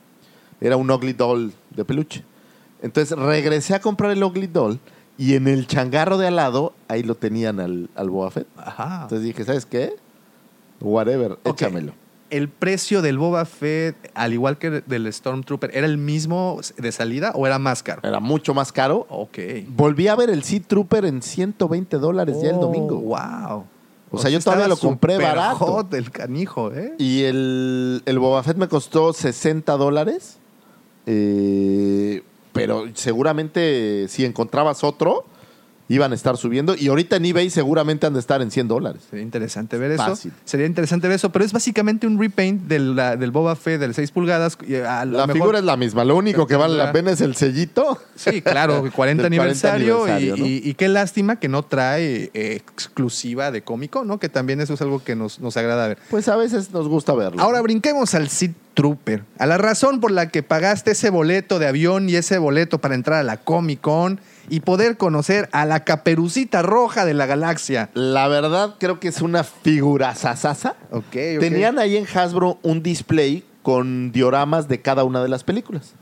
Era un ugly doll de peluche. Entonces regresé a comprar el ugly doll y en el changarro de al lado, ahí lo tenían al, al Boba Fett. Ajá. Entonces dije, ¿sabes qué? Whatever, Ah. Ok. échamelo. ¿El precio del Boba Fett, al igual que del Stormtrooper, era el mismo de salida o era más caro? Era mucho más caro. Ok. Volví a ver el Sea Trooper en 120 dólares ya el Oh, domingo. Wow. O sea, yo todavía estaba lo compré súper barato. hot el canijo, ¿eh? Y el, el Boba Fett me costó 60 dólares. Eh, pero seguramente si encontrabas otro, iban a estar subiendo. Y ahorita en eBay seguramente han de estar en 100 dólares. Sería interesante ver eso. Fácil. Sería interesante ver eso, pero es básicamente un repaint del, la- del Boba Fett del 6 pulgadas. y a lo La mejor- figura es la misma. Lo único que vale la pena es el sellito. Sí, claro, el 40 (laughs) Del 40 aniversario. y- aniversario, y, ¿no? y qué lástima que no trae eh, exclusiva de cómico, ¿no? Que también eso es algo que nos, nos agrada ver. Pues a veces nos gusta verlo. Ahora brinquemos al Sea Trooper. A la razón por la que pagaste ese boleto de avión y ese boleto para entrar a la Comic Con y poder conocer a la caperucita roja de la galaxia. La verdad, creo que es una figura sasasa. Ok, ok. Tenían ahí en Hasbro un display con dioramas de cada una de las películas.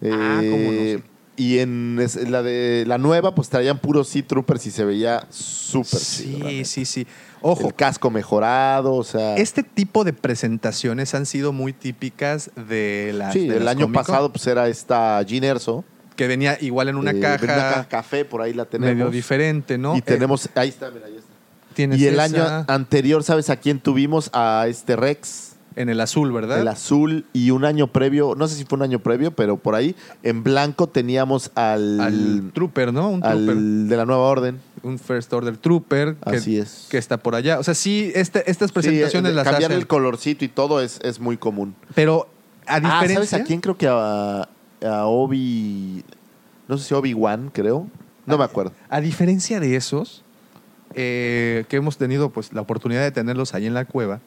Eh, Ah, cómo no, sí. Y en es- en la de la nueva, pues traían puros Sea Troopers y se veía súper. chido, Pues la Sí, neta. sí, sí. Ojo, El casco mejorado, o sea. este tipo de presentaciones han sido muy típicas de las. sí, de el las año Comic Con, pasado, pues era esta Jean Erso. Que venía igual en una Eh, caja. Una caja café, por ahí la tenemos. medio diferente, ¿no? Y Eh, tenemos. ahí está, mira, ahí está. tienes Y el esa año anterior, ¿sabes a quién tuvimos? A este Rex. en el azul, ¿verdad? El azul y un año previo, no sé si fue un año previo, pero por ahí en blanco teníamos al, al trooper, ¿no? Un al trooper. de la nueva orden. un First Order Trooper que, Así es. que está por allá. O sea, sí, este- estas presentaciones Sí, eh, las cambiar hacen. el colorcito y todo es, es muy común. pero a Ah, diferencia. ¿sabes a quién? Creo que a, a Obi, no sé si Obi-Wan, creo. No Ah, me acuerdo. A diferencia de esos, eh, que hemos tenido pues la oportunidad de tenerlos ahí en la cueva,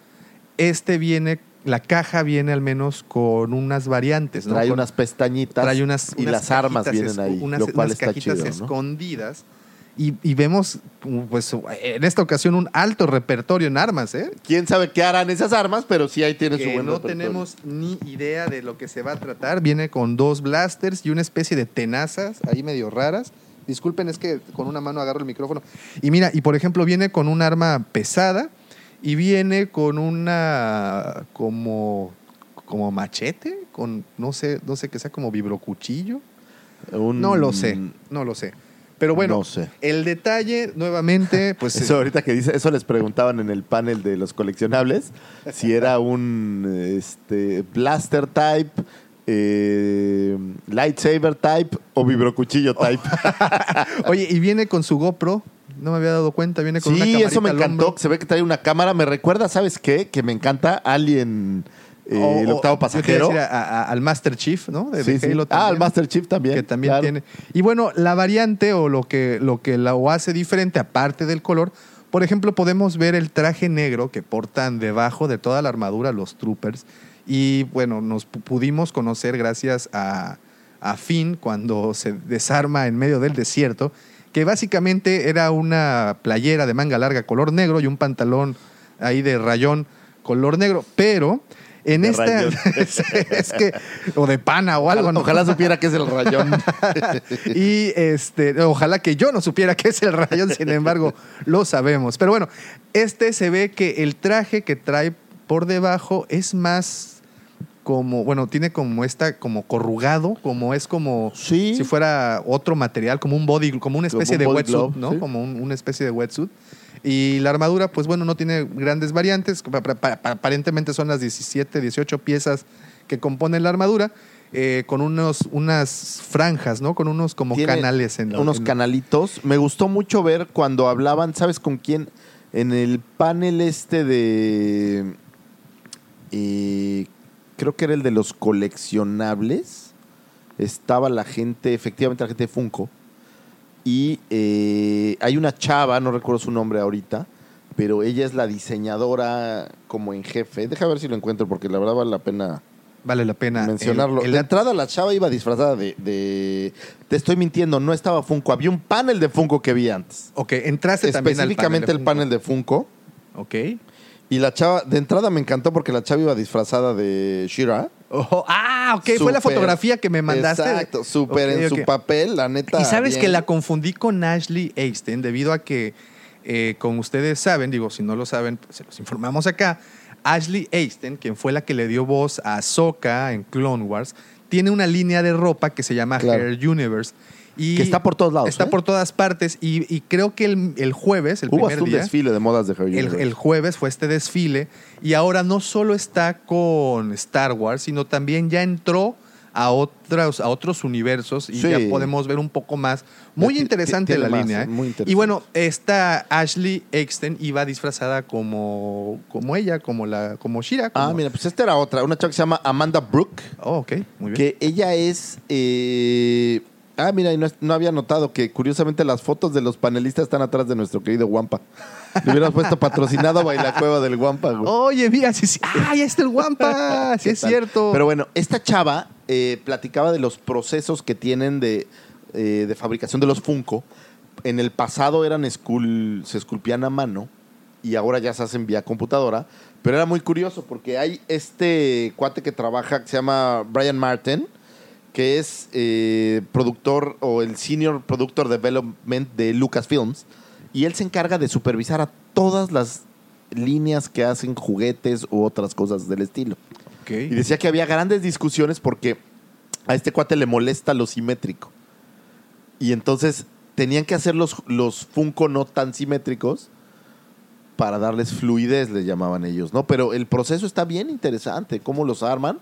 este viene, la caja viene al menos con unas variantes, ¿no? Trae Con- unas pestañitas trae unas, y unas las armas cajitas vienen es- ahí, unas, lo cual unas está cajitas chido, ¿no? escondidas y, y vemos, pues, en esta ocasión un alto repertorio en armas, ¿eh? ¿Quién sabe qué harán esas armas? Pero sí ahí tiene su que buen no repertorio. tenemos ni idea de lo que se va a tratar. Viene con dos blasters y una especie de tenazas ahí medio raras. Disculpen, es que con una mano agarro el micrófono. Y mira, y por ejemplo, viene con un arma pesada y viene con una como como machete, con no sé, no sé que sea como vibrocuchillo. Un- No lo sé, no lo sé. Pero bueno, No sé. el detalle nuevamente, (laughs) pues Eso ahorita que dice, eso les preguntaban en el panel de los coleccionables, si era un este, blaster type, eh, lightsaber type o vibrocuchillo Oh. type. (laughs) Oye, y viene con su GoPro. No me había dado cuenta, viene (laughs) con una sí, camarita eso me al hombro. encantó, que se ve que trae una cámara. Me recuerda, ¿sabes qué? Que me encanta Alien, eh, O- el o- octavo Oh, yo pasajero. quería decir a- a- al Master Chief, ¿no? De- Sí, de sí. Halo Ah, el también, Master Chief también. Que también claro. tiene. Y bueno, la variante o lo que, lo que la o hace diferente, aparte del color, por ejemplo, podemos ver el traje negro que portan debajo de toda la armadura los troopers. Y bueno, nos pu- pudimos conocer gracias a, a Finn cuando se desarma en medio del desierto, que básicamente era una playera de manga larga color negro y un pantalón ahí de rayón color negro, pero en De esta rayón. es, (laughs) es que o de pana o algo, Ojalá, ¿no? ojalá supiera que es el (laughs) rayón. y este, ojalá que yo no supiera qué es el rayón, sin embargo, lo sabemos. Pero bueno, este se ve que el traje que trae por debajo es más como, bueno, tiene como esta, como corrugado, como es como Sí. si fuera otro material, como un body, como una Como especie un de body wetsuit, glove, ¿no? sí. Como un- una especie de wetsuit. Y la armadura, pues bueno, no tiene grandes variantes. Pa- pa- pa- Aparentemente son las 17, 18 piezas que componen la armadura, eh, con unos, unas franjas, ¿no? Con unos como Tiene canales en la- unos en- canalitos. Me gustó mucho ver cuando hablaban, ¿sabes con quién? En el panel este de. eh, creo que era el de los coleccionables. Estaba la gente, efectivamente, la gente de Funko. Y eh, hay una chava, no recuerdo su nombre ahorita, pero ella es la diseñadora como en jefe. Deja ver si lo encuentro porque la verdad vale la pena Vale la pena el- mencionarlo. Eh, el la dato. entrada la chava iba disfrazada de, de- Te estoy mintiendo, no estaba Funko. Había un panel de Funko que vi antes. ok, entraste también al Específicamente el panel de Funko. Ok. Y la chava, de entrada me encantó porque la chava iba disfrazada de Shira. Ojo, ah, ok, fue la Súper- fotografía que me mandaste. Exacto, súper Ok, en ok. su papel, la neta. Y sabes bien. que la confundí con Ashley Eckstein debido a que, eh, como ustedes saben, digo, si no lo saben, pues, se los informamos acá. Ashley Eckstein, quien fue la que le dio voz a Ahsoka en Clone Wars, tiene una línea de ropa que se llama Claro. Hair Universe. Y Que está por todos lados, Está ¿eh? por todas partes. Y, y creo que el, el jueves, el Hubo primer hasta un día, desfile de modas de Harry el, Universe. el jueves fue este desfile y ahora no solo está con Star Wars, sino también ya entró a otros, a otros universos y Sí. ya podemos ver un poco más. Muy Ti- interesante tiene la más, línea. ¿eh? muy interesante. Y bueno, esta Ashley Eckstein iba disfrazada como, como ella, como la como Shira. Ah, como- mira, pues esta era otra. Una chava que se llama Amanda Brooke. Oh, ok, muy bien. Que ella es. eh, Ah, mira, y no, es- no había notado que curiosamente las fotos de los panelistas están atrás de nuestro querido Guampa. Le hubieras puesto patrocinado Bailacueva del Guampa, güey. Oye, mira, (laughs) sí, sí. ¡Ah, ya está el Guampa! Sí, ¿Qué es tal? cierto. Pero bueno, esta chava eh, platicaba de los procesos que tienen de, eh, de fabricación de los Funko. En el pasado eran escul- se esculpían a mano y ahora ya se hacen vía computadora. Pero era muy curioso porque hay este cuate que trabaja que se llama Brian Martin, que es eh, productor o el Senior Productor Development de Lucasfilms. Y él se encarga de supervisar a todas las líneas que hacen juguetes u otras cosas del estilo. Ok. Y decía que había grandes discusiones porque a este cuate le molesta lo simétrico. Y entonces tenían que hacer los, los Funko no tan simétricos para darles fluidez, le llamaban ellos, ¿no? Pero el proceso está bien interesante, cómo los arman,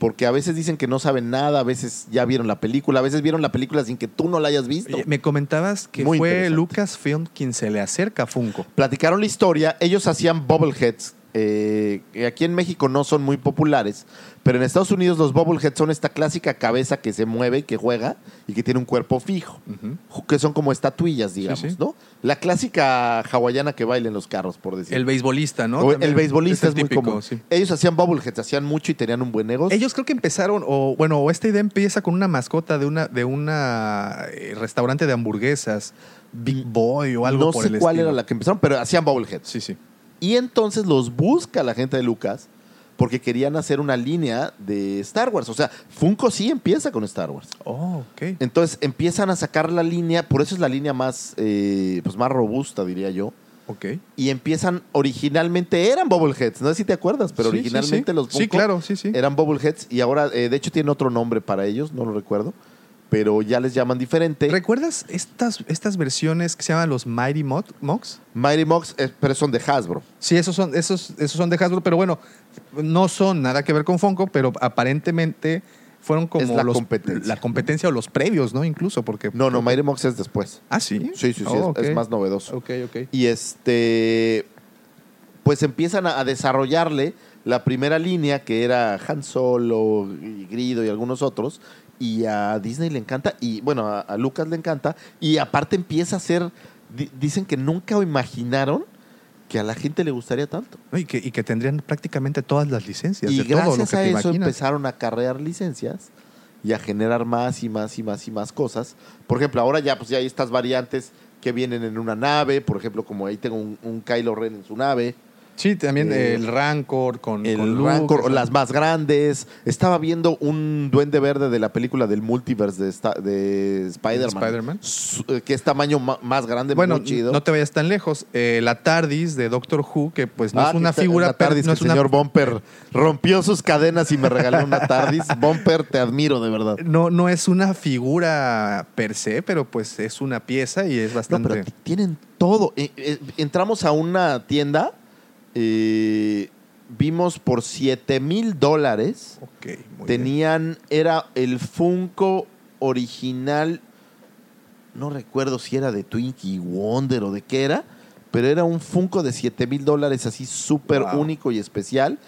porque a veces dicen que no saben nada, a veces ya vieron la película, a veces vieron la película sin que tú no la hayas visto. Oye, me comentabas que Muy fue interesante. Lucasfilm quien se le acerca a Funko. platicaron la historia. Ellos hacían bobbleheads. eh, que aquí en México no son muy populares, pero en Estados Unidos los bobbleheads son esta clásica cabeza que se mueve, que juega y que tiene un cuerpo fijo, Ujú. ju- que son como estatuillas, digamos, sí. ¿no? La clásica hawaiana que baila en los carros, por decir. El beisbolista, ¿no? O el También beisbolista el es, muy típico, común. sí. Ellos hacían bobbleheads, hacían mucho y tenían un buen negocio. Ellos creo que empezaron, o bueno, o esta idea empieza con una mascota de una de una eh, restaurante de hamburguesas. Big Boy o algo Mm, no por sé el cuál estilo. era la que empezaron, pero hacían Bubblehead. Sí, sí. Y entonces los busca la gente de Lucas porque querían hacer una línea de Star Wars. O sea, Funko sí empieza con Star Wars. Oh, ok. Entonces empiezan a sacar la línea, por eso es la línea más, eh, pues más robusta, diría yo. Ok. Y empiezan, originalmente eran Bubbleheads, no sé si te acuerdas, pero Sí, sí, originalmente sí. los Sí, Funko claro, sí, sí. eran Bubbleheads y ahora, eh, de hecho, tiene otro nombre para ellos, no lo recuerdo, pero ya les llaman diferente. ¿Recuerdas estas, estas versiones que se llaman los Mighty Mo- Mocs? Mighty Mox, eh, pero son de Hasbro. Sí, esos son, esos, esos son de Hasbro, pero bueno, no son nada que ver con Funko, pero aparentemente fueron como Es la los- competencia. la competencia o los previos, ¿no? Incluso, porque... No, no, Mighty Mox es después. Ah, sí. Sí, sí, sí, Oh, es, es ok. más novedoso. Ok, ok. Y este, pues empiezan a, a desarrollarle la primera línea que era Han Solo, y Grido y algunos otros. Y a Disney le encanta, y bueno, a, a Lucas le encanta. Y aparte empieza a ser, di- dicen que nunca imaginaron que a la gente le gustaría tanto. No, y, que, y que tendrían prácticamente todas las licencias Y de todo lo gracias que a te eso imaginas. empezaron a carrear licencias y a generar más y más y más y más cosas. Por ejemplo, ahora ya pues ya hay estas variantes que vienen en una nave, por ejemplo, como ahí tengo un, un Kylo Ren en su nave, Sí, también Eh, el Rancor con, el con Luke, Rancor, o sea, las más grandes. Estaba viendo un duende verde de la película del multiverse de, esta- de Spider-Man. Spider-Man. Su- eh, que es tamaño ma- más grande, Bueno, muy chido. no te vayas tan lejos. eh, la TARDIS de Doctor Who, que pues no Ah, es que una está- figura... la per- TARDIS no que es el una- señor Bumper rompió sus cadenas y me regaló una Tardis. Bumper, te admiro, de verdad. no, no es una figura per se, pero pues es una pieza y es No, bastante... pero ti- tienen todo. Eh, eh, entramos a una tienda, eh, vimos por 7 mil dólares. Ok, Oh, muy bien. Tenían, era el Funko original, no recuerdo si era de Twinkie Wonder o de qué era, pero era un Funko de 7 mil dólares así súper Wow. único y especial.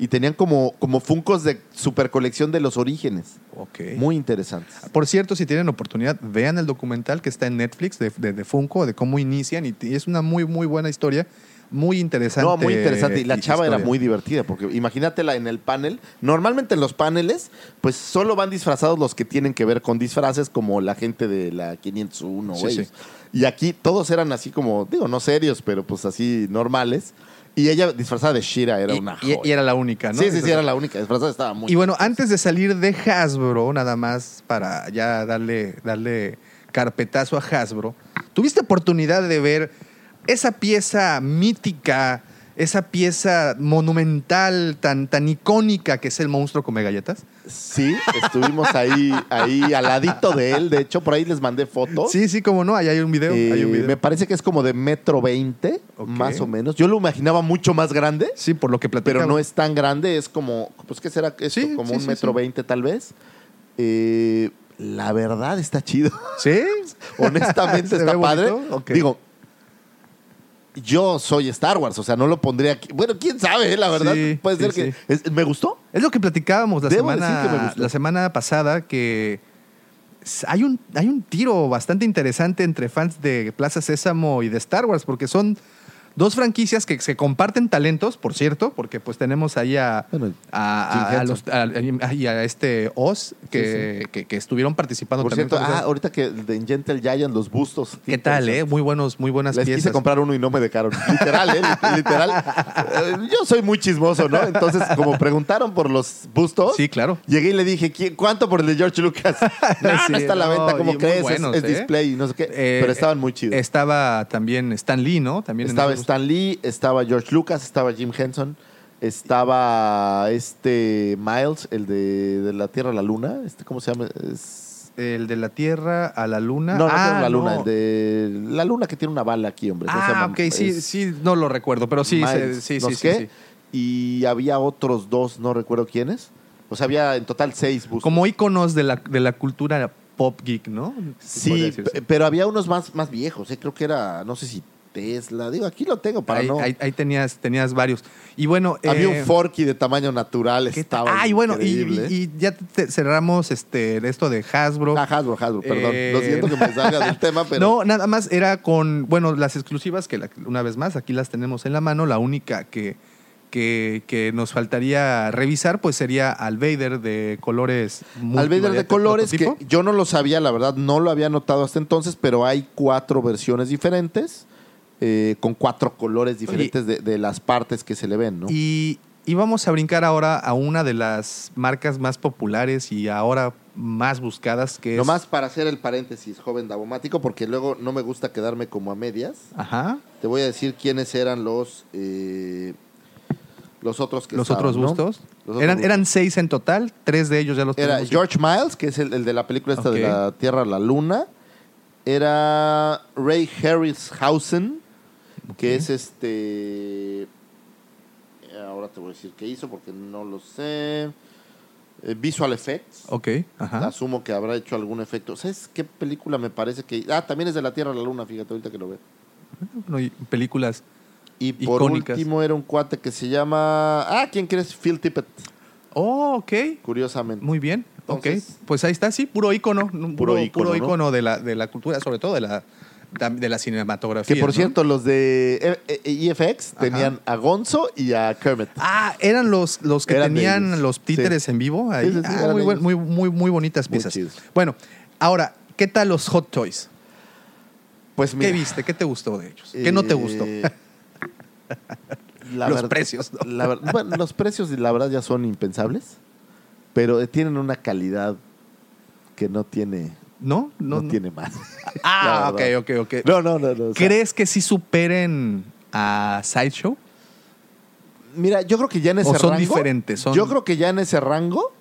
Y tenían como, como Funcos de super colección de los orígenes. Ok. Muy interesantes. Por cierto, si tienen oportunidad, vean el documental que está en Netflix de, de, de Funko, de cómo inician, y, t- y es una muy, muy buena historia, muy interesante. No, muy interesante. Y la hi- chava era historia. muy divertida, porque imagínatela en el panel. Normalmente en los paneles, pues solo van disfrazados los que tienen que ver con disfraces, como la gente de la 501. Sí, güey. sí. Y aquí todos eran así como, digo, no serios, pero pues así normales. Y ella disfrazada de Shira era Y- una y, joya. y era la única, ¿no? sí, sí, sí, Entonces- era la única. Disfrazada estaba muy. Y bueno, antes de salir de Hasbro, nada más para ya darle, darle carpetazo a Hasbro, tuviste oportunidad de ver esa pieza mítica, esa pieza monumental, tan, tan icónica que es el monstruo come galletas. Sí, estuvimos ahí, ahí al ladito de él. De hecho, por ahí les mandé fotos. Sí, sí, como no, ahí hay un video. Eh, hay un video. me parece que es como de metro 20, Ok. más o menos. Yo lo imaginaba mucho más grande. Sí, por lo que platicaba. pero no es tan grande, es como, pues ¿qué será esto? Sí, como sí, un sí, metro sí. veinte tal vez. Eh, la verdad está chido. (laughs) ¿Sí? Honestamente (laughs) ¿Se ve está padre. bonito? Ok. Digo, yo soy Star Wars, o sea, no lo pondría aquí. Bueno, quién sabe, eh, la verdad. Sí, Puede sí, ser que. sí. es- me gustó. Es lo que platicábamos la Debo semana, decir que me gustó. la semana pasada que s- hay un, hay un tiro bastante interesante entre fans de Plaza Sésamo y de Star Wars, porque son dos franquicias que se comparten talentos, por cierto, porque pues tenemos ahí a, Bueno, a- a- Jim a los- a- y a este Oz que, que- que estuvieron participando Por también. cierto, con ah, esas- ahorita que de Gentle Giant, los bustos. ¿Qué tal, eh? Muy buenos, muy buenas Les piezas. quise comprar uno y no me dejaron. Literal, ¿eh? Li- Literal. (laughs) Eh, Yo soy muy chismoso, ¿no? Entonces, como preguntaron por los bustos, Sí, claro. Llegué y le dije, "¿Qui- ¿cuánto por el de George Lucas? No, Sí, no está a la (laughs) no, venta, y como muy crees, buenos, es, es ¿eh? display y no sé qué. Eh, pero estaban muy chidos. Estaba también Stan Lee, ¿no? También en estaba esos- Stan Lee, estaba George Lucas, estaba Jim Henson, estaba este Miles, el de, de la Tierra a la Luna. Este, ¿Cómo se llama? Es- El de la Tierra a la Luna. No, no, Ah, Tierra a la Luna, no. el de la Luna que tiene una bala aquí, hombre. No se Ah, llama- ok, sí, es sí, no lo recuerdo, pero sí, se- Miles, sí, no sí, sé sí, qué. sí. Y había otros dos, no recuerdo quiénes. O sea, había en total seis bustos. Como íconos de la, de la cultura pop geek, ¿no? Se podría Sí, decirse. pe- pero había unos más, más viejos, ¿eh? creo que era, no sé si Tesla, digo, aquí lo tengo para ahí, no. ahí- ahí tenías, tenías varios. Y bueno, había eh, un Forky de tamaño natural, ¿qué estaba. tal? Ay, bueno, y, increíble. y- y ya te- cerramos este de esto de Hasbro. Ah, Hasbro, Hasbro, perdón. Eh, Lo siento que me salga (laughs) del tema, pero. No, nada más era con, bueno, las exclusivas que la- una vez más aquí las tenemos en la mano, la única que que, que nos faltaría revisar, pues sería al Vader de colores. Al Vader de multivariante, colores, que prototipo. yo no lo sabía, la verdad, no lo había notado hasta entonces, pero hay cuatro versiones diferentes, eh, con cuatro colores diferentes de, de las partes que se le ven, ¿no? Y, y vamos a brincar ahora a una de las marcas más populares y ahora más buscadas, que es. Nomás para hacer el paréntesis, joven Davomático, porque luego no me gusta quedarme como a medias. Ajá. Te voy a decir quiénes eran los eh, los otros que Los estaban, otros ¿no? bustos. Los otros eran, bustos. eran seis en total, tres de ellos ya los Era tenemos. George Miles, que es el, el de la película esta Ok. de la Tierra a la Luna. Era Ray Harryhausen, que es este. Ahora te voy a decir qué hizo porque no lo sé. Eh, Visual Effects. Ok, ajá. Asumo que habrá hecho algún efecto. ¿Sabes qué película me parece que.? Ah, también es de la Tierra a la Luna, fíjate ahorita que lo veo. Bueno, y películas. Y por Icónicas. último era un cuate que se llama. Ah, ¿quién crees? Phil Tippett, Oh, ok. curiosamente. Muy bien. Entonces- ok. Pues ahí está, sí, puro ícono. Puro, puro ícono, ícono, ¿no? de, la, de la cultura, sobre todo de la, de la cinematografía. Que por ¿no? cierto, los de E- E- EFX Ajá. tenían a Gonzo y a Kermit. Ah, eran los, los que Eran de tenían ellos. los títeres Sí. en vivo. ahí. Sí, sí, sí, Ah, eran muy, de buen- ellos. muy, muy, muy bonitas Muy piezas. chidos. bueno, ahora, ¿qué tal los Hot Toys? Pues mira, ¿Qué viste? ¿Qué te gustó de ellos? ¿Qué no te eh, gustó? (laughs) la Los ver- precios, ¿no? la ver- bueno, los precios, la verdad, ya son impensables, pero eh, tienen una calidad que no tiene, ¿No? no, No, no. tiene (laughs) más. Ah, La ok, verdad. ok, ok. No, no, no. no o sea, ¿Crees que sí superen a Sideshow? mira, yo creo que ya en ese ¿O son rango. diferentes? Son- Yo creo que ya en ese rango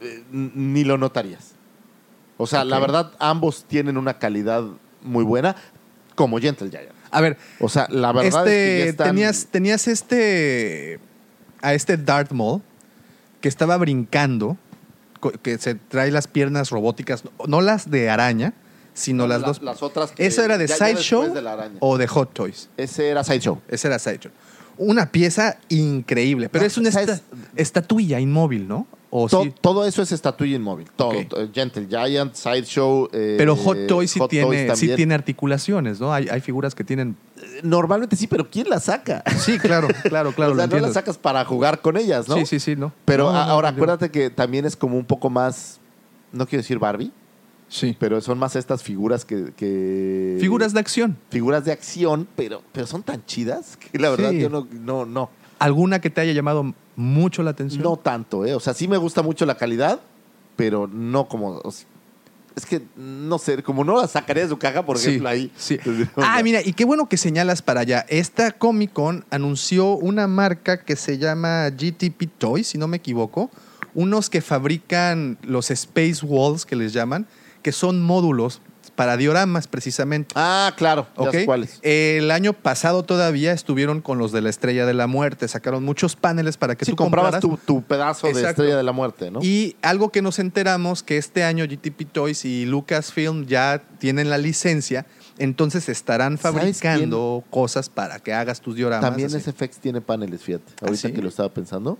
eh, n- ni lo notarías. O sea, la Ok. verdad, ambos tienen una calidad muy buena, como Gentle Giant. A ver, O sea, la verdad este, es que ya están- tenías, tenías este a este Darth Maul que estaba brincando, co- que se trae las piernas robóticas, no las de araña, sino las La- dos. las otras que- ¿Eso era de ya- ya Sideshow después de la araña. o de Hot Toys? Ese era Sideshow. Ese era Sideshow. Una pieza increíble, pero No, es una esta- ¿sabes? estatuilla inmóvil, ¿no? O To- sí. Todo eso es estatuilla inmóvil. Todo. Ok. To- Gentle Giant, Sideshow. eh, Pero Hot Toys sí, Hot tiene, Toys sí también. tiene articulaciones, ¿no? Hay, hay figuras que tienen. Normalmente sí, pero ¿quién la saca? Sí, claro, claro, (laughs) (laughs) claro. o sea, lo no entiendo. las sacas para jugar con ellas, ¿no? Sí, sí, sí, ¿no? Pero No, no, a- ahora no, no. acuérdate que también es como un poco más. No quiero decir Barbie, Sí. pero son más estas figuras que. que- Figuras de acción. Figuras de acción, pero, pero son tan chidas que la verdad Sí. yo no, no, no. ¿Alguna que te haya llamado mucho la atención? No tanto, ¿eh? O sea, sí me gusta mucho la calidad, pero no como. o sea, es que, no sé, como no la sacaré de su caja, por Sí, ejemplo, ahí. (laughs) sí. Ah, mira, y qué bueno que señalas para allá. Esta Comic Con anunció una marca que se llama GTP Toys, si no me equivoco. Unos que fabrican los Space Walls, que les llaman, que son módulos para dioramas precisamente. Ah, claro, ya ¿ok? Eh, sé cuáles. El año pasado todavía estuvieron con los de la Estrella de la Muerte. Sacaron muchos paneles para que Sí, tú comprabas compraras. tu, tu pedazo de Exacto. estrella de la muerte, ¿no? Y algo que nos enteramos que este año GTP Toys y Lucasfilm ya tienen la licencia, entonces estarán ¿Sabes fabricando cosas para que hagas tus dioramas. También así. SFX tiene paneles, fíjate. ¿Ah, Ahorita sí? Eh. que lo estaba pensando.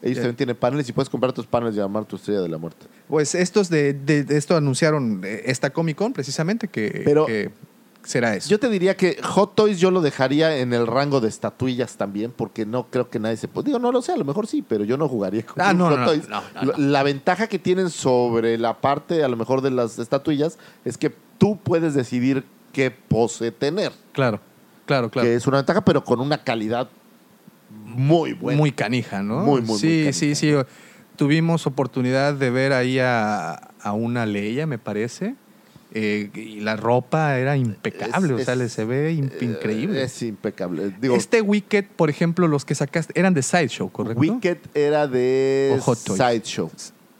Ellos Ya. también tienen paneles y puedes comprar tus paneles y llamar tu estrella de la muerte. Pues estos de, de- de esto anunciaron eh, esta Comic Con precisamente que, Pero- que será eso. Yo te diría que Hot Toys yo lo dejaría en el rango de estatuillas también, porque no creo que nadie se pueda. Digo, no lo sé, a lo mejor sí, pero yo no jugaría con Ah, no, Hot no, no, Toys. no, no, Lo- La ventaja que tienen sobre la parte, a lo mejor, de las estatuillas es que tú puedes decidir qué pose tener, claro, claro, claro. que es una ventaja, pero con una calidad muy buena. Muy canija, ¿no? Muy, muy, muy sí, canija, sí, sí. Tuvimos oportunidad de ver ahí a, a una Leia, me parece. eh, y la ropa era impecable, Es- o sea, es- le se ve in- Eh, increíble. Es impecable. Digo, este Wicked, por ejemplo, los que sacaste eran de Sideshow, ¿correcto? Wicked era de O Hot Toys. Sideshow.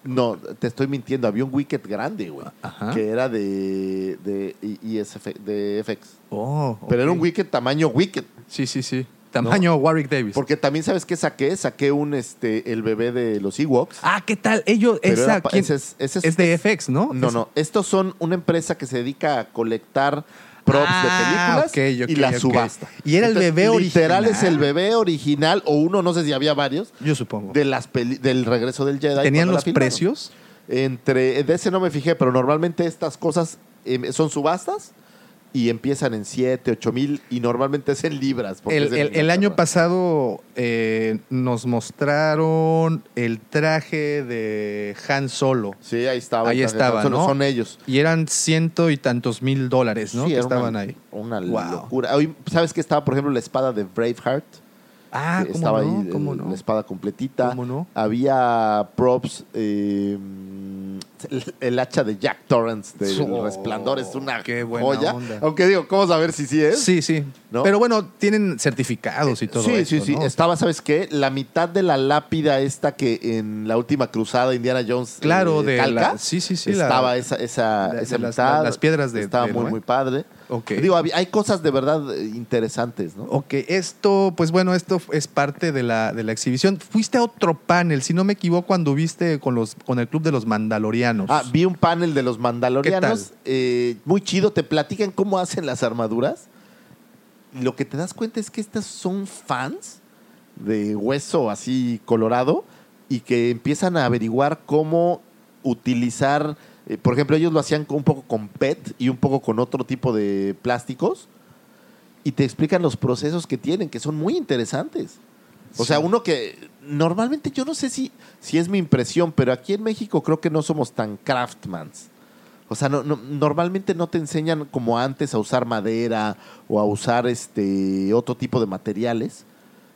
No, te estoy mintiendo. Había un Wicked grande, güey. Ajá. Que era de, de, ISF de FX. Oh, Pero era ok. un Wicked tamaño Wicked. Sí, sí, sí. Tamaño Warwick Davis. Porque también, ¿sabes qué saqué? Saqué un, este, el bebé de los Ewoks. Ah, ¿qué tal? Ellos, Pero esa, era pa- ¿quién? ese es- ese es- es de FX, ¿no? No, Es- no. Estos son una empresa que se dedica a colectar props Ah, de películas ok, ok, y la ok. subasta. Y era el bebé Literal es original. el bebé original o uno, no sé si había varios, Yo supongo. de las peli- del regreso del Jedi. ¿Tenían cuando la los filmaron. precios? Entre, de ese no me fijé, pero normalmente estas cosas eh, son em, subastas y empiezan en 7, 8 mil y normalmente es en libras. porque es El, en el- el año Inglaterra. pasado eh, nos mostraron el traje de Han Solo. Sí, ahí estaba. ahí está, estaba, solo ¿no? Son ellos. Y eran ciento y tantos mil dólares, ¿no? Sí, que era una- estaban ahí. Una Wow. locura. Hoy, ¿Sabes qué estaba, por ejemplo, la espada de Braveheart? Ah, Que ¿cómo estaba no? ahí el- ¿Cómo no? la espada completita. ¿Cómo no? Había props, eh, el, el hacha de Jack Torrance de Oh, Resplandor es una qué buena joya. onda. Aunque digo, ¿cómo saber si sí es? Sí, sí. ¿No? Eh, Pero bueno, tienen certificados y todo sí, eso, sí, sí. ¿no? Estaba, ¿sabes qué? La mitad de la lápida esta que en la última cruzada Indiana Jones. eh, Claro, de calca, la- sí, sí, sí, la- Estaba esa, esa, la- de esa las- mitad. las piedras de- Estaba de muy, Noé. muy padre. Ok. Digo, hab- hay cosas de verdad eh, interesantes, ¿no? Ok, esto, pues bueno, esto es parte de la, de la exhibición. Fuiste a otro panel, si no me equivoco, cuando viste con, los, con el Club de los Mandalorianos. Ah, vi un panel de los mandalorianos. ¿Qué eh, muy chido. Te platican cómo hacen las armaduras. Y Lo que te das cuenta es que estas son fans de hueso así colorado y que empiezan a averiguar cómo utilizar. eh, por ejemplo, ellos lo hacían con- un poco con PET y un poco con otro tipo de plásticos. Y te explican los procesos que tienen, que son muy interesantes. O sea, uno que normalmente yo no sé si, si es mi impresión, pero aquí en México creo que no somos tan craftsmans. O sea, no, no- normalmente no te enseñan como antes a usar madera o a usar este otro tipo de materiales,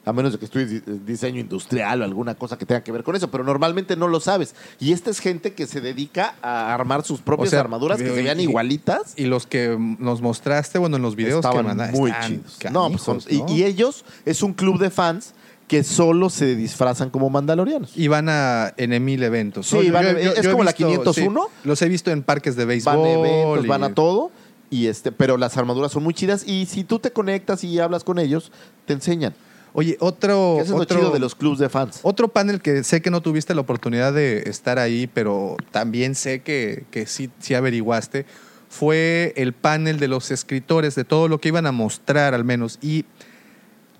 a menos de que estudies di- diseño industrial o alguna cosa que tenga que ver con eso, pero normalmente no lo sabes. Y esta es gente que se dedica a armar sus propias sea, armaduras que veo se y- vean y- igualitas. Y los que nos mostraste, bueno, en los videos que Estaban mandaste. muy están chidos. No, canijos, pues son- y- Y, ellos es un club de fans que solo se disfrazan como mandalorianos. Y van a en mil eventos. Sí, ¿no? van a- he es como he la 501. sí, los he visto en parques de béisbol. van a eventos, y- van a todo. Y este, pero las armaduras son muy chidas. Y si tú te conectas y hablas con ellos, te enseñan. Oye, otro, Eso es lo otro, chido de los clubs de fans. otro panel que sé que no tuviste la oportunidad de estar ahí, pero también sé que, que sí, sí averiguaste, fue el panel de los escritores, de todo lo que iban a mostrar al menos. Y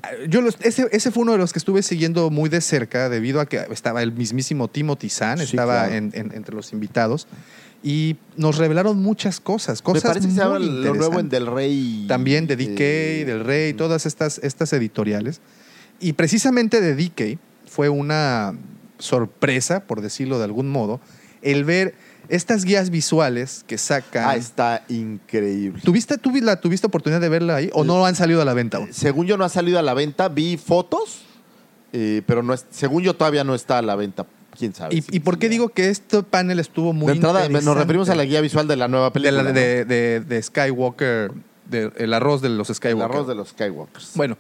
eh, yo los- ese, ese fue uno de los que estuve siguiendo muy de cerca debido a que estaba el mismísimo Timothy Zahn, Sí, estaba claro. en- en- entre los invitados. Y nos revelaron muchas cosas, Me cosas parece que se llama muy lo nuevo en interesantes Del Rey. también de DK, eh, del Rey, todas estas, estas editoriales. Y precisamente de DK fue una sorpresa, por decirlo de algún modo, el ver estas guías visuales que sacan. Ah, está increíble. ¿Tuviste, tuvi- la, ¿Tuviste oportunidad de verla ahí o no han salido a la venta aún? Según yo no ha salido a la venta, vi fotos, eh, pero no es, según yo todavía no está a la venta. ¿Quién sabe? ¿Y, Sí, y por sí, qué ya. digo que este panel estuvo muy de entrada, me- nos interesante? referimos a la guía visual de la nueva de, película. la- ¿no? de- de- de Skywalker, de- el arroz de los El Skywalker. arroz de los Skywalkers. Bueno,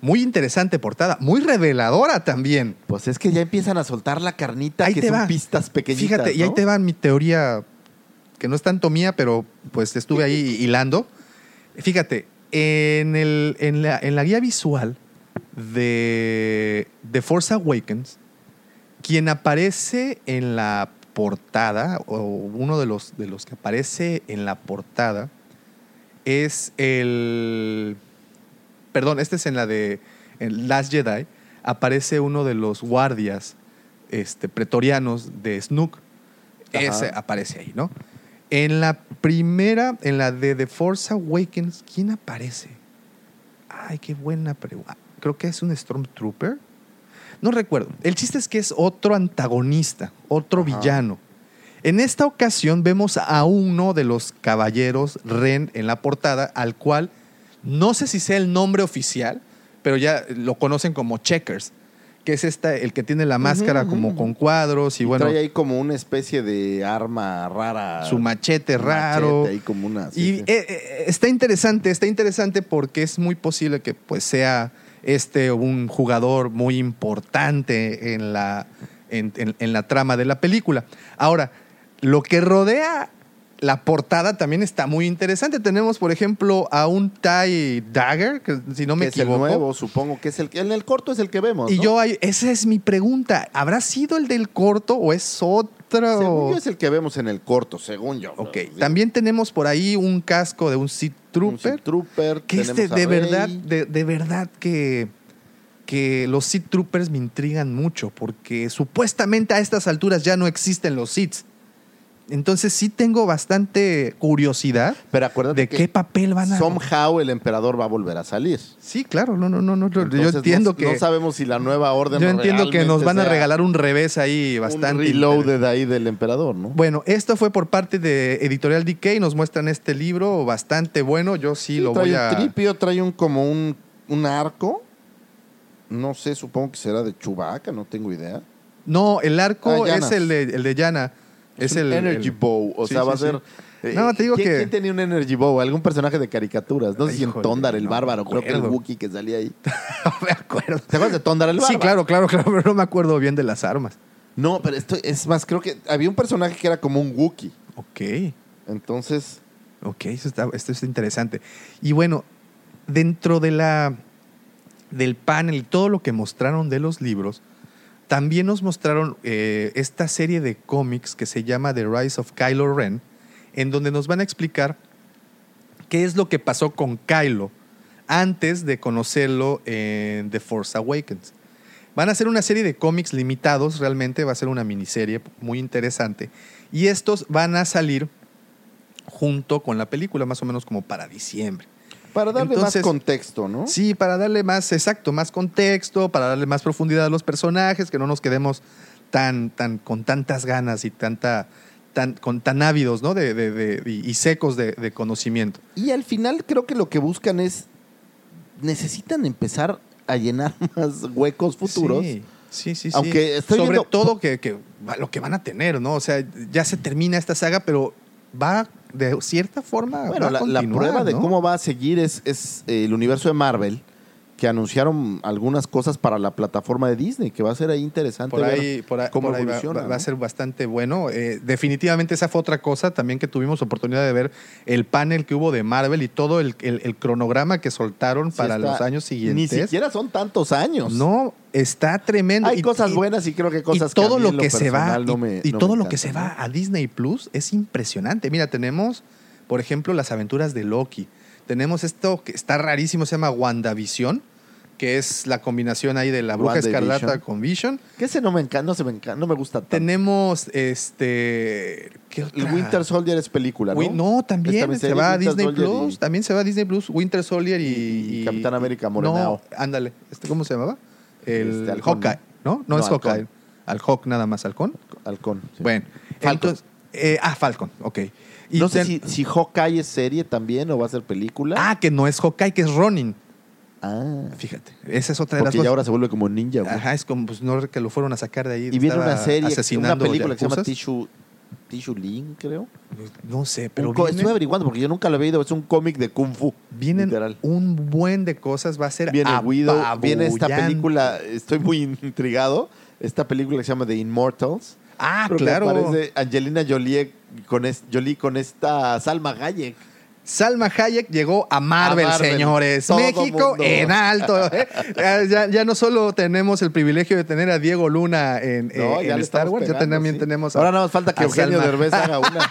muy interesante portada, muy reveladora también. Pues es que ya empiezan a soltar la carnita, que son va. pistas pequeñitas. Fíjate, y ahí ¿no? te va mi teoría, que no es tanto mía, pero pues (laughs) estuve ahí hilando. Fíjate, en, el, en, la, en la guía visual de, de Force Awakens, quien aparece en la portada, o uno de los, de los que aparece en la portada, es el... Perdón, este es en la de en Last Jedi. Aparece uno de los guardias este, pretorianos de Snook. Ajá. Ese aparece ahí, ¿no? En la primera, en la de The Force Awakens, ¿quién aparece? Ay, qué buena pregunta. Creo que es un Stormtrooper. No recuerdo. El chiste es que es otro antagonista, otro villano. En esta ocasión vemos a uno de los caballeros Ren en la portada, al cual no sé si sea el nombre oficial, pero ya lo conocen como Checkers, que es esta, el que tiene la máscara como con cuadros y, Y bueno, trae ahí como una especie de arma rara. su machete Ah, Un raro. machete ahí como una. sí, y sí. eh, eh, está interesante, está interesante porque es muy posible que pues sea este un jugador muy importante en la, en, en- en la trama de la película. Ahora, lo que rodea la portada también está muy interesante. Tenemos, por ejemplo, a un Ty Dagger, que si no me Que es el equivoco. nuevo, supongo que es el que. En el corto es el que vemos. Y ¿no? yo, ahí- esa es mi pregunta. ¿Habrá sido el del corto o es otro? Según yo es el que vemos en el corto, según yo. Ok, Digo, también tenemos por ahí un casco de un Sith un Trooper. Sith Trooper. Que este, tenemos a de Rey. verdad, de, de verdad que, que los Sith Troopers me intrigan mucho, porque supuestamente a estas alturas ya no existen los Sith. Entonces sí tengo bastante curiosidad Pero acuérdate de que qué papel van a... Somehow el emperador va a volver a salir. Sí, claro, no, no, no, no. yo- Entonces, yo entiendo no, que... no sabemos si la nueva orden yo entiendo que nos realmente van a sea regalar un revés ahí un bastante... reloaded ahí del emperador, ¿no? Bueno, esto fue por parte de Editorial DK. Nos muestran este libro bastante bueno. Yo sí, lo trae voy un a. tripio, trae un como un, un arco. No sé, supongo que será de Chubaca, no tengo idea. No, el arco Ah, Yana. es el de, el de Yana. Es, el. Energy el- Bow, o Sí, sea, sí, va a sí. ser eh, No, te digo ¿quién, que- ¿Quién tenía un Energy Bow? Algún personaje de caricaturas. No sé si en Híjole, Tondar el no Bárbaro, creo que el acuerdo. Wookiee que salía (laughs) ahí. (laughs) No me acuerdo. ¿Te acuerdas de Tondar el Bárbaro? Sí, claro, claro, claro, pero no me acuerdo bien de las armas. No, pero esto es más, creo que había un personaje que era como un Wookiee. Ok, Entonces, ok, eso está, esto es interesante. Y bueno, dentro de la del panel y todo lo que mostraron de los libros, también nos mostraron eh, esta serie de cómics que se llama The Rise of Kylo Ren, en donde nos van a explicar qué es lo que pasó con Kylo antes de conocerlo en The Force Awakens. Van a ser una serie de cómics limitados, realmente va a ser una miniserie muy interesante. Y estos van a salir junto con la película, más o menos como para diciembre. ¿Eh? para darle más Entonces- contexto, ¿no? Sí, para darle más exacto, más contexto, para darle más profundidad a los personajes, que no nos quedemos tan, tan, con tantas ganas y tanta, tan, con tan ávidos, ¿no? De, de- de- y y secos de, de conocimiento. Y al final creo que lo que buscan es, necesitan empezar a llenar (laughs) más huecos futuros. Sí, sí, sí. sí. Aunque estoy Sobre viendo- todo que, que va- lo que van a tener, ¿no? O sea, ya se termina esta saga, pero va de cierta forma. va Bueno, a la, la continuar, prueba de ¿no? cómo va a seguir es, es, eh, el universo de Marvel, que anunciaron algunas cosas para la plataforma de Disney, que va a ser ahí interesante Por ver ahí, por ahí- cómo por ahí va- evoluciona, va, ¿no? a ser bastante bueno. Eh, definitivamente esa fue otra cosa también que tuvimos oportunidad de ver el panel que hubo de Marvel y todo el, el- el cronograma que soltaron Sí para está- los años Ni siguientes. siquiera son tantos años. No, está tremendo. Hay Y- cosas y- buenas y creo que cosas y todo a mí lo en que se va personal no y- me- y, no me todo lo que se encantan, va a Disney Plus es impresionante. Mira, tenemos, por ejemplo, las aventuras de Loki. Tenemos esto que está rarísimo, se llama WandaVision, que es la combinación ahí de la bruja WandaVision. escarlata con Vision. ¿no? Que ese no me encanta, no, se me encanta, no me gusta tanto. Tenemos este. ¿qué El otra? Winter Soldier es película, ¿no? Win- no, Esta también se miniserie, va a Winter Disney Soldier Plus. y- También se va a Disney Plus. Winter Soldier y. Y Capitán América No, Morenao. ándale. Este, ¿Cómo se llamaba? El Este, Halcón. Hawkeye, ¿no? No, No, es Halcón. Hawkeye. Al Hawk nada más, Halcón. Halcón. sí. Bueno, Falcon. entonces. eh, ah, Falcon, ok. Y no sé ten- si, si Hawkeye es serie también o va a ser película. Ah, que no es Hawkeye, que es Ronin. Ah. Fíjate, esa es otra de las Porque ya cosas. ahora se vuelve como ninja, güey. Ajá, es como, pues no que lo fueron a sacar de ahí. Y viene estaba una serie, una asesinando película que se llama yacuzas. Tissue, Tissue Link, creo. No sé, Pero pero. viene- estuve averiguando porque yo nunca lo había ido. Es un cómic de Kung Fu. Vienen literal. un buen de cosas. Va a ser Viene Guido, viene esta apabullante. película, estoy muy intrigado. Esta película que se llama The Immortals. Ah, Creo que claro. Aparece Angelina Jolie con, es- Jolie con esta Salma Hayek. Salma Hayek llegó a Marvel, A Marvel. señores. Todo México mundo. en alto. (laughs) ¿eh? Ya- ya, ya no solo tenemos el privilegio de tener a Diego Luna en, No, eh, ya en le Star estamos Wars, ya pegando, también sí. tenemos a. Ahora nada más falta que a Eugenio Salma. Derbez (laughs) haga una. Bueno,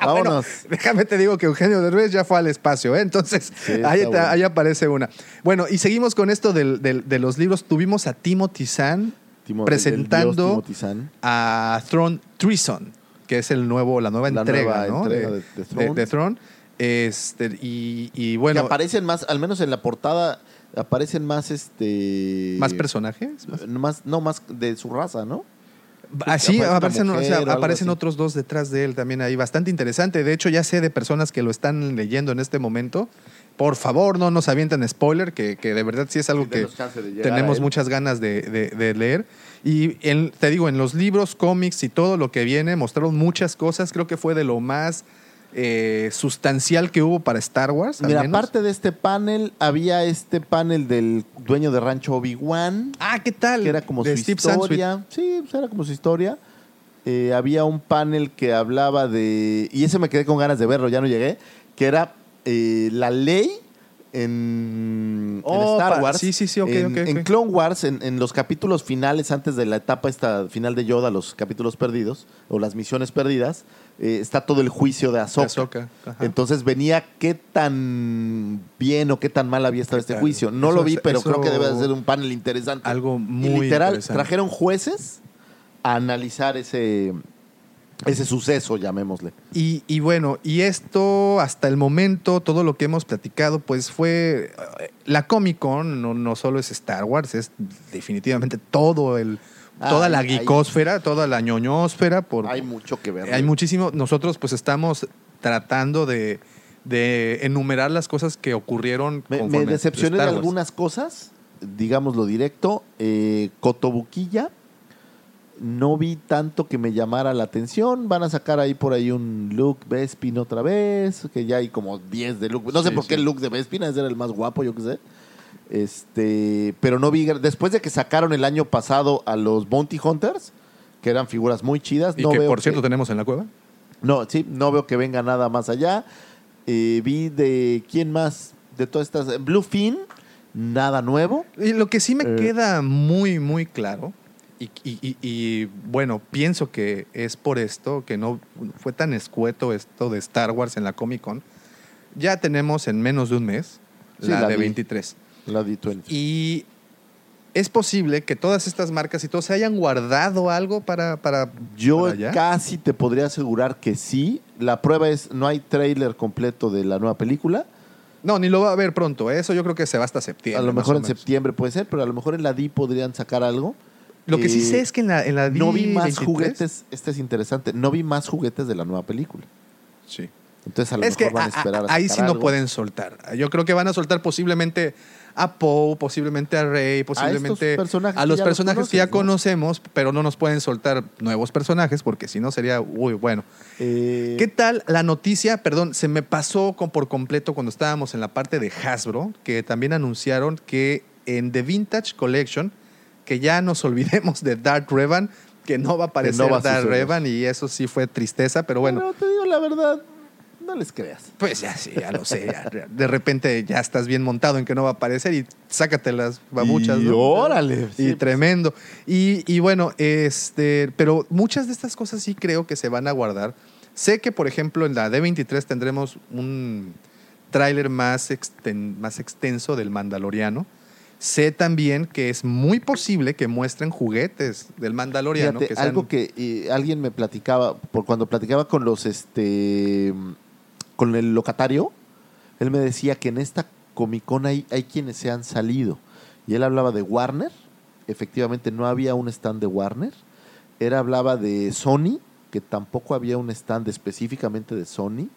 Vámonos. déjame te digo que Eugenio Derbez ya fue al espacio, ¿eh? entonces Sí, está ahí, te- bueno. ahí aparece una. Bueno, y seguimos con esto del- del- de los libros. Tuvimos a Timothy Zahn Timo- el- el dios presentando Timothy Zahn. a Throne Treason, que es el nuevo, la nueva La nueva entrega, ¿no? entrega de- de Throne. Throne. Este, y, y Que bueno, aparecen más, al menos en la portada, aparecen más este. eh, ¿más personajes? Más, no, más de su raza, ¿no? Así aparece una aparecen, o Pues mujer sea, o algo aparecen así. otros dos detrás de él también ahí, bastante interesante. De hecho, ya sé de personas que lo están leyendo en este momento. Por favor, no nos avienten spoiler, que, que de verdad sí es algo Sí, que denos chance de llegar tenemos a él. muchas ganas de, de- de leer. Y en- te digo, en los libros, cómics y todo lo que viene, mostraron muchas cosas. Creo que fue de lo más eh, sustancial que hubo para Star Wars. al Mira, menos. aparte de este panel, había este panel del dueño de rancho Obi-Wan, Ah, ¿qué tal? que era como De su Steve Sansweet. historia. Sí, pues era como su historia. Eh, había un panel que hablaba de. Y ese me quedé con ganas de verlo, ya no llegué. Que era eh, la ley en, en Oh, Star pa- Wars. sí, sí, sí, ok, en, ok, ok. en Clone Wars, en, en los capítulos finales, antes de la etapa esta final de Yoda, los capítulos perdidos, o las misiones perdidas, eh, está todo el juicio de Ahsoka. Ahsoka, ajá. Entonces venía qué tan bien o qué tan mal había estado este tal? juicio. No Eso lo vi, es- pero eso- creo que debe de ser un panel interesante. Algo Y muy literal, interesante. trajeron jueces a analizar ese, ese suceso, llamémosle. Y, y bueno, y esto hasta el momento, todo lo que hemos platicado, pues fue eh, la Comic Con, no, no solo es Star Wars, es definitivamente todo el, Ah, toda la hay- hay- geekósfera, toda la ñoñósfera. Por, Hay mucho que ver. hay muchísimo. Nosotros pues estamos tratando de, de enumerar las cosas que ocurrieron. Me, me conforme a decepcioné de Star Wars. algunas cosas, digámoslo directo. Eh, Cotobuquilla, no vi tanto que me llamara la atención. Van a sacar ahí por ahí un Luke Bespin otra vez, que ya hay como 10 de Luke. No sé Sí, por qué sí. el Luke de Bespin, ese era el más guapo, yo qué sé. Este, pero no vi, después de que sacaron el año pasado a los Bounty Hunters, que eran figuras muy chidas. Y no que veo por cierto que- tenemos en la cueva. no, sí, no veo que venga nada más allá. Eh, vi de quién más, de todas estas. eh, Bluefin, nada nuevo. Y lo que sí me Eh. queda muy, muy claro, y, y- y- y, bueno, pienso que es por esto, que no fue tan escueto esto de Star Wars en la Comic Con, ya tenemos en menos de un mes Sí, la, la de vi. 23. La D20. Y es posible que todas estas marcas y todos se hayan guardado algo para... para Yo para allá. casi te podría asegurar que sí. La prueba es, no hay tráiler completo de la nueva película. No, ni lo va a ver pronto. ¿eh? Eso yo creo que se va hasta septiembre. a lo más mejor o en menos. septiembre puede ser, pero a lo mejor en la D podrían sacar algo. Lo que sí Eh, sé es que en la, en la No vi más 23, juguetes, este es interesante, no vi más juguetes de la nueva película. Sí. Entonces a lo Es que mejor van a a- a- esperar a ahí sí sacar no algo. pueden soltar. Yo creo que van a soltar posiblemente a Poe, posiblemente a Rey, posiblemente personajes a que los ya los personajes que ya conoces, conocemos, pero no nos pueden soltar nuevos personajes porque si no sería, uy, bueno. Eh, ¿Qué tal la noticia? Perdón, se me pasó con, por completo cuando estábamos en la parte de Hasbro, que también anunciaron que en The Vintage Collection, que ya nos (laughs) olvidemos de Dark Revan, que no va a aparecer va a Dark suceder. Revan y eso sí fue tristeza, pero bueno. Pero te digo la verdad, no les creas. Pues ya sí, ya lo sé. ya. de repente ya estás bien montado en que no va a aparecer y sácate las babuchas. Y ¿no? órale. Y Sí, pues. tremendo. Y, y bueno, este, pero muchas de estas cosas sí creo que se van a guardar. Sé que, por ejemplo, en la D23 tendremos un tráiler más, exten- más extenso del Mandaloriano. Sé también que es muy posible que muestren juguetes del Mandaloriano. Fíjate, que sean- algo que eh, alguien me platicaba, por cuando platicaba con los este con el locatario, él me decía que en esta Comic Con hay, hay quienes se han salido. Y él hablaba de Warner, efectivamente no había un stand de Warner. Él hablaba de Sony, que tampoco había un stand específicamente de Sony.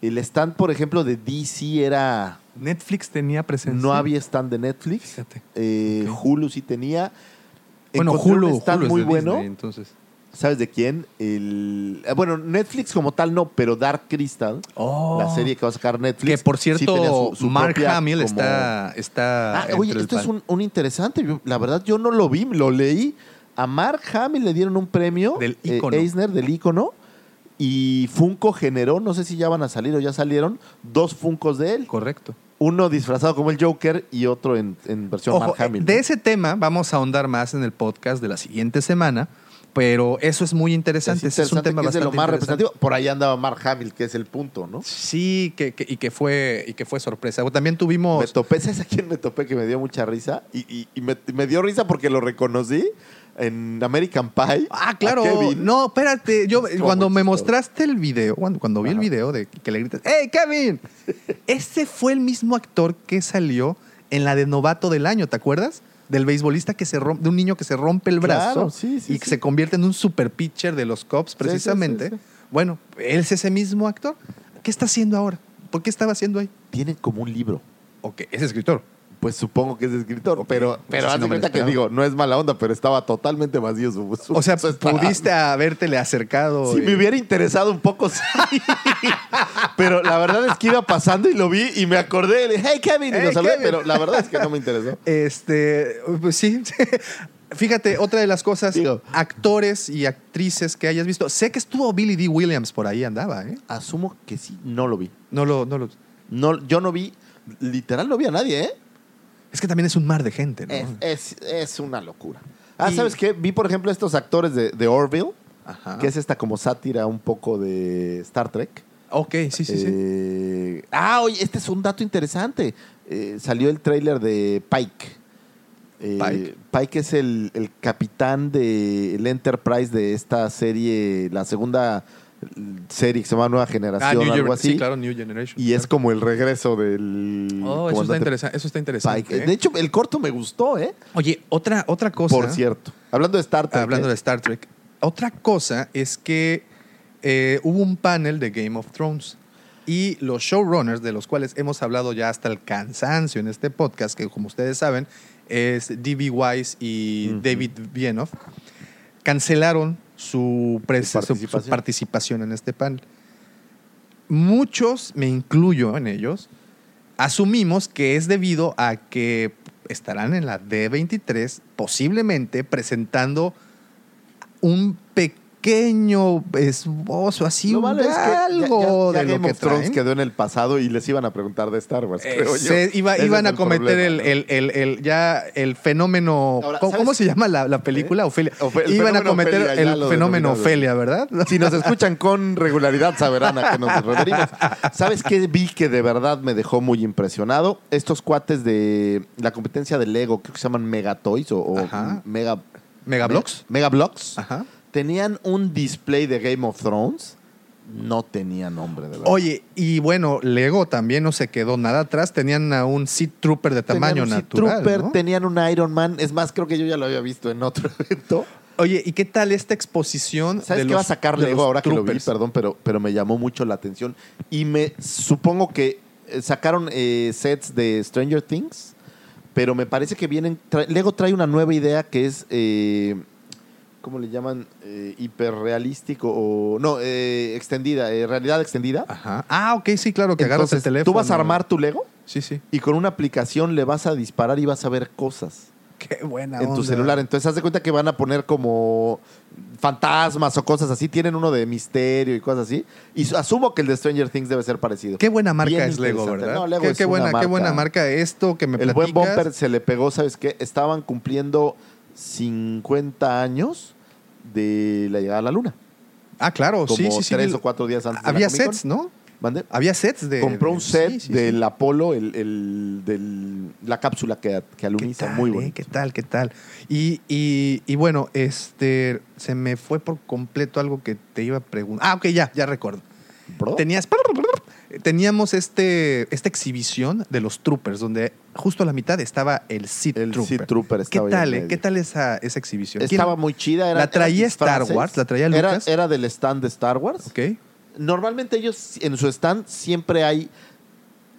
El stand, por ejemplo, de DC era. Netflix tenía presencia. No había stand de Netflix. Fíjate. Eh, Ok. Hulu sí tenía. Bueno, Encontré un Hulu, stand Hulu es muy de bueno. Disney, entonces. ¿Sabes de quién? El, eh, bueno, Netflix como tal no, pero Dark Crystal, Oh. la serie que va a sacar Netflix. Que por sí cierto, tenía su- su Mark propia Hamill como- está, está. Ah, entre oye, el esto es pan- un, un interesante. Yo- la verdad, yo no lo vi, lo leí. A Mark Hamill le dieron un premio Del eh, ícono. Eisner del ícono. Y Funko generó, no sé si ya van a salir o ya salieron, dos Funcos de él. Correcto. Uno disfrazado como el Joker y otro en, en versión Ojo, eh, Mark Hamill. de ¿no? ese tema vamos a ahondar más en el podcast de la siguiente semana, pero eso es muy interesante. Es ese Es, un interesante tema que es de lo bastante más interesante. representativo. Por ahí andaba Mark Hamill, que es el punto, ¿no? Sí, que, que- y, que fue, y que fue sorpresa. También tuvimos. Me topé, ¿sabes a quién me topé que me dio mucha risa? Y, y- y me, me dio risa porque lo reconocí en American Pie. Ah, A claro. Kevin. No, espérate. Yo Estuvo cuando muy me chistoso. mostraste el video, cuando, cuando vi el Ajá. video de que le gritas, ¡Hey, Kevin! (laughs) Ese fue el mismo actor que salió en la de novato del año, ¿te acuerdas? Del beisbolista que se rompe, de un niño que se rompe el brazo Claro, sí, sí, y que sí. se convierte en un super pitcher de los Cubs, sí, precisamente. sí, sí. Bueno, él es ese mismo actor. ¿Qué está haciendo ahora? ¿Por qué estaba haciendo ahí? Tienen como un libro. Ok, es escritor. Pues supongo que es escritor, pero, pero Eso sí haz de no me lo cuenta que esperaba. digo, no es mala onda, pero estaba totalmente vacío su, su- O sea, su estado. pudiste habértele acercado. Si y- pues, me hubiera interesado un poco, (laughs) sí. pero la verdad es que iba pasando y lo vi y me acordé. Le dije, hey, Kevin, y lo Hey, saludé, Kevin. pero la verdad es que no me interesó. Este, pues sí. (laughs) Fíjate, otra de las cosas, Digo. actores y actrices que hayas visto. Sé que estuvo Billy D. Williams por ahí andaba, ¿eh? Asumo que sí, no lo vi. No lo, no lo. No, yo no vi, literal no vi a nadie, ¿eh? Es que también es un mar de gente, ¿no? Es, es- es una locura. Ah, Y- ¿sabes qué? Vi, por ejemplo, estos actores de, de Orville, Ajá. que es esta como sátira un poco de Star Trek. Ok, sí, sí, sí. Eh, Ah, oye, este es un dato interesante. Eh, salió el tráiler de Pike, Eh, Pike. Pike. es el, el capitán del Enterprise de esta serie, la segunda serie que se llama Nueva Ah, Generación, New algo Gener- así. sí, claro, New Generation. Y es como el regreso del. Oh, eso está, comandante interesa- eso está interesante. Pike. ¿eh? De hecho, el corto me gustó, ¿eh? Oye, otra, otra cosa. Por cierto. Hablando de Star Trek. Hablando ¿eh? de Star Trek. Otra cosa es que eh, hubo un panel de Game of Thrones y los showrunners, de los cuales hemos hablado ya hasta el cansancio en este podcast, que como ustedes saben, es D.B. Wise y David Bienoff, cancelaron su, pres- Su su- su participación. participación en este panel. Muchos, me incluyo en ellos, asumimos que es debido a que estarán en la D23 posiblemente presentando un pequeño esbozo, así Lo un malo es que ya- algo ya- ya de lo Game que of Thrones traen. quedó en el pasado y les iban a preguntar de Star Wars, Eh, creo yo. se- iba- Ese iban es a cometer el, problema, ¿no? el- el- el- ya el fenómeno. Ahora, ¿cómo, ¿sabes? cómo se llama la, la película? Ofelia. Ofe- el iban a fenómeno cometer Ofelia, ya el lo fenómeno denominaron. Ofelia, ¿verdad? Si nos escuchan con regularidad saberán a qué nos referimos. ¿Sabes qué vi que de verdad me dejó muy impresionado? Estos cuates de la competencia de Lego, creo que se llaman Megatoys o, o Ajá. Mega... (laughs) (laughs) ¿Megablocks? Me- Megablocks. Ajá. Tenían un display de Game of Thrones. No tenía nombre, de verdad. Oye, y bueno, Lego también no se quedó nada atrás. Tenían a un Sea Trooper de Tenían tamaño un Sea natural. Trooper, ¿no? Tenían un Iron Man. Es más, creo que yo ya lo había visto en otro (laughs) evento. Oye, ¿y qué tal esta exposición? ¿Sabes de qué los- va a sacar de Lego los ahora que lo vi? troopers? Perdón, pero, pero me llamó mucho la atención. Y me supongo que eh, sacaron eh, sets de Stranger Things, pero me parece que vienen. tra- Lego trae una nueva idea que es. eh, ¿Cómo le llaman? Eh, hiperrealístico o. No, eh, extendida, eh, realidad extendida. Ajá. Ah, ok, sí, claro, que agarras el Entonces, teléfono. Tú vas a armar tu Lego Sí, sí. y con una aplicación le vas a disparar y vas a ver cosas Qué buena en tu onda. celular. Entonces, haz de cuenta que van a poner como fantasmas o cosas así. Tienen uno de misterio y cosas así. Y su- asumo que el de Stranger Things debe ser parecido. Qué buena marca Bien es Lego, interesante. ¿verdad? No, Lego qué, es qué una buena, qué buena marca esto que me El buen platicas. bumper se le pegó, ¿sabes qué? Estaban cumpliendo 50 años de la llegada a la luna. Ah, claro, Como sí, sí, sí. tres o cuatro días antes. de la Había Comic-Con. sets, ¿no? ¿Mande? Había sets de. Compró de- un set sí, sí, del sí. Apolo, el, el- del- la cápsula que, que ¿Qué aluniza. tal, Muy eh? bueno. ¿Qué tal, qué tal? Y, y, y bueno, este, se me fue por completo algo que te iba a preguntar. Ah, ok, ya, ya recuerdo. Bro. Tenías, teníamos este, esta exhibición de los troopers, donde justo a la mitad estaba el Sith El Trooper. Sith Trooper ¿Qué estaba ahí en tal, eh? medio. ¿Qué tal esa, esa exhibición? ¿Quién- Estaba muy chida. eran- ¿La traía eran Star disfraces. Wars? ¿La traía Era- Lucas? Era, del stand de Star Wars. Ok. Normalmente ellos en su stand siempre hay,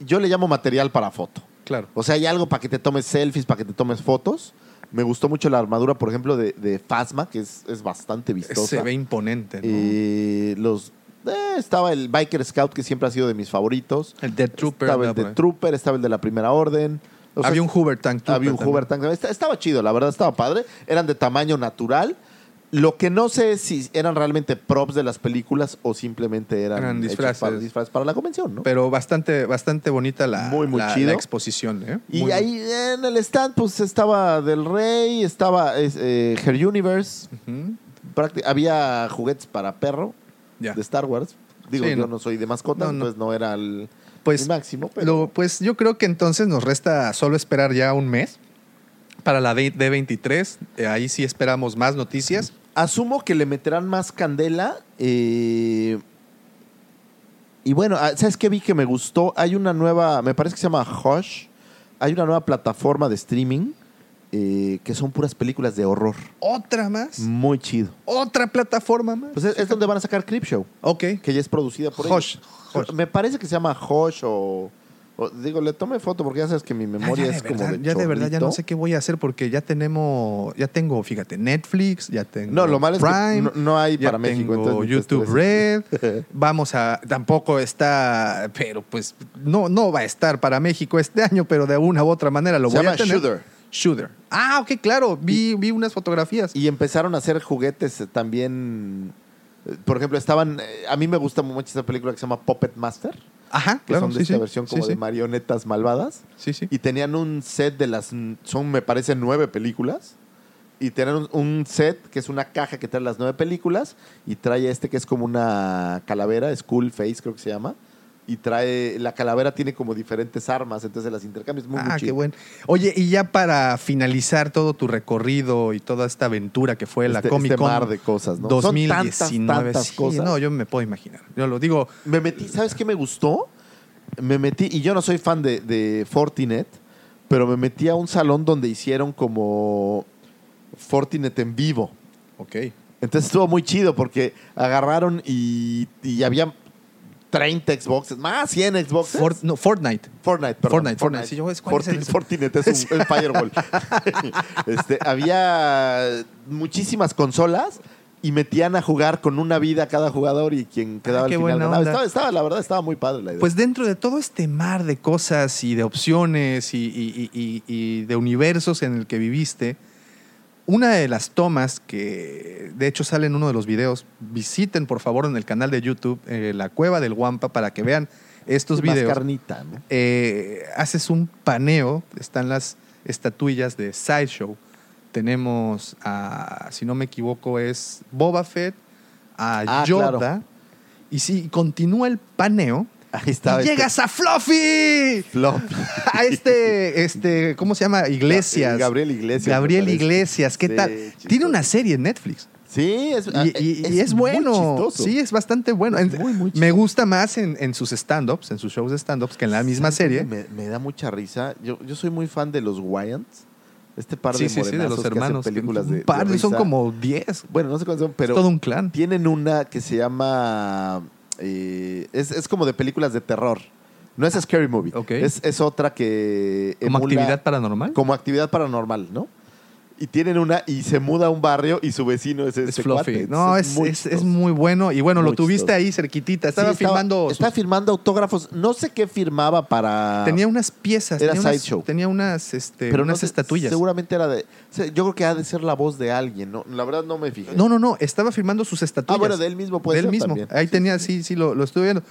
yo le llamo material para foto. Claro. O sea, hay algo para que te tomes selfies, para que te tomes fotos. Me gustó mucho la armadura, por ejemplo, de, de Phasma, que es, es bastante vistosa. Se ve imponente, ¿no? Eh, los, eh, estaba el Biker Scout, que siempre ha sido de mis favoritos. el Dead Trooper. estaba el andaba de por ahí. Trooper, estaba el de la Primera Orden. O sea, había un Hoover Tank Trooper. había un también. Hoover Tank. Est- Estaba chido, la verdad, estaba padre. Eran de tamaño natural. Lo que no sé es si eran realmente props de las películas o simplemente eran, Eran hechos disfraces. Para, disfraces para la convención, ¿no? Pero bastante, bastante bonita la, Muy, muy la, chido. la exposición, ¿eh? y Muy- ahí en el stand, pues estaba Del Rey, estaba es, eh, Her Universe. Ujú, Prácti- había juguetes para perro Ya. de Star Wars. Digo, Sí, yo no. no. soy de mascotas, No, no. entonces no era el Pues, el máximo. Pero Lo- pues yo creo que entonces nos resta solo esperar ya un mes para la D- D23. Eh, ahí sí esperamos más noticias. Asumo que le meterán más candela. eh, y bueno, ah, ¿sabes qué vi que me gustó? Hay una nueva, me parece que se llama Hush. Hay una nueva plataforma de streaming eh, que son puras películas de horror. Otra más. Muy chido. Otra plataforma más. Mm. Pues es, es donde van a sacar Creepshow, ok. que ya es producida por Hush, ellos. Hush. Me parece que se llama Hush o, o- Digo, le tomé foto porque ya sabes que mi memoria Ah, ya, es de como verdad, de ya de verdad ya no chorrito. sé qué voy a hacer porque ya tenemos, ya tengo, fíjate, Netflix, ya tengo No, lo malo es que Prime, no- no hay ya para México, tengo entonces, YouTube Red, entonces- (laughs) vamos a, tampoco está, pero pues no, no va a estar para México este año, pero de una u otra manera lo Se voy a llama tener. Shudder. Shudder. Ah, ok, claro, vi, vi unas fotografías. Y empezaron a hacer juguetes eh, también. eh, Por ejemplo, estaban. eh, A mí me gusta mucho esta película que se llama Puppet Master, que Ajá, claro, son de sí, esta sí, versión sí, como de sí. marionetas malvadas. Sí, sí. Y tenían un set de las. n- Son, me parece, nueve películas. Y tenían un, un set que es una caja que trae las nueve películas. Y trae este que es como una calavera, Skull Face, creo que se llama. y trae. La calavera tiene como diferentes armas, entonces las intercambias. Muy, muy Ah, qué chido. bueno. Oye, y ya para finalizar todo tu recorrido y toda esta aventura que fue la Este- Comic Con este mar de cosas, ¿no? Son 2019. tantas, tantas Sí, cosas. No, yo me puedo imaginar. Yo lo digo, Me metí, ¿sabes qué me gustó? Me metí, y yo no soy fan de, de Fortinet, pero me metí a un salón donde hicieron como Fortinet en vivo. ok. Entonces estuvo muy chido porque agarraron y, y había 30 Xboxes, más 100 Xboxes. Fort- no, Fortnite. Fortnite, perdón. Fortnite, Fortnite. Sí, yo, es- ¿cuál es Forti- el- Fortinet es (laughs) un es firewall. (laughs) Este, había muchísimas consolas y metían a jugar con una vida cada jugador y quien quedaba Ah, qué al final buena ganaba. onda. Estaba, estaba, la verdad, estaba muy padre la idea. Pues dentro de todo este mar de cosas y de opciones y, y- y- y- y de universos en el que viviste, una de las tomas que de hecho sale en uno de los videos, visiten por favor en el canal de YouTube eh, la cueva del Guampa para que vean estos más videos. carnita, ¿no? eh, haces un paneo, están las estatuillas de Sideshow. Tenemos a, si no me equivoco, es Boba Fett, a Ah, Yoda. claro. Y si continúa el paneo, Ahí estaba. y llegas a Fluffy, este flop. (laughs) a este, este, ¿cómo se llama? Iglesias. Gabriel Iglesias. me Gabriel parece. Iglesias, ¿qué Sí, tal? chistoso. Tiene una serie en Netflix. Sí, es, Y, y- y Ah, eh, es, muy bueno. chistoso. Sí, es bastante bueno. Es En- muy, muy me chistoso. gusta más en, en sus stand-ups, en sus shows de stand-ups, que en la misma ¿Sabes qué? serie. Me, me da mucha risa. Yo, yo soy muy fan de los Wyans. Este par Sí, de sí, sí, de morenazos que los hacen hermanos. películas Un de, de par, son risa. como 10. Bueno, no sé cuántos son, Es pero todo un clan. tienen una que se llama... eh, es, es como de películas de terror. No es Scary Movie. Ok. Es, es otra que... Como emula- actividad paranormal. Como actividad paranormal, ¿no? Y tienen una y se muda a un barrio y su vecino es es este fluffy. cuate. no, es, muy es, es chistoso. muy bueno. Y bueno, lo Muy tuviste chistoso. ahí cerquitita. Sí, Estaba filmando. sus- Estaba firmando autógrafos. No sé qué firmaba para... tenía unas piezas. Ah. Era tenía unas, Sideshow. Tenía unas, este, Pero no unas sé, estatuillas. Seguramente era de. o sea, Yo creo que ha de ser la voz de alguien, ¿no? La verdad no me fijé. No, no, no. Estaba filmando sus estatuillas. Ah, bueno, de él mismo puede De él ser mismo. también. Ahí Sí, tenía, sí. sí, sí, lo, lo estuve viendo.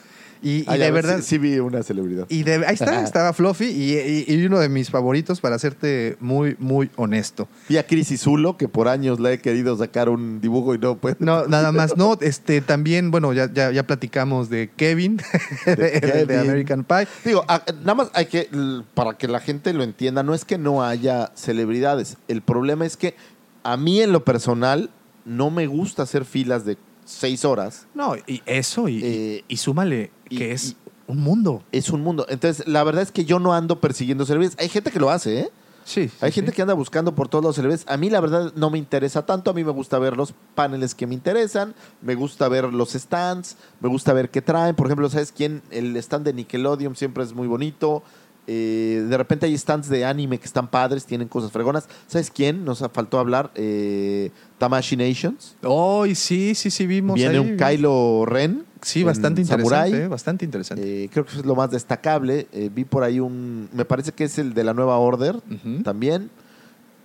Y, y Ay, a de ver, verdad. Sí, sí vi una celebridad. Y de, ahí está, estaba Fluffy y, y- y uno de mis favoritos para serte muy, muy honesto. Vi a Cris Zulo, que por años le he querido sacar un dibujo y no puede. No, nada más, no, este también, bueno, ya, ya, ya platicamos de Kevin, (laughs) de, de Kevin. American Pie. Digo, a- nada más hay que. l- Para que la gente lo entienda, no es que no haya celebridades. El problema es que a mí, en lo personal, no me gusta hacer filas de seis horas. No, y eso, y, y- Eh, y súmale y- que es un mundo. Es un mundo. Entonces, la verdad es que yo no ando persiguiendo celebridades. Hay gente que lo hace, ¿eh? Sí. sí, Hay sí. gente que anda buscando por todos los celebres. A mí, la verdad, no me interesa tanto. A mí me gusta ver los paneles que me interesan. Me gusta ver los stands. Me gusta ver qué traen. Por ejemplo, ¿sabes quién? El stand de Nickelodeon siempre es muy bonito. Eh, de repente hay stands de anime que están padres, tienen cosas fregonas. ¿Sabes quién? Nos faltó hablar. Eh, Tamashi Nations. Oh, y sí, sí, sí, vimos. Viene ahí. un Kylo Ren. Sí, en bastante interesante, Samurai. eh, bastante interesante. Eh, creo que eso es lo más destacable. Eh, vi por ahí un. Me parece que es el de la nueva Order Ujú. también.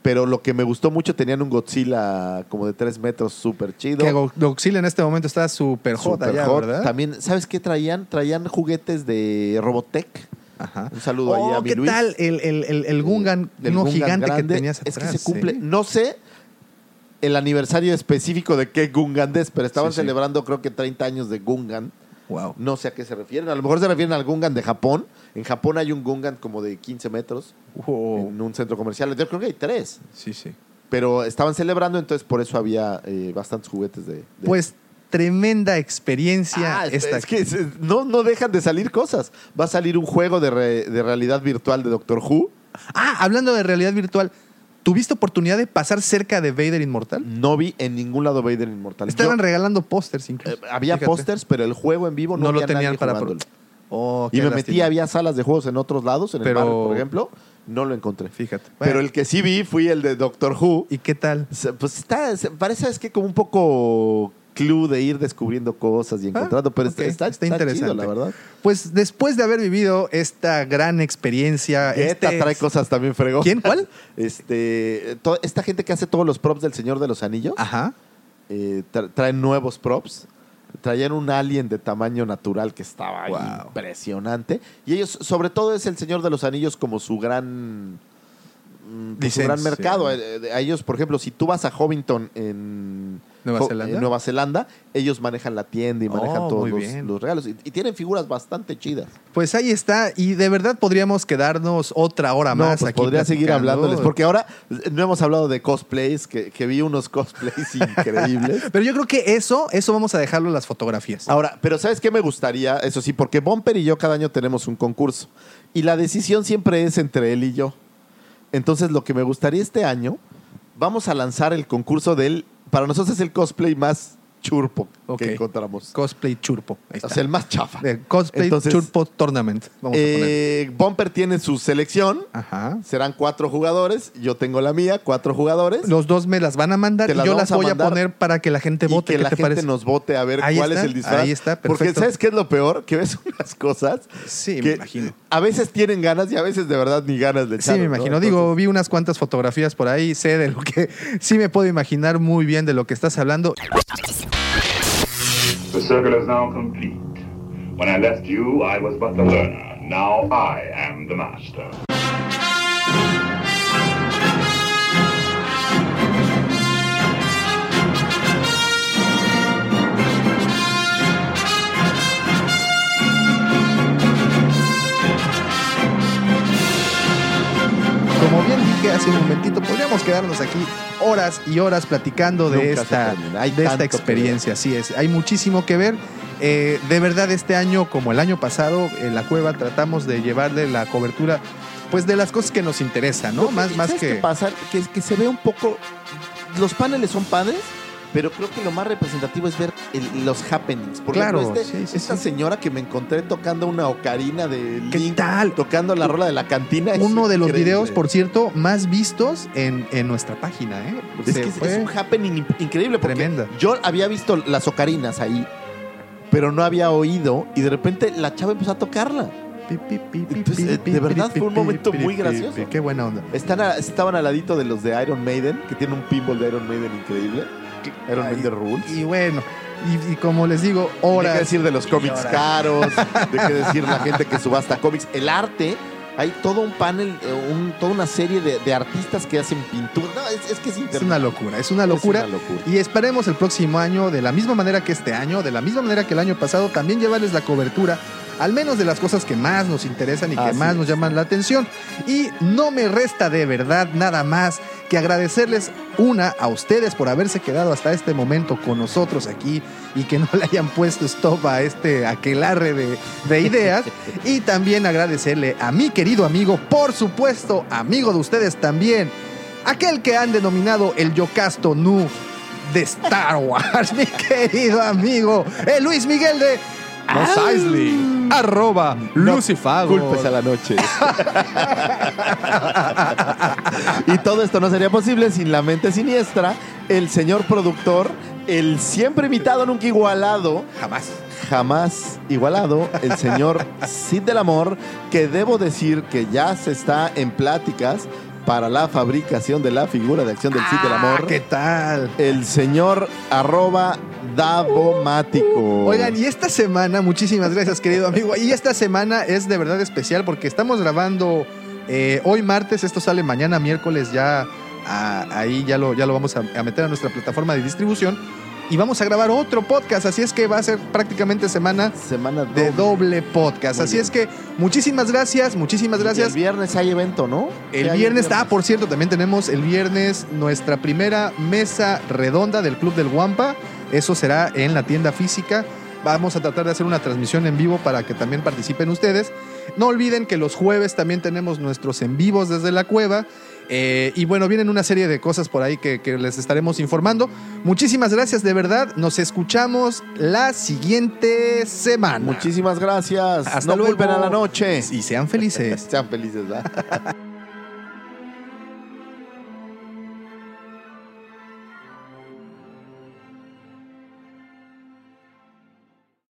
Pero lo que me gustó mucho, tenían un Godzilla como de 3 metros súper chido. Que Go- Godzilla en este momento está súper hot Súper allá, hot. ¿verdad? También, ¿sabes qué traían? Traían juguetes de Robotech. Ajá. Un saludo ahí Oh, a mi ¿qué Luis. tal el, el, el, el Gungan, Del uno Gungan gigante que grande. tenías Es atrás? que se cumple. sí. No sé el aniversario específico de qué Gungan es, pero estaban Sí, sí. celebrando creo que 30 años de Gungan. Wow. No sé a qué se refieren. A lo mejor se refieren al Gungan de Japón. En Japón hay un Gungan como de 15 metros Wow. en un centro comercial. Yo creo que hay tres. Sí, sí. Pero estaban celebrando, entonces por eso había eh, bastantes juguetes de. de- Pues tremenda experiencia Ah, es- esta. es que se- no, no dejan de salir cosas. Va a salir un juego de, re- de realidad virtual de Doctor Who. Ah, hablando de realidad virtual, ¿tuviste oportunidad de pasar cerca de Vader Inmortal? No vi en ningún lado Vader Inmortal. Estaban Mm, Yo- regalando pósters incluso. eh, había Fíjate. pósters, pero el juego en vivo no, No lo había nadie tenían para jugándolo. pro- Oh, Y qué me lástima. metí, había salas de juegos en otros lados, en Pero- el barrio, por ejemplo. No lo encontré. Fíjate. Pero Bueno, el que sí vi fui el de Doctor Who. ¿Y qué tal? Se- Pues está, se- parece es que como un poco clue de ir descubriendo cosas y encontrando, pero Ah, ok, está, está, está interesante, interesante. la verdad. Pues después de haber vivido esta gran experiencia. Esta este- trae cosas también fregó. ¿Quién? ¿Cuál? (laughs) Este, to- esta gente que hace todos los props del Señor de los Anillos, Ajá. eh, tra- traen nuevos props. Traían un alien de tamaño natural que estaba Wow. impresionante. Y ellos, sobre todo, es el Señor de los Anillos como su gran pues, Licencia. un gran mercado. Eh, eh, A ellos, por ejemplo, si tú vas a Hobbiton en ¿Nueva Jo- Zelanda? en Nueva Zelanda, ellos manejan la tienda y manejan Oh, todos muy los, bien. los regalos. Y, y tienen figuras bastante chidas. Pues ahí está. Y de verdad podríamos quedarnos otra hora más pues aquí. podría seguir platicando. hablándoles, (laughs) porque ahora eh, no hemos hablado de cosplays, que, que vi unos cosplays (laughs) increíbles. Pero yo creo que eso, eso vamos a dejarlo en las fotografías. Ahora, pero ¿sabes qué me gustaría? Eso sí, porque Bumper y yo cada año tenemos un concurso. Y la decisión siempre es entre él y yo. Entonces, lo que me gustaría este año, vamos a lanzar el concurso de él. Para nosotros es el cosplay más churpo Ok. que encontramos. Cosplay churpo. Ahí o está. sea, el más chafa. Eh, cosplay Entonces, churpo tournament. Vamos a poner. eh, Bumper tiene su selección. Ajá. Serán cuatro jugadores. Yo tengo la mía, cuatro jugadores. Los dos me las van a mandar Te y las yo vamos las a voy a mandar poner para que la gente y vote. que ¿Qué la te gente parece? nos vote a ver Ahí cuál está, es el disfraz. ahí está, Porque perfecto. ¿sabes qué es lo peor? Que ves unas cosas Sí, que me imagino. A veces tienen ganas y a veces de verdad ni ganas de Sí, me imagino. Digo, vi unas cuantas fotografías por ahí, sé de lo que. Sí, me puedo imaginar muy bien de lo que estás hablando. The circle is now complete. When I left you, I was but the learner. Now I am the master. Como bien dije hace un momentito, podríamos quedarnos aquí horas y horas platicando de Nunca se esta, termina. Hay de esta tanto que experiencia. Así es, hay muchísimo que ver. Eh, de verdad, este año, como el año pasado, en la cueva tratamos de llevarle la cobertura, pues de las cosas que nos interesan, ¿no? más más que que. pasa que es que se ve un poco los paneles son padres, pero creo que lo más representativo es ver el- los happenings. Por Claro, ejemplo, este- sí, sí, esta sí. señora que me encontré tocando una ocarina de ¿Qué Link, tal? tocando la rola de la cantina. es Uno de los increíble. videos, por cierto, más vistos en, en nuestra página, ¿eh? Es Se que es- fue. es un happening in- increíble. Porque Tremenda. Yo había visto las ocarinas ahí, pero no había oído y de repente la chava empezó a tocarla. Pi, pi, pi, pi, Entonces, pi, eh, pi, de pi, verdad pi, fue un pi, momento pi, muy pi, gracioso. pi. Qué buena onda. Están a- estaban al ladito de los de Iron Maiden, que tienen un pinball de Iron Maiden increíble. Iron Ay, Maiden Rules. Y bueno, y, y como les digo, de qué horas. decir de los cómics horas. caros, de (laughs) qué decir la gente que subasta cómics, el arte. Hay todo un panel, eh, un- toda una serie de, de artistas que hacen pintura. No, es, es que es, Es una locura, es una locura. Es una locura. Y esperemos el próximo año, de la misma manera que este año, de la misma manera que el año pasado, también llevarles la cobertura, al menos de las cosas que más nos interesan y que Así más es. nos llaman la atención. Y no me resta de verdad nada más que agradecerles una a ustedes por haberse quedado hasta este momento con nosotros aquí y que no le hayan puesto stop a este aquelarre de, (laughs) de ideas. y también agradecerle a mi querido amigo, por supuesto, amigo de ustedes también, aquel que han denominado el Yocasto Nu de Star Wars, (laughs) mi querido amigo, el Luis Miguel de Precisely. arroba Lucifago. Culpes a la noche. y todo esto no sería posible sin la mente siniestra, el señor productor, el siempre imitado, nunca igualado, Jamás. jamás igualado, el señor Cid del Amor, que debo decir que ya se está en pláticas para la fabricación de la figura de acción del Cid del Amor. Ah, ¿Qué tal? El señor arroba Davomático. Oigan, y esta semana, muchísimas gracias, querido amigo. Y esta semana es de verdad especial porque estamos grabando eh, hoy martes, esto sale mañana miércoles, ya ah, ahí ya lo, ya lo vamos a, a meter a nuestra plataforma de distribución. Y vamos a grabar otro podcast, así es que va a ser prácticamente semana semana de doble. doble podcast. Muy así bien. es que muchísimas gracias, muchísimas gracias. El viernes hay evento, ¿no? El viernes, ah, por cierto, también tenemos el viernes nuestra primera mesa redonda del Club del Guampa. Eso será en la tienda física. Vamos a tratar de hacer una transmisión en vivo para que también participen ustedes. No olviden que los jueves también tenemos nuestros en vivos desde la cueva. Eh, y bueno, vienen una serie de cosas por ahí que, que les estaremos informando. Muchísimas gracias, de verdad. Nos escuchamos la siguiente semana. Muchísimas gracias. Hasta no luego. culpen a la noche. Y (laughs) sean felices. Sean felices, ¿verdad?